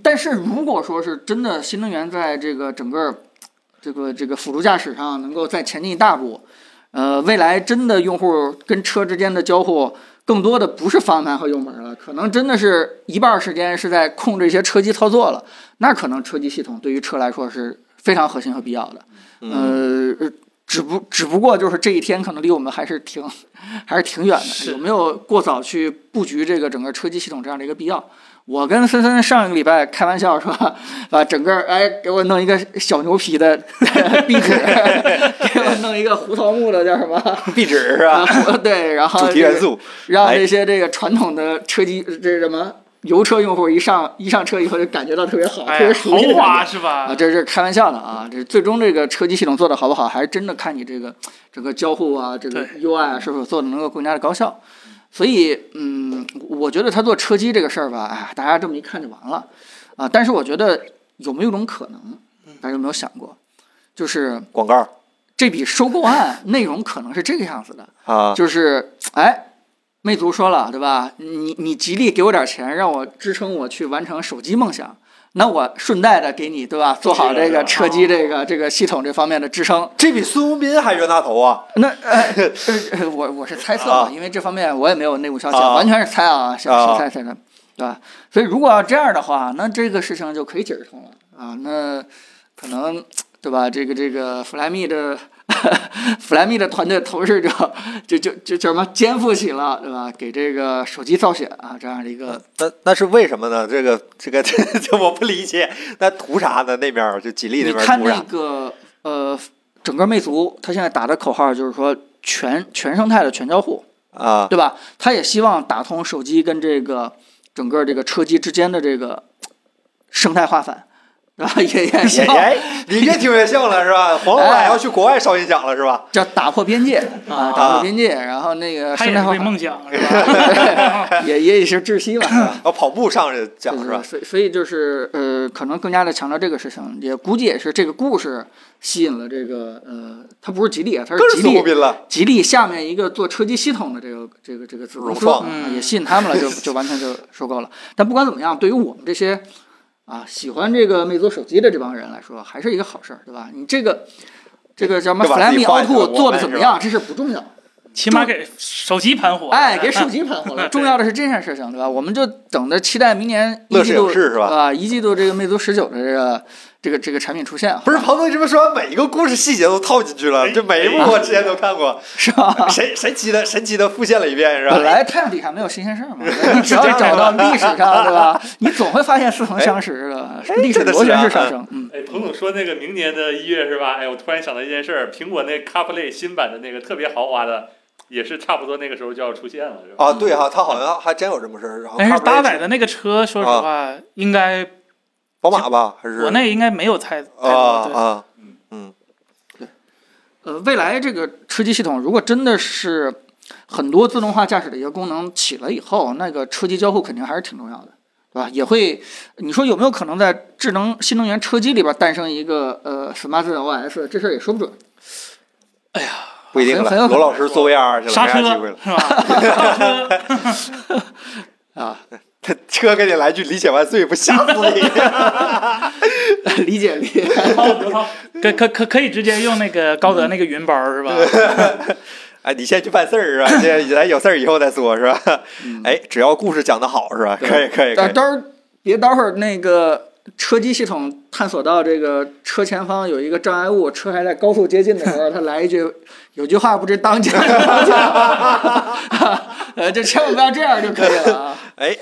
B: 但是如果说是真的新能源在这个整个这个这个辅助驾驶上能够再前进一大步，呃，未来真的用户跟车之间的交互更多的不是方向盘和油门了，可能真的是一半儿时间是在控制一些车机操作了，那可能车机系统对于车来说是非常核心和必要的。呃，只不只不过就是这一天可能离我们还是挺还是挺远的，
D: 是
B: 有没有过早去布局这个整个车机系统这样的一个必要？我跟森森上一个礼拜开玩笑说，把整个哎给我弄一个小牛 皮的壁纸，给我弄一个胡桃木的叫什么？
A: 壁纸是吧？
B: 啊 对，然后
A: 主题
B: 这个
A: 元素，
B: 让
A: 哎
B: 这些这个传统的车机这这什么油车用户一上一上车以后就感觉到特别好，
D: 哎
B: 啊特别
D: 呀，
B: 熟悉的
D: 豪
B: 感觉
D: 华是
B: 啊，
D: 吧？
B: 这是开玩笑的啊，这最终这个车机系统做的好不好，还是真的看你这个整个交互啊，这个 UI 啊是否做的能够更加的高效。所以，嗯，我觉得他做车机这个事儿吧，哎，大家这么一看就完了啊。但是我觉得有没有一种可能，大家有没有想过，就是
A: 广告
B: 这笔收购案内容可能是这个样子的，
A: 啊，
B: 就是哎，魅族说了对吧？你你极力给我点钱，让我支撑我去完成手机梦想。那我顺带的给你，对吧？啊做好这个车机这个这个系统这方面的支撑。
A: 这比孙宏斌还冤大头啊！
B: 那呃，呃我我是猜测
A: 啊
B: 啊，因为这方面我也没有内部消息，
A: 啊
B: 完全是猜啊，是
A: 啊
B: 是猜猜的，对吧？所以如果要这样的话，那这个事情就可以解释通了啊。那可能对吧？这个这个弗莱密的 弗莱密的团队同事就就就就叫什么肩负起了，对吧？给这个手机造血啊这样的一个
A: 那那是为什么呢？这个这个 这这我不理解，那图啥呢？那边儿就吉利那
B: 你
A: 边儿
B: 看
A: 图
B: 那
A: 啥？
B: 个呃，整个魅族，它现在打的口号就是说全全生态的全交互，
A: 啊
B: 对吧？它也希望打通手机跟这个整个这个车机之间的这个生态化反，然后 也也希
A: 也
B: 望
A: 也，哎你越听越像了是吧？黄老板要去国外烧音响了是吧？
B: 叫打破边界啊，打
A: 啊
B: 破边界，然后那个
D: 他
B: 生
D: 也
B: 态
D: 是
B: 化
D: 为
B: 反
D: 梦想 是吧？
B: 也也是窒息吧。是吧
A: 要跑步上去 讲是吧？
B: 所以所以就是呃，可能更加的强调这个事情，也估计也是这个故事吸引了这个呃，它不是吉利啊，它
A: 更是
B: 是吉
A: 孙
B: 利
A: 宏斌了，
B: 吉利下面一个做车机系统的这个这个这个子公
A: 融
B: 司
A: 创
B: 啊
D: 嗯
B: 也吸引他们了，就就完全就收购了。但不管怎么样，对于我们这些啊喜欢这个魅族手机的这帮人来说，还是一个好事儿，对吧？你这个这个叫什么
A: 就把自己
B: Flyme
A: 换一个
B: Auto 做
A: 我
B: 的
A: 们
B: 怎么
A: 是吧
B: 样，这事儿不重要。
D: 起码给手机盘 活。
B: 哎，给手机盘活了。重要的是这件事情，对吧？我们就等着期待明年一
A: 乐视
B: 季
A: 影
B: 度
A: 视是吧
B: 啊，一季度这个魅族十九的这个这个这个产品出现，啊
A: 不是庞总，你这么说，每一个故事细节都套进去
B: 哎
A: 了，这每一幕我之前都看过，
B: 是吧？
A: 神神奇的神奇的复现了一遍是吧
B: 哎本？来太阳底下没有新鲜 事儿嘛，你只要找到历史上，对吧？你总会发现似
A: 哎
B: 曾相识的，历史
A: 真的是
B: 螺旋
A: 啊
B: 式上升。嗯，
C: 哎，彭总说那个明年的一月是吧？哎，我突然想到一件事儿，苹果那 CarPlay 新版的那个特别豪华的，也是差不多那个时候就要出现了，是
B: 哦
C: 吧？
A: 啊，对哈、他好像还真有这么事儿。然后
D: 哎但是
A: Carplay
D: 搭载的那个车，说实
B: 啊
D: 话，应该
A: 宝马吧，还是
D: 国内应该没有太太
A: 啊
D: 多。哎对
A: 啊，
B: 呃，未来这个车机系统如果真的是很多自动化驾驶的一个功能起了以后，那个车机交互肯定还是挺重要的，对吧？也会，你说有没有可能在智能新能源车机里边诞生一个呃 Smart OS？这事儿也说不准。
A: 不一定
B: 很很
A: 了。
B: 有可
A: 罗
B: 能
A: 老师做 VR 去了，
D: 刹
A: 没啥
D: 车
A: 机会了。
D: 是吧？倒
A: 他
D: 车
A: 车给你来句“理解万岁”，不吓死 你？
B: 理解理解。
C: 好，刘涛，
D: 可可可可以直接用那个高德那个云包是吧？
A: 哎，你先去办事儿是吧？这咱有事儿以后再说是吧？
B: 嗯
A: 哎，只要故事讲得好是吧？
B: 对
A: 可以可以可
B: 但
A: 以。
B: 待会儿别待会儿那个车机系统探索到这个车前方有一个障碍物，车还在高速接近的时候，他来一句，有句话不知当讲当讲， 呃，就千万不要这样就可以了啊。
A: 哎，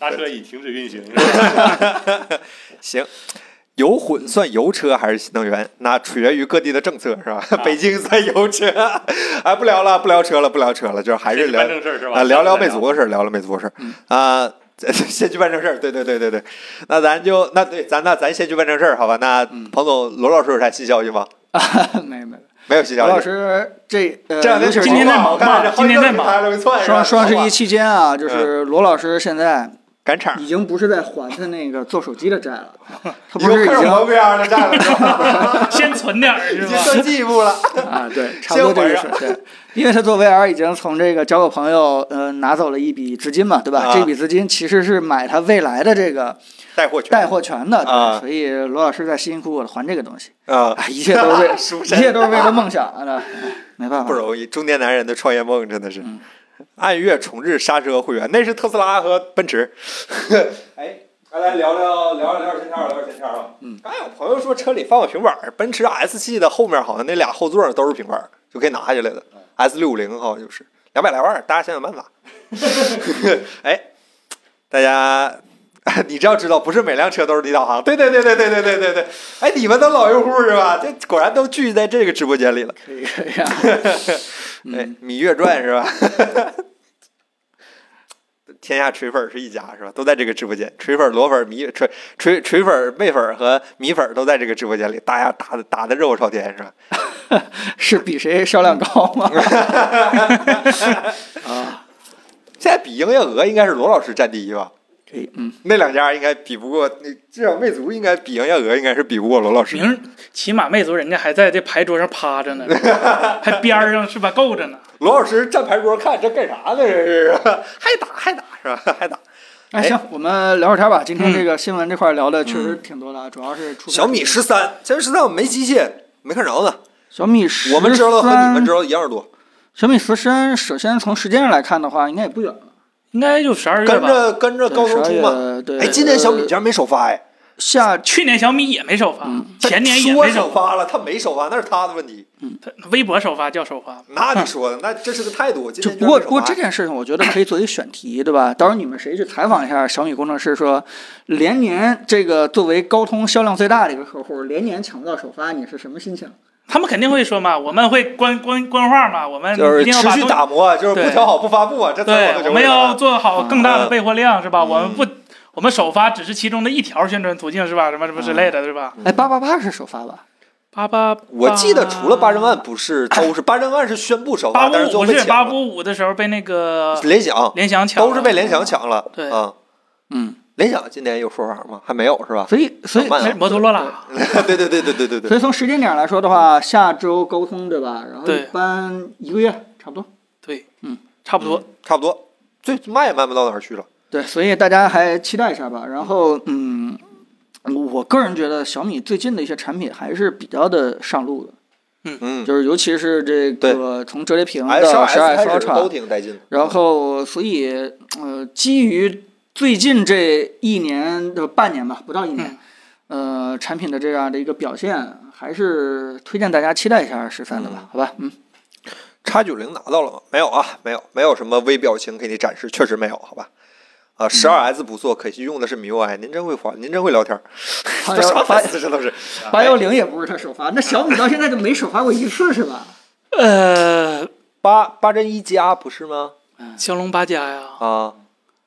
C: 刹车已停止运行。
A: 行，油混算油车还是新能源？那取决于各地的政策，是吧？北京算油车，哎，不聊了，不聊车了，不聊车了，就是还是
C: 这
A: 聊
C: 办正事儿是吧？
A: 啊，聊聊
C: 魅
A: 魅族的事儿，聊聊魅族的事儿
F: 嗯
A: 啊。这这先去办正事儿，对对对对对，那咱就那对咱那咱先去办正事儿，好吧？那
F: 嗯
A: 彭总，罗老师有啥新消息吗？
B: 没有没有，
A: 没有新消
B: 罗
A: 息。
B: 老师这呃，
A: 这两天
B: 尤其是
D: 今天在忙
A: 我看这
D: 今天在忙
A: 好几个品牌都没窜是吧
B: 双双十
A: 好
B: 一
A: 吧嗯
B: 期间啊，就是罗老师现在
A: 赶场，
B: 已经不是在还他那个做手机的 债了，他
A: 又
B: 不是已
A: 开始
B: 经
A: 模 VR 的站了是吧，
D: 先存点儿 是
A: 已经
D: 吧？
A: 算进一步了。
B: 啊， 对，差不多这个事儿，对， 因为他做 VR 已经从这个交个朋友呃拿走了一笔资金嘛，对吧？
A: 啊
B: 这笔资金其实是买他未来的这个
A: 带货权
B: 带货权的，对吧
A: 啊
B: 所以罗老师在辛辛苦苦的还这个东西，
A: 啊，
B: 哎，一切都是 为
A: 书
B: 一
A: 山
B: 切都是为了梦想啊，那没办
A: 不
B: 法，
A: 容易，中年男人的创业梦真的是
B: 嗯。
A: 按月重置刹车会员，那是特斯拉和奔驰。 哎，刚才聊聊聊聊聊闲天儿，聊聊闲天儿啊。
B: 嗯。
A: 刚才有朋友说车里放个平板儿，奔驰 S 系的后面好像那俩后座上都是平板儿，就可以拿下来的。S
B: 嗯
A: 六五零好像就是两百来万儿，大家想想办法。 哎，大家。 你这要知道，不是每辆车都是离导航。对对对对对对对对对。哎，你们都老用户是吧？这果然都聚集在这个直播间里了。
B: 可以可以啊，
A: 哎，《芈月传》是吧？ 天下锤粉儿是一家是吧？都在这个直播间，锤粉儿、裸粉儿、迷锤锤锤粉儿、妹粉儿和米粉儿都在这个直播间里，大家打的打的热火朝天是吧？
B: 是比谁销量 高吗？啊，
A: 现在比营业额应该是罗老师占第一吧？
B: 可以，嗯，
A: 那两家应该比不过，那至少魅族应该比营业额应该是比不过罗老师
D: 明。儿起码魅族人家还在这牌桌上趴着呢， 还边儿上是吧够着呢。
A: 罗老师站牌桌看这干啥呢？这是 是吧还打还打是吧？还打。哎
B: 哎，
A: 嗯
B: 行，我们聊会儿天儿吧。今天
D: 嗯
B: 这个新闻这块儿聊的确实挺多的啊，主要是触发
A: 小米十三，小米十三我没机械，没看着呢。
B: 小米十
A: 我们知道的和你们知
B: 道
A: 道的一样多，
B: 小米十三，首先从时间上来看的话，应该也不远了，
D: 应该就十二月
A: 跟
D: 吧。
A: 着跟着高通出嘛。
B: 嘛。对，
A: 哎，今年小米
B: 呃
A: 竟然没首发哎，
B: 下
D: 去年小米也没首发，
B: 嗯
D: 前年也
A: 说
D: 没首
A: 首发了，他没首发那是他的问题。
D: 发，微博首发叫首发吗，
A: 那你说的那这是个态度。今
B: 就
A: 天
B: 不过
A: 居然没首
B: 不
A: 发
B: 过这件事情，我觉得可以做一个选题，对吧？到时候你们谁去采访一下小米工程师说，连年这个作为高通销量最大的一个客户，连年抢不到首发，你是什么心情？
D: 他们肯定会说嘛，我们会官官官话嘛，我们
A: 就是
D: 一定要
A: 持
D: 把
A: 续
D: 东
A: 打磨，啊就是不
D: 对
A: 调好不发布啊，这采
D: 对
A: 访，
D: 我
A: 就
D: 们
A: 为
D: 要
A: 了
D: 做好更大的备货量是吧？
A: 嗯
D: 我们不，我们首发只是其中的一条宣传途径是吧？什么什么之类的是吧？
B: 哎，八八八是首发吧？
D: 八八，
A: 嗯我记得除了八阵万不是都是八阵万是宣布首
D: 八
A: 发，
D: 五
A: 但是最后
D: 不
A: 被
D: 是八
A: 抢了。
D: 五五的时候被那个
A: 联想
D: 联想抢了，
A: 都是被联想抢了。
D: 对
A: 啊，
B: 嗯，
A: 联想今年有首发吗？还没有是吧？
B: 所以所以
A: 想办
D: 没哎摩托罗拉，
A: 对对对对对对对
B: 所。以从时间点来说的话，下周高通对吧？然后一
D: 对
B: 般一个月差不多。
D: 对，
B: 嗯，
D: 差不多。
A: 差不多，最卖也卖不到哪儿去了。
B: 对，所以大家还期待一下吧。然后，嗯，我个人觉得小米最近的一些产品还是比较的上路的，
A: 嗯，
B: 就是尤其是这个从折叠屏
A: 哎，
B: 到
A: 上
B: 十
A: S
B: 二 S
A: 开
B: u
A: 始
B: l
A: 都挺带劲的。
B: 然后，所以呃，基于最近这一年的半年吧，不到一年，
A: 嗯
B: 呃，产品的这样的一个表现，还是推荐大家期待一下十三的吧，好吧？嗯，
A: x 九零拿到了吗？没有啊，没有，没有什么微表情给你展示，确实没有，好吧？啊，十二 S 不错，可惜用的是 MIUI。您真会玩，您真会聊天儿，这什么
B: 八
A: 粉丝这都是
B: 八幺零也不是他首发，那小米到现在就没首发过一次是吧？
D: 呃，
A: 八八针一加不是吗？
D: 骁龙八加呀，
A: 啊，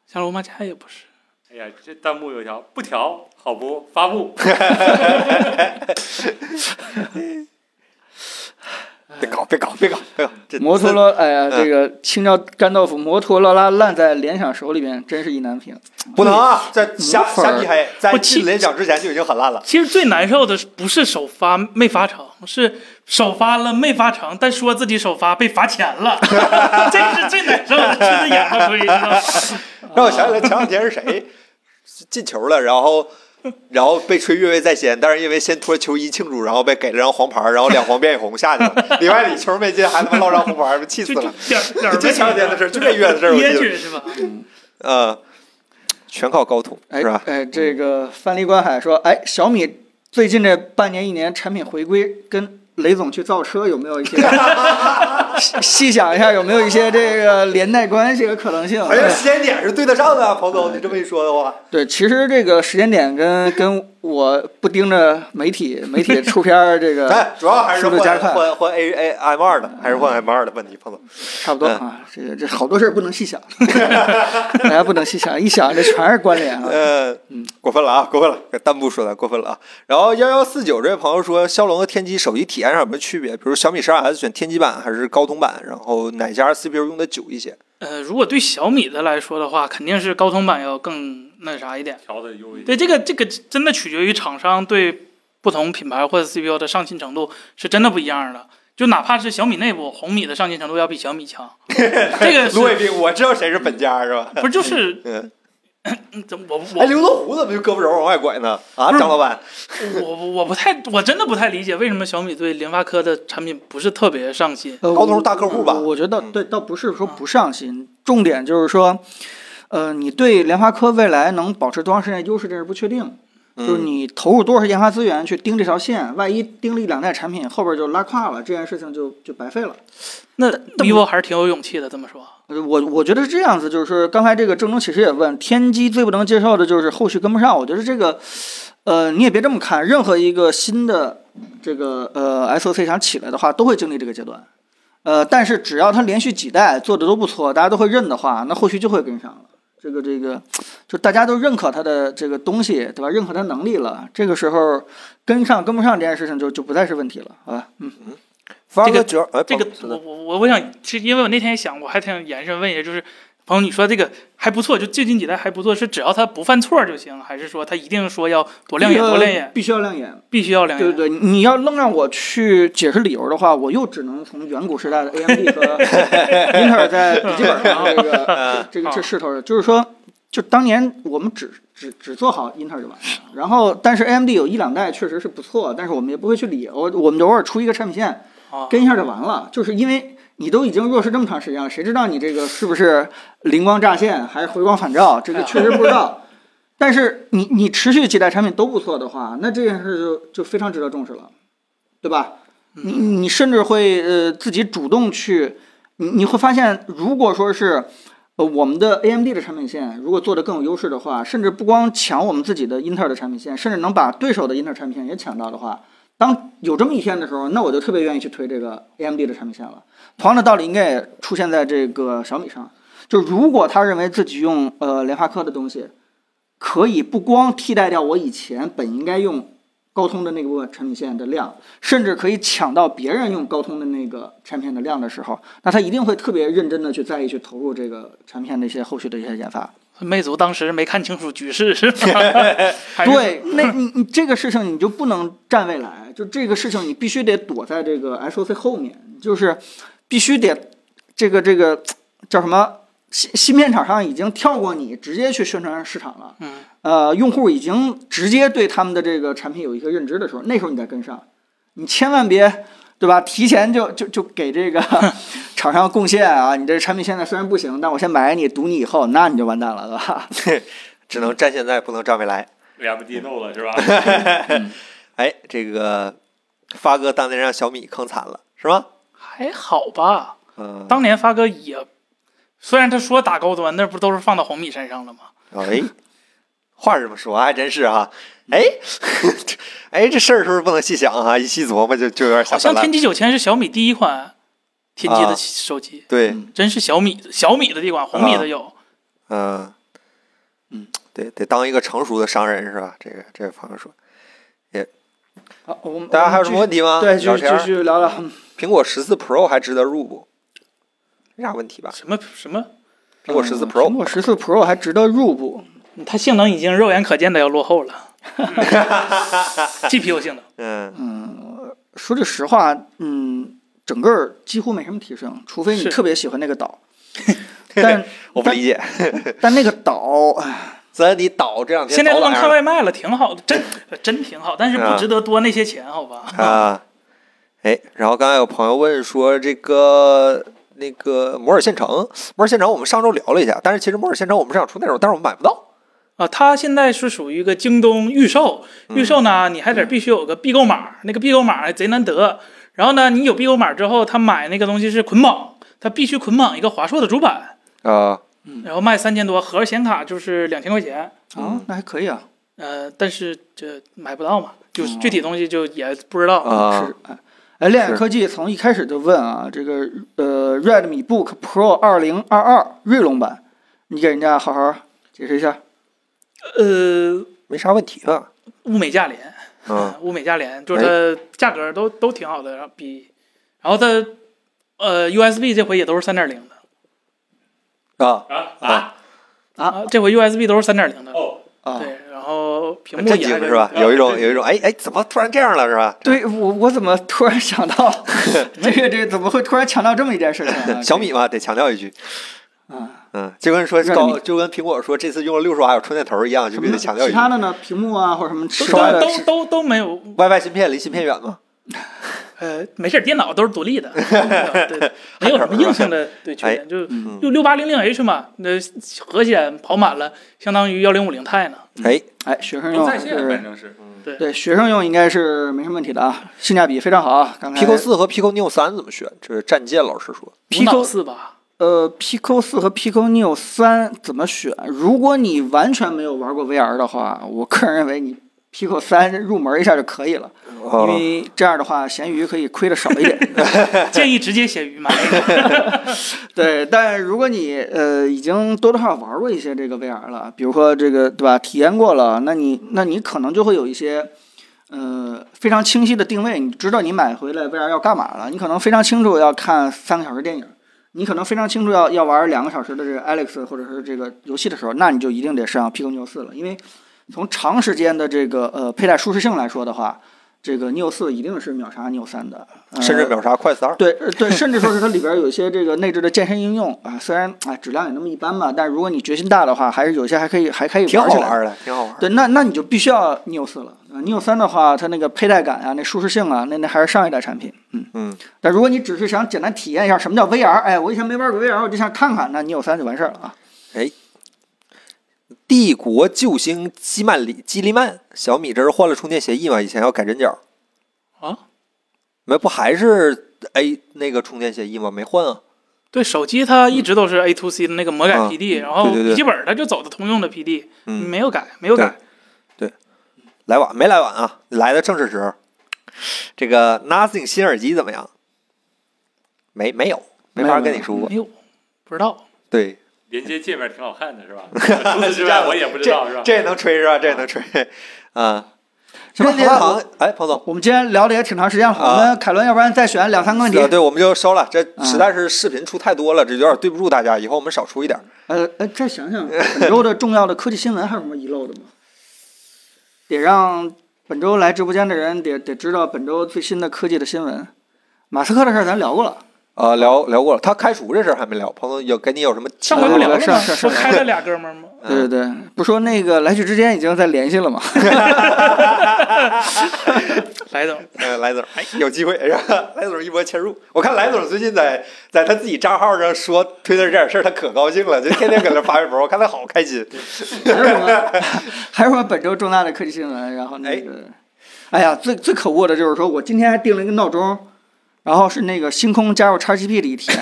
D: 骁龙八加也不是。
C: 哎呀，这弹幕有条不调好不发布，
A: 别搞，别搞，别搞，别搞！ 这
B: 摩托罗，哎呀，
A: 嗯
B: 这个青椒干豆腐，摩托罗拉烂在联想手里边，真是意难平。
A: 不能啊！这瞎
B: 粉儿
A: 瞎逼黑，在
D: 我气
A: 进联想之前就已经很烂了。
D: 其实最难受的是不是首发没发成，是首发了没发成，但说自己首发被罚钱 了， 这是最难受的，吃的眼啊巴亏，知道吗？
A: 让我想起来前两天是谁进球了，然后然后被吹越位在先，但是因为先脱球衣庆祝，然后被给了张黄牌，然后脸黄变红下去了，里外里球没进，还他妈落张红牌，气死
D: 就就
A: 了！
D: 点点儿
A: 就前两天的事儿就这月的事儿我记得
D: 憋屈是吧？
A: 呃，全靠高通
B: 哎
A: 是吧？嗯
B: 哎，这个范蠡观海说，哎，小米 最近这半年一年产品回归，跟雷总去造车有没有一些细细想一下有没有一些这个连带关系和可能性。
A: 好像时间点是对得上的啊，彭总，你这么一说的话，
B: 对，其实这个时间点跟跟我不盯着媒体媒体出片儿这个
A: 哎，主要还是
B: 速度加
A: 换
B: 快
A: 换换 A A M 二的，还是换 M 二的问题，彭总。
B: 差
A: 嗯
B: 不多啊，这个这好多事儿不能细想， 大家不能细想，一想这全是关联啊。
A: 呃，过分了啊，过分了，弹幕说的过分了啊。然后幺幺四九这位朋友说，骁龙和天玑手机体验上有什么区别？比如小米十二 S 选天玑版还是高通版？然后哪家 CPU 用的久一些？
D: 呃，如果对小米的来说的话，肯定是高通版要更那啥一点。
C: 调的优一点。
D: 对，这个这个真的取决于厂商对不同品牌或者 CPU 的上新程度是真的不一样的。就哪怕是小米内部，红米的上新程度要比小 米强，这个
A: 卢伟
D: 是
A: 冰，我知道谁是本家是吧？
D: 不是就是
A: 嗯，
D: 怎么我
A: 哎，
D: 我
A: 刘德虎怎么就胳膊肘往外拐呢？啊，
D: 不是
A: 张老板，
D: 我我不太我真的不太理解为什么小米对联发科的产品不是特别上心。
B: 呃
A: 高通是大客户吧
B: 我我觉得
A: 嗯
B: 对，倒不是说不上心，重点就是说，呃，你对联发科未来能保持多长时间优势，这是不确定。就是
A: 嗯，
B: 你投入多少研发资源去盯这条线，万一盯了一两代产品，后边就拉胯了，这件事情就就白费了。
D: 那 vivo 还是挺有勇气的，这么说。
B: 呃我我觉得是这样子，就是刚才这个郑中启实也问，天玑最不能接受的就是后续跟不上。我觉得这个，呃，你也别这么看，任何一个新的这个呃 SOC 厂起来的话，都会经历这个阶段。呃，但是只要它连续几代做的都不错，大家都会认的话，那后续就会跟上了。这个这个，就大家都认可它的这个东西，对吧？认可它能力了，这个时候跟上跟不上这件事情就就不再是问题了，好吧？嗯，
A: 富二
D: 这
A: 哥
D: 个
A: 觉得，哎，
D: 这个
B: 哦
A: 彭总
D: 我我我我想，是因为我那天也想，我还挺延伸问一下，就是朋友，你说这个还不错，就最近几代还不错，是只要它不犯错就行，还是说它一定说要多亮眼多亮眼，
B: 必须要亮眼。
D: 必须要亮
B: 对
D: 眼？
B: 对对，你要愣让我去解释理由的话，我又只能从远古时代的 AMD 和英特尔在笔记本上这
A: 呃
B: 个这个这势头上，就是说，就当年我们只只只做好英特尔就完了。然后，但是 AMD 有一两代确实是不错，但是我们也不会去理，我我们就偶尔出一个产品线
D: 啊，
B: 跟一下就完了，就是因为。你都已经弱势这么长时间了，谁知道你这个是不是灵光乍现，还是回光返照？这个确实不知道。但是你你持续几代产品都不错的话，那这件事就就非常值得重视了，对吧？你你甚至会呃自己主动去，你你会发现，如果说是呃我们的 AMD 的产品线如果做得更有优势的话，甚至不光抢我们自己的英特尔的产品线，甚至能把对手的英特尔产品线也抢到的话，当有这么一天的时候，那我就特别愿意去推这个 AMD 的产品线了。同样的道理应该也出现在这个小米上，就如果他认为自己用呃联发科的东西，可以不光替代掉我以前本应该用高通的那个产品线的量，甚至可以抢到别人用高通的那个产品的量的时候，那他一定会特别认真的去在意、去投入这个产品的一些后续的一些研发。
D: 魅族当时没看清楚局 势是吧？还是，
B: 对，那你你这个事情你就不能站未来，就这个事情你必须得躲在这个 SOC 后面，就是必须得这个这个叫什么芯芯片厂商已经跳过你，直接去宣传市场了。
D: 嗯，
B: 呃，用户已经直接对他们的这个产品有一个认知的时候，那时候你再跟上，你千万别。对吧？提前就就就给这 个厂商贡献啊！你这产品现在虽然不行，但我先买你，赌你以后，那你就完蛋了，对吧？
A: 只能站现在，不能站未来。
C: 俩不地漏了 是吧？
A: 哎，这个发哥当年让小米坑惨了，是吗？
D: 还好吧。
A: 嗯，
D: 当年发哥也，虽然他说打高端，那不都是放到红米身上了吗？
A: 哎，话是这么说，还真是啊。哎， 哎，这事儿是不是不能细想啊？一细琢磨就就有点
D: 好
A: 想不
D: 像
A: 来
D: 天。玑九千是小米第一款天玑
A: 啊
D: 的手机，
A: 对，
D: 真是小米小米的第一款，红米
B: 啊
D: 的有。
A: 嗯，
B: 嗯，
A: 对，得当一个成熟的商人是吧？这个这位朋友说，
B: 好，啊我们
A: 大家还有什
B: 我
A: 么
B: 们
A: 问题吗？
B: 对，
A: 啊聊天
B: 继续继
A: 儿。嗯
B: 续聊聊。
A: 苹果十四 Pro 还值得入不？没啥问题吧？
D: 什么什么？
A: 苹果十四
B: 嗯
A: Pro
B: 苹果十四 Pro 还值得入不？
D: 嗯它性能已经肉眼可见的要落后了 ，GPU 性能。
A: 嗯，
B: 说句实话，嗯，整个儿几乎没什么提升，除非你
D: 是
B: 特别喜欢那 个岛。但
A: 我不理解。
B: 但那个岛，哎，
A: 咱你导这两天
D: 现在
A: 导
D: 都能
A: 哪
D: 看
A: 样
D: 外卖了，挺好的，真真挺好，但是不值得多那些钱，好吧？
A: 啊？哎，然后刚才有朋友问说这个。那个摩尔县城，摩尔县城我们上周聊了一下，但是其实摩尔县城我们是想出内容，但是我们买不到。
D: 啊，它现在是属于一个京东预售，预售呢，你还得必须有个必购码，那个必购码贼难得。然后呢，你有 BU 码之后，他买那个东西是捆绑，他必须捆绑一个华硕的主板，
A: 啊
D: 然后卖三千多，合着显卡就是两千块钱。
A: 嗯
B: 啊，那还可以啊，
D: 呃，但是这买不到嘛，就是
B: 哦
D: 具体东西就也不知道。
A: 啊
B: 是哎。哎，恋爱
A: 是
B: 科技从一开始就问啊，这个呃，Redmi Book Pro 二零二二锐龙版，你给人家好好解释一下。
D: 呃，
A: 没啥问题啊吧？
D: 物美价廉，
A: 嗯，哎
D: 物美价廉，就是它价格都都挺好的，然后比，然后它呃 USB 这回也都是三点零的
A: 啊
C: 啊啊
B: 啊，
D: 这回 USB 都是三点零的，
C: 哦，
B: 啊！
D: 对，然后屏
A: 很
D: 幕
A: 震
D: 也
A: 惊
D: 还
A: 是吧？
C: 对
A: 有一种有一种哎哎，怎么突然这样了是吧？
B: 对我我怎么突然想到 这个这个怎么会突然强调这么一件事情啊？
A: 小米嘛，得强调一句，
B: 啊，
A: 嗯，就跟说
B: 让你
A: 高，就跟苹果说这次用了六十瓦有充电头一样，就必须得强调一
B: 其
A: 句。
B: 他的呢，屏幕啊或者什么
D: 都
B: 之外
D: 都
B: 的，
D: 都都都没有，
A: WiFi 芯片离芯片远吗？
D: 呃，没事儿，电脑都是独 立的，对，没有什么硬性的对缺点，就
A: 嗯
D: 六六八零零 H 嘛，那核显跑满了，相当于幺零五零钛呢。
A: 哎，
B: 哎，学生
C: 都
B: 用
C: 哦在
B: 就
C: 线，反
B: 是
C: 正嗯是
B: 对学生用应该是没什么问题的啊，性价比非常好啊。刚才
A: Pico 四和 Pico Neo 三怎么选？这是战舰老师说，
B: Pico
D: 四吧，
B: 呃，Pico 四和 Pico Neo 三怎么选？如果你完全没有玩过 VR 的话，我个人认为你 Pico 三入门一下就可以了，因
A: 哦
B: 为这样的话，闲鱼可以亏的少一点。
D: 建议直接 写鱼买。
B: 对，但如果你呃已经多多少少玩过一些这个 VR 了，比如说这个对吧，体验过了，那你那你可能就会有一些呃非常清晰的定位，你知道你买回来 VR 要干嘛了，你可能非常清楚要看三个小时电影，你可能非常清楚要要玩两个小时的这个 Alex 或者是这个游戏的时候，那你就一定得上 Pico Neo 四了，因为从长时间的这个呃佩戴舒适性来说的话，这个 Neo 四一定是秒杀 Neo 三的，呃
A: 甚至秒杀快四二。
B: 对呃对，甚至说是它里边儿有一些这个内置的健身应用啊，虽然啊质量也那么一般吧，但如果你决心大的话，还是有些还可以还可以
A: 挺好
B: 玩起来。
A: 玩的，挺好玩。
B: 对，那那你就必须要 Neo 四了。啊 Neo 三的话，它那个佩戴感啊，那舒适性啊，那那还是上一代产品。嗯
A: 嗯。
B: 但如果你只是想简单体验一下什么叫 VR，哎，我以前没玩过 VR，我就想看看，那 Neo 三就完事儿了啊。
A: 帝国救星基曼里基利曼，小米这是换了充电协议嘛？以前要改针脚
D: 啊？
A: 没不还是 A 那个充电协议吗？没换啊？
D: 对，手机它一直都是 A to C 的那个魔改
A: 嗯啊
D: PD，、然后
A: 对对对
D: 笔记本它就走的通用的 PD，、
A: 嗯，
D: 没有改，没有改。
A: 来晚没来晚啊？来的正是时候。这个 Nothing 新耳机怎么样？没没有，没法跟你说
D: 没。有，不知道。
A: 对，
C: 连接界面挺好看的 是 吧？除此之外我也不知道是吧？
A: 这也能吹是吧？这也能吹。 啊，
B: 行吧
A: 任天
B: 好吧
A: 堂，哎，彭总。
B: 我们今天聊的也挺长时间了，
A: 啊
B: 我们凯伦要不然再选两三个问题
A: 呃，。对，我们就收了。这
B: 嗯
A: 实在是视频出太多了，这有点对不住大家。以后我们少出一点。
B: 呃呃，再想想本周的重要的科技新闻还有什么遗漏的吗？得让本周来直播间的人得得知道本周最新的科技的新闻。马斯克的事儿咱聊过了，
A: 啊，聊聊过了，他开除这事儿还没聊。彭总有跟你有什么呃
D: 上回不聊了
B: 是
D: 吗？
B: 啊是啊是
D: 说
B: 啊
D: 开了俩哥们儿吗？
A: 嗯
B: 对对对，不说那个来去之间已经在联系了嘛？
D: 来总，
A: 呃，莱总，哎，有机会是吧？ 莱总一波切入，我看莱总最近在在他自己账号上说推特这点事儿，他可高兴了，就天天搁那发微博，我看他好开 心。
B: 还有什么？还有什么本周重大的科技新闻？然后那个，哎呀，最最可恶的就是说我今天还定了一个闹钟，然后是那个星空加入 XGP 的一天，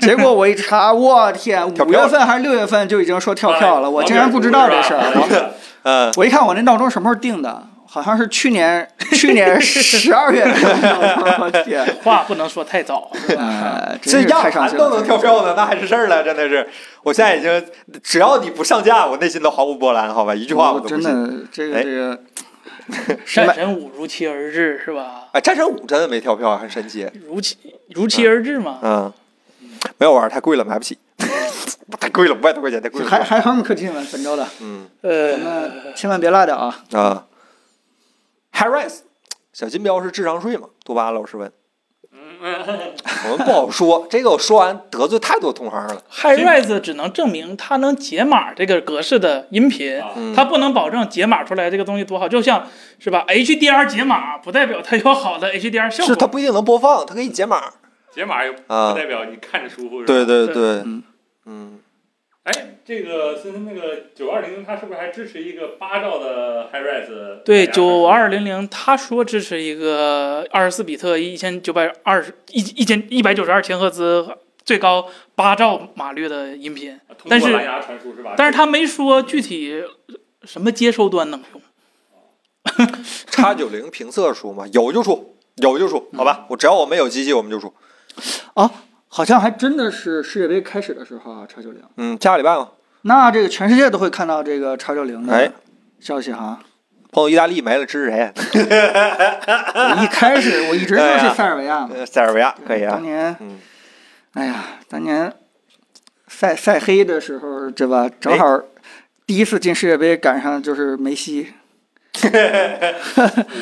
B: 结果我一查，我天，
A: 跳
B: 五
A: 票了
B: 月份还是六月份就已经说跳票了，
F: 哎
B: 我竟然不知道这事儿。
C: 啊 王者荣耀是吧
A: 嗯，
B: 我一看我那闹钟什么时候定的，好像是去年 去年十二月定的闹钟， 我天！
D: 话不能说太早。
B: 哎，
A: 这
B: 真是
A: 亚
B: 太伤
A: 涵
B: 心
A: 都能
B: 了。
A: 跳票呢，那还是事儿了，真的是。我现在已经，只要你不上架，我内心都毫无波澜，好吧？一句话
B: 我
A: 都不
B: 真
A: 信。
B: 的这个
A: 哎
B: 这个，
D: 战神五如期而至是吧？
A: 哎，战神五真的没跳票，很神奇。
D: 如期如期而至嘛？
A: 嗯，没有玩儿太贵了，买不起， 太贵了，五百多块钱，太贵了。
B: 还还有什么科技新闻？本周的，
A: 嗯
B: 咱
D: 呃，
B: 们千万别落掉啊！
A: 啊，Harris，小金标是智商税吗？多巴胺老师问。我们不好说，这个我说完得罪太多同行了。
D: HiRes 只能证明它能解码这个格式的音频
C: 啊，
A: 嗯
D: 它不能保证解码出来这个东西多好。就像是吧，HDR 解码不代表它有好的 HDR 效
A: 是它
D: 果。
A: 不一定能播放，它可以解码
C: 解码又不
A: 啊。
C: 代表你看着舒服是吧？
A: 对对
D: 对
A: 对
B: 嗯，
A: 嗯，
C: 哎，这个森森那个九二零零，它是不是还支持一个八兆的 HiRes？
D: 对，九二零零，他说支持一个二十四比特、一千九百二十一一千一百九十二千赫兹、最高八兆码率的音频，
C: 啊通
D: 但是
C: 过蓝牙传输是吧？
D: 但是他没说具体什么接收端能用。
A: x 九零评测出吗？有就出，有就出，好吧，我只要我们有机器，我们就出。
B: 好像还真的是世界杯开始的时候啊，叉九零，
A: 嗯，下个礼拜嘛，
B: 那这个全世界都会看到这个叉九零
A: 哎
B: 的消息哈。
A: 碰到意大利没了，支持谁？
B: 我一开始我一直就是塞尔维亚嘛，
A: 呃塞尔维亚可以啊
B: 当。年
A: 嗯，
B: 哎呀，当年晒晒黑的时候，对吧？正好
A: 哎
B: 第一次进世界杯赶上就是梅西，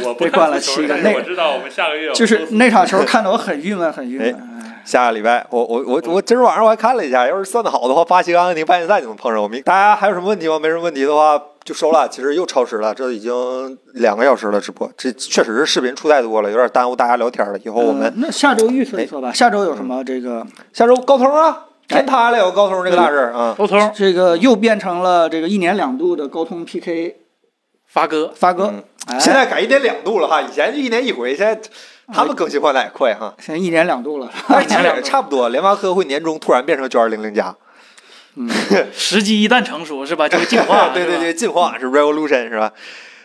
C: 我不
B: 被
C: 看
B: 灌了
C: 足
B: 七
C: 球
B: 个
C: 但
B: 那
C: 是我知道我们下个月
B: 就是那场球看得我很郁闷，很郁闷。哎
A: 下个礼拜，我我我我今儿晚上我还看了一下，要是算的好的话，巴西跟阿根廷半决赛就能碰上我们。大家还有什么问题吗？没什么问题的话就收了。其实又超时了，这已经两个小时了直播，这确实是视频出太多了，有点耽误大家聊天了。以后我
B: 呃
A: 们哎
B: 那下周预测一测吧，下周有什么这个
A: 下周高通啊，天塌了有高通这个大事儿啊。
D: 沟通，
B: 这个又变成了这个一年两度的高通 PK
D: 发哥，
B: 发哥
A: 嗯，
B: 哎，
A: 现在改一年两度了哈，以前就一年一回，现在他们更新换代也快哈。
B: 现在一年两度了，
A: 但是其实也差不多，联发科会年终突然变成九二零零加，
D: 时机一旦成熟是吧？就会进 化，
A: 对对
D: 是吧，
A: 对，进化是 revolution 是吧？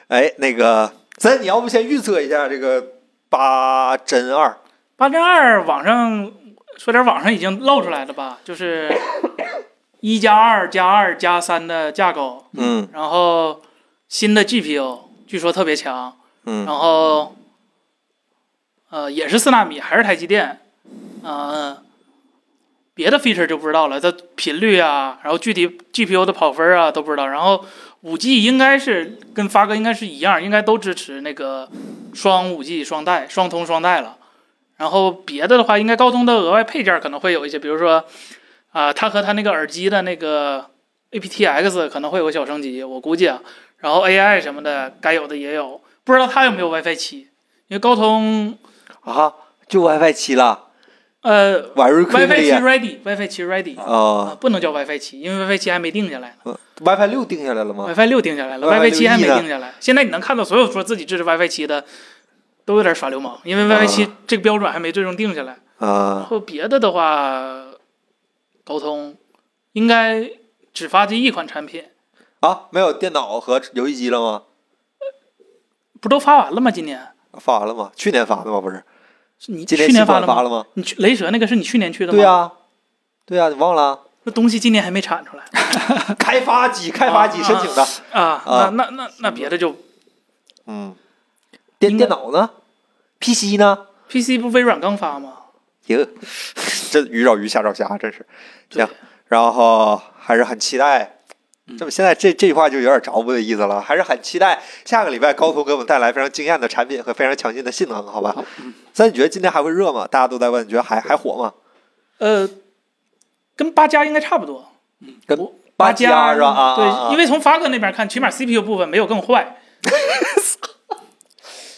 A: 哎，那个森，你要不先预测一下这个八针二？
D: 八针二网上说点网上已经露出来了吧？就是一加二加二加三的架构，
A: 嗯
D: 然后新的 GPU 据说特别强，
A: 嗯
D: 然后呃也是四纳米，还是台积电，呃，别的 feature 就不知道了，它频率啊，然后具体 GPU 的跑分啊都不知道。然后五 G 应该是跟发哥应该是一样，应该都支持那个双五 G 双带、双通双带了。然后别的的话，应该高通的额外配件可能会有一些，比如说啊、它和它那个耳机的那个 aptX 可能会有个小升级，我估计啊。然后 AI 什么的该有的也有，不知道它有没有 WiFi 七，因为高通
A: 啊，就 WiFi 七了
D: 呃
A: ，very
D: WiFi 七
A: quickly
D: ready，WiFi 七 ready 啊
A: 啊，
D: 不能叫 WiFi 七，因为 WiFi 七还没定下来呢。
A: ，WiFi 六定下来了吗？
D: WiFi 六定下来了
A: 啊 WiFi
D: ，WiFi 七还
A: 6E
D: 没
A: 呢
D: 定下来。现在你能看到所有说自己支持 WiFi 七的，都有点耍流氓，因为 WiFi 七这个标准还没最终定下来。然
A: 啊，
D: 后别的的话，高通应该只发这一款产品，
A: 啊，没有电脑和游戏机了吗？
D: 不都发完了吗？今年
A: 发完了吗？去年发的吗？不是，
D: 是你
A: 今
D: 去
A: 新
D: 年发
A: 款
D: 了
A: 发
D: 吗？
A: 了吗？
D: 你去雷蛇那个是你去年去的吗？
A: 对啊呀，对呀，你忘了？
D: 那东西今年还没产出来
A: 开发机，开发机申请的，
D: 啊。
A: 啊
D: 那那那那别的就
A: 嗯，电
D: 应
A: 电
D: 该
A: 脑呢？PC 呢？
D: PC 不微软刚发吗？
A: 哟， 这鱼找鱼，虾找虾，真是。
D: 对
A: 行，然后还是很期待。
D: 嗯
A: 这么现在这这句话就有点着不的意思了，还是很期待下个礼拜高通给我们带来非常惊艳的产品和非常强劲的性能，好吧？
D: 嗯
A: 三，你觉得今天还会热吗？大家都在问，你觉得还还火吗？
D: 呃，跟八加应该差不多。
A: 跟
D: 我
A: 八
D: 加
A: 是吧？啊，啊啊
D: 对，因为从发哥那边看，起码 CPU 部分没有更坏。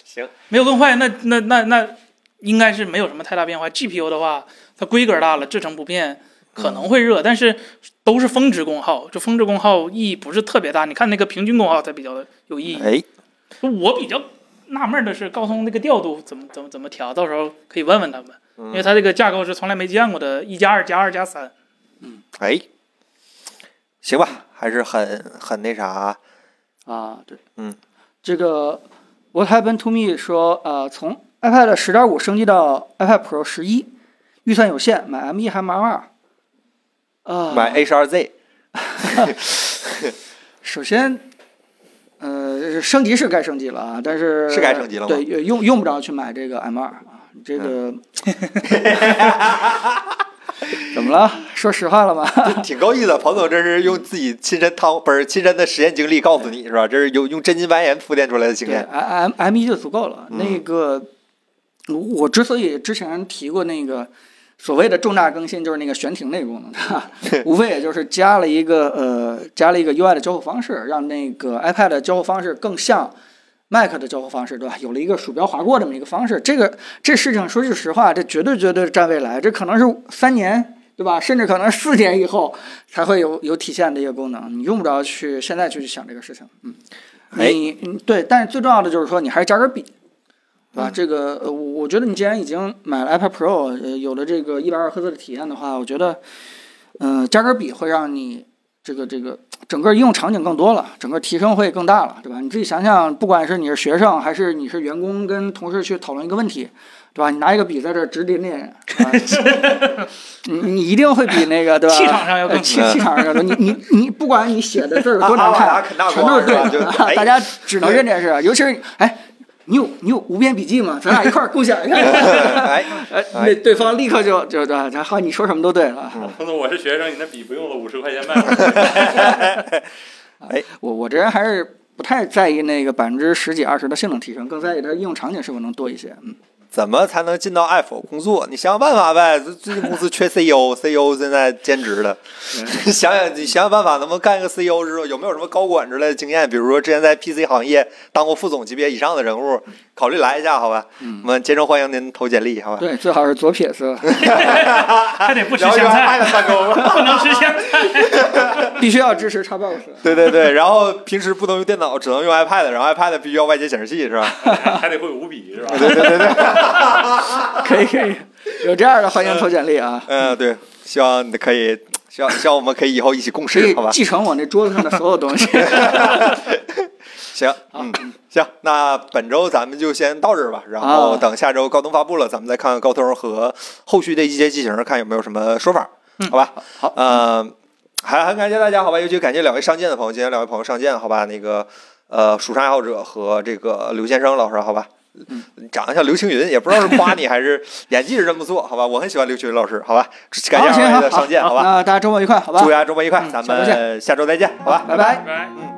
A: 行，
D: 没有更坏，那那那那应该是没有什么太大变化。GPU 的话，它规格大了，制程不变，可能会热，但是都是峰值功耗，就峰值功耗意义不是特别大。你看那个平均功耗才比较有意义。
A: 哎，
D: 我比较纳闷的是，高通那个调度怎么怎么怎么调，到时候可以问问他们，因为
A: 嗯，
D: 它这个架构是从来没见过的，一加二加二加三。
A: 哎，行吧，还是很很那啥，
B: 啊，对，
A: 嗯，
B: 这个 What happened to me 说，呃，从 iPad 十点五升级到 iPad Pro 十一，预算有限，买 M 一还是买 M 二？啊，
A: 买 H 2 Z，
B: 首先，呃，升级是该升级了啊，但是
A: 是该升级了吗嗯
B: 对，用用不着去买这个 M 二啊，这个、 怎么了？说实话了吗？
A: 挺够意思的。彭总这是用自己亲身汤不是亲身的实验经历告诉你是吧？这是有用真金白银铺垫出来的经
B: 对
A: 验。
B: ，M M 一就足够了。
A: 嗯
B: 那个，我我之所以之前提过那个所谓的重大更新，就是那个悬停那个功能，哈无非也就是加了一个呃，加了一个 UI 的交互方式，让那个 iPad 的交互方式更像 Mac 的交互方式，对吧？有了一个鼠标划过这么一个方式，这个这事情说句实话，这绝对绝对占未来，这可能是三年对吧？甚至可能四年以后才会有有体现的一个功能，你用不着去现在就去想这个事情。嗯，
A: 哎
B: 你嗯对，但是最重要的就是说，你还是加根笔，对
D: 嗯
B: 吧？这个呃我我觉得你既然已经买了 iPad Pro，呃，有了这个一百二十赫兹的体验的话，我觉得，嗯、加根笔会让你这个这个整个应用场景更多了，整个提升会更大了，对吧？你自己想想，不管是你是学生还是你是员工，跟同事去讨论一个问题，对吧？你拿一个笔在这儿指点点，啊 你你一定会比那个对吧？
D: 气场上要更
B: 呃气气场上要 更，你你你不管你写的字儿多难看，
A: 啊啊啊肯大
B: 全都
A: 光
B: 是对
A: 是吧
B: 的，
A: 就哎
B: 大家只能认这事儿。尤其是哎，你有你有无边笔记吗？咱俩一块儿共享一下。
A: 哎，
B: 哎，那对方立刻就就对，然后你说什么都对了。
A: 嗯
C: 彭总，我是学生，你那笔不用了，五十块钱卖我。
B: 我我这人还是不太在意那个百分之十几二十的性能提升，更在意它应用场景是否能多一些。嗯，
A: 怎么才能进到 Apple 工作？你想想办法呗。最近公司缺 E CEO，CEO 现在兼职的，想想你想想办法，能不能干一个 CEO 之后，有没有什么高管之类的经验？比如说之前在 PC 行业当过副总级别以上的人物，考虑来一下，好吧？我们竭诚欢迎您投简历，好吧？
B: 对，最好是左撇 子，
D: 还得不吃
A: 然后
D: 香
A: 就还卖
D: 菜，
A: 了办公。
D: 不能吃香菜。
B: 必须要支 持 Xbox。
A: 对对对，然后平时不能用电脑，只能用 iPad，然后 iPad 必须要外接显示器，是吧？
C: 还得会五笔是吧？
B: 可以可以，有这样的欢迎投简历啊。
A: 嗯，对，希望你可以，希望希望我们可以以后一起共
B: 可
A: 事，
B: 以
A: 好吧？
B: 继承我那桌子上的所有东西。
A: 行，嗯，行，那本周咱们就先到这儿吧，然后
B: 啊
A: 等下周高通发布了，咱们再看看高通和后续的一些机型，看有没有什么说法，好吧？
B: 嗯好，
A: 呃，还很感谢大家，好吧？尤其感谢两位上舰的朋友，今天两位朋友上舰，好吧？那个呃，蜀山爱好者和这个刘先生老师，好吧？
B: 嗯
A: 你长得像刘青云，也不知道是夸你还是演技是真不错，好吧？我很喜欢刘青云老师，好吧？感谢
B: 好行
A: 二位
B: 好
A: 的上舰，好吧？
B: 那大家周末愉快，好吧嗯
A: 祝？大家周末愉快，咱
B: 下周见
A: 们下周再见，好吧？
B: 拜拜。
D: 拜拜。
A: 嗯。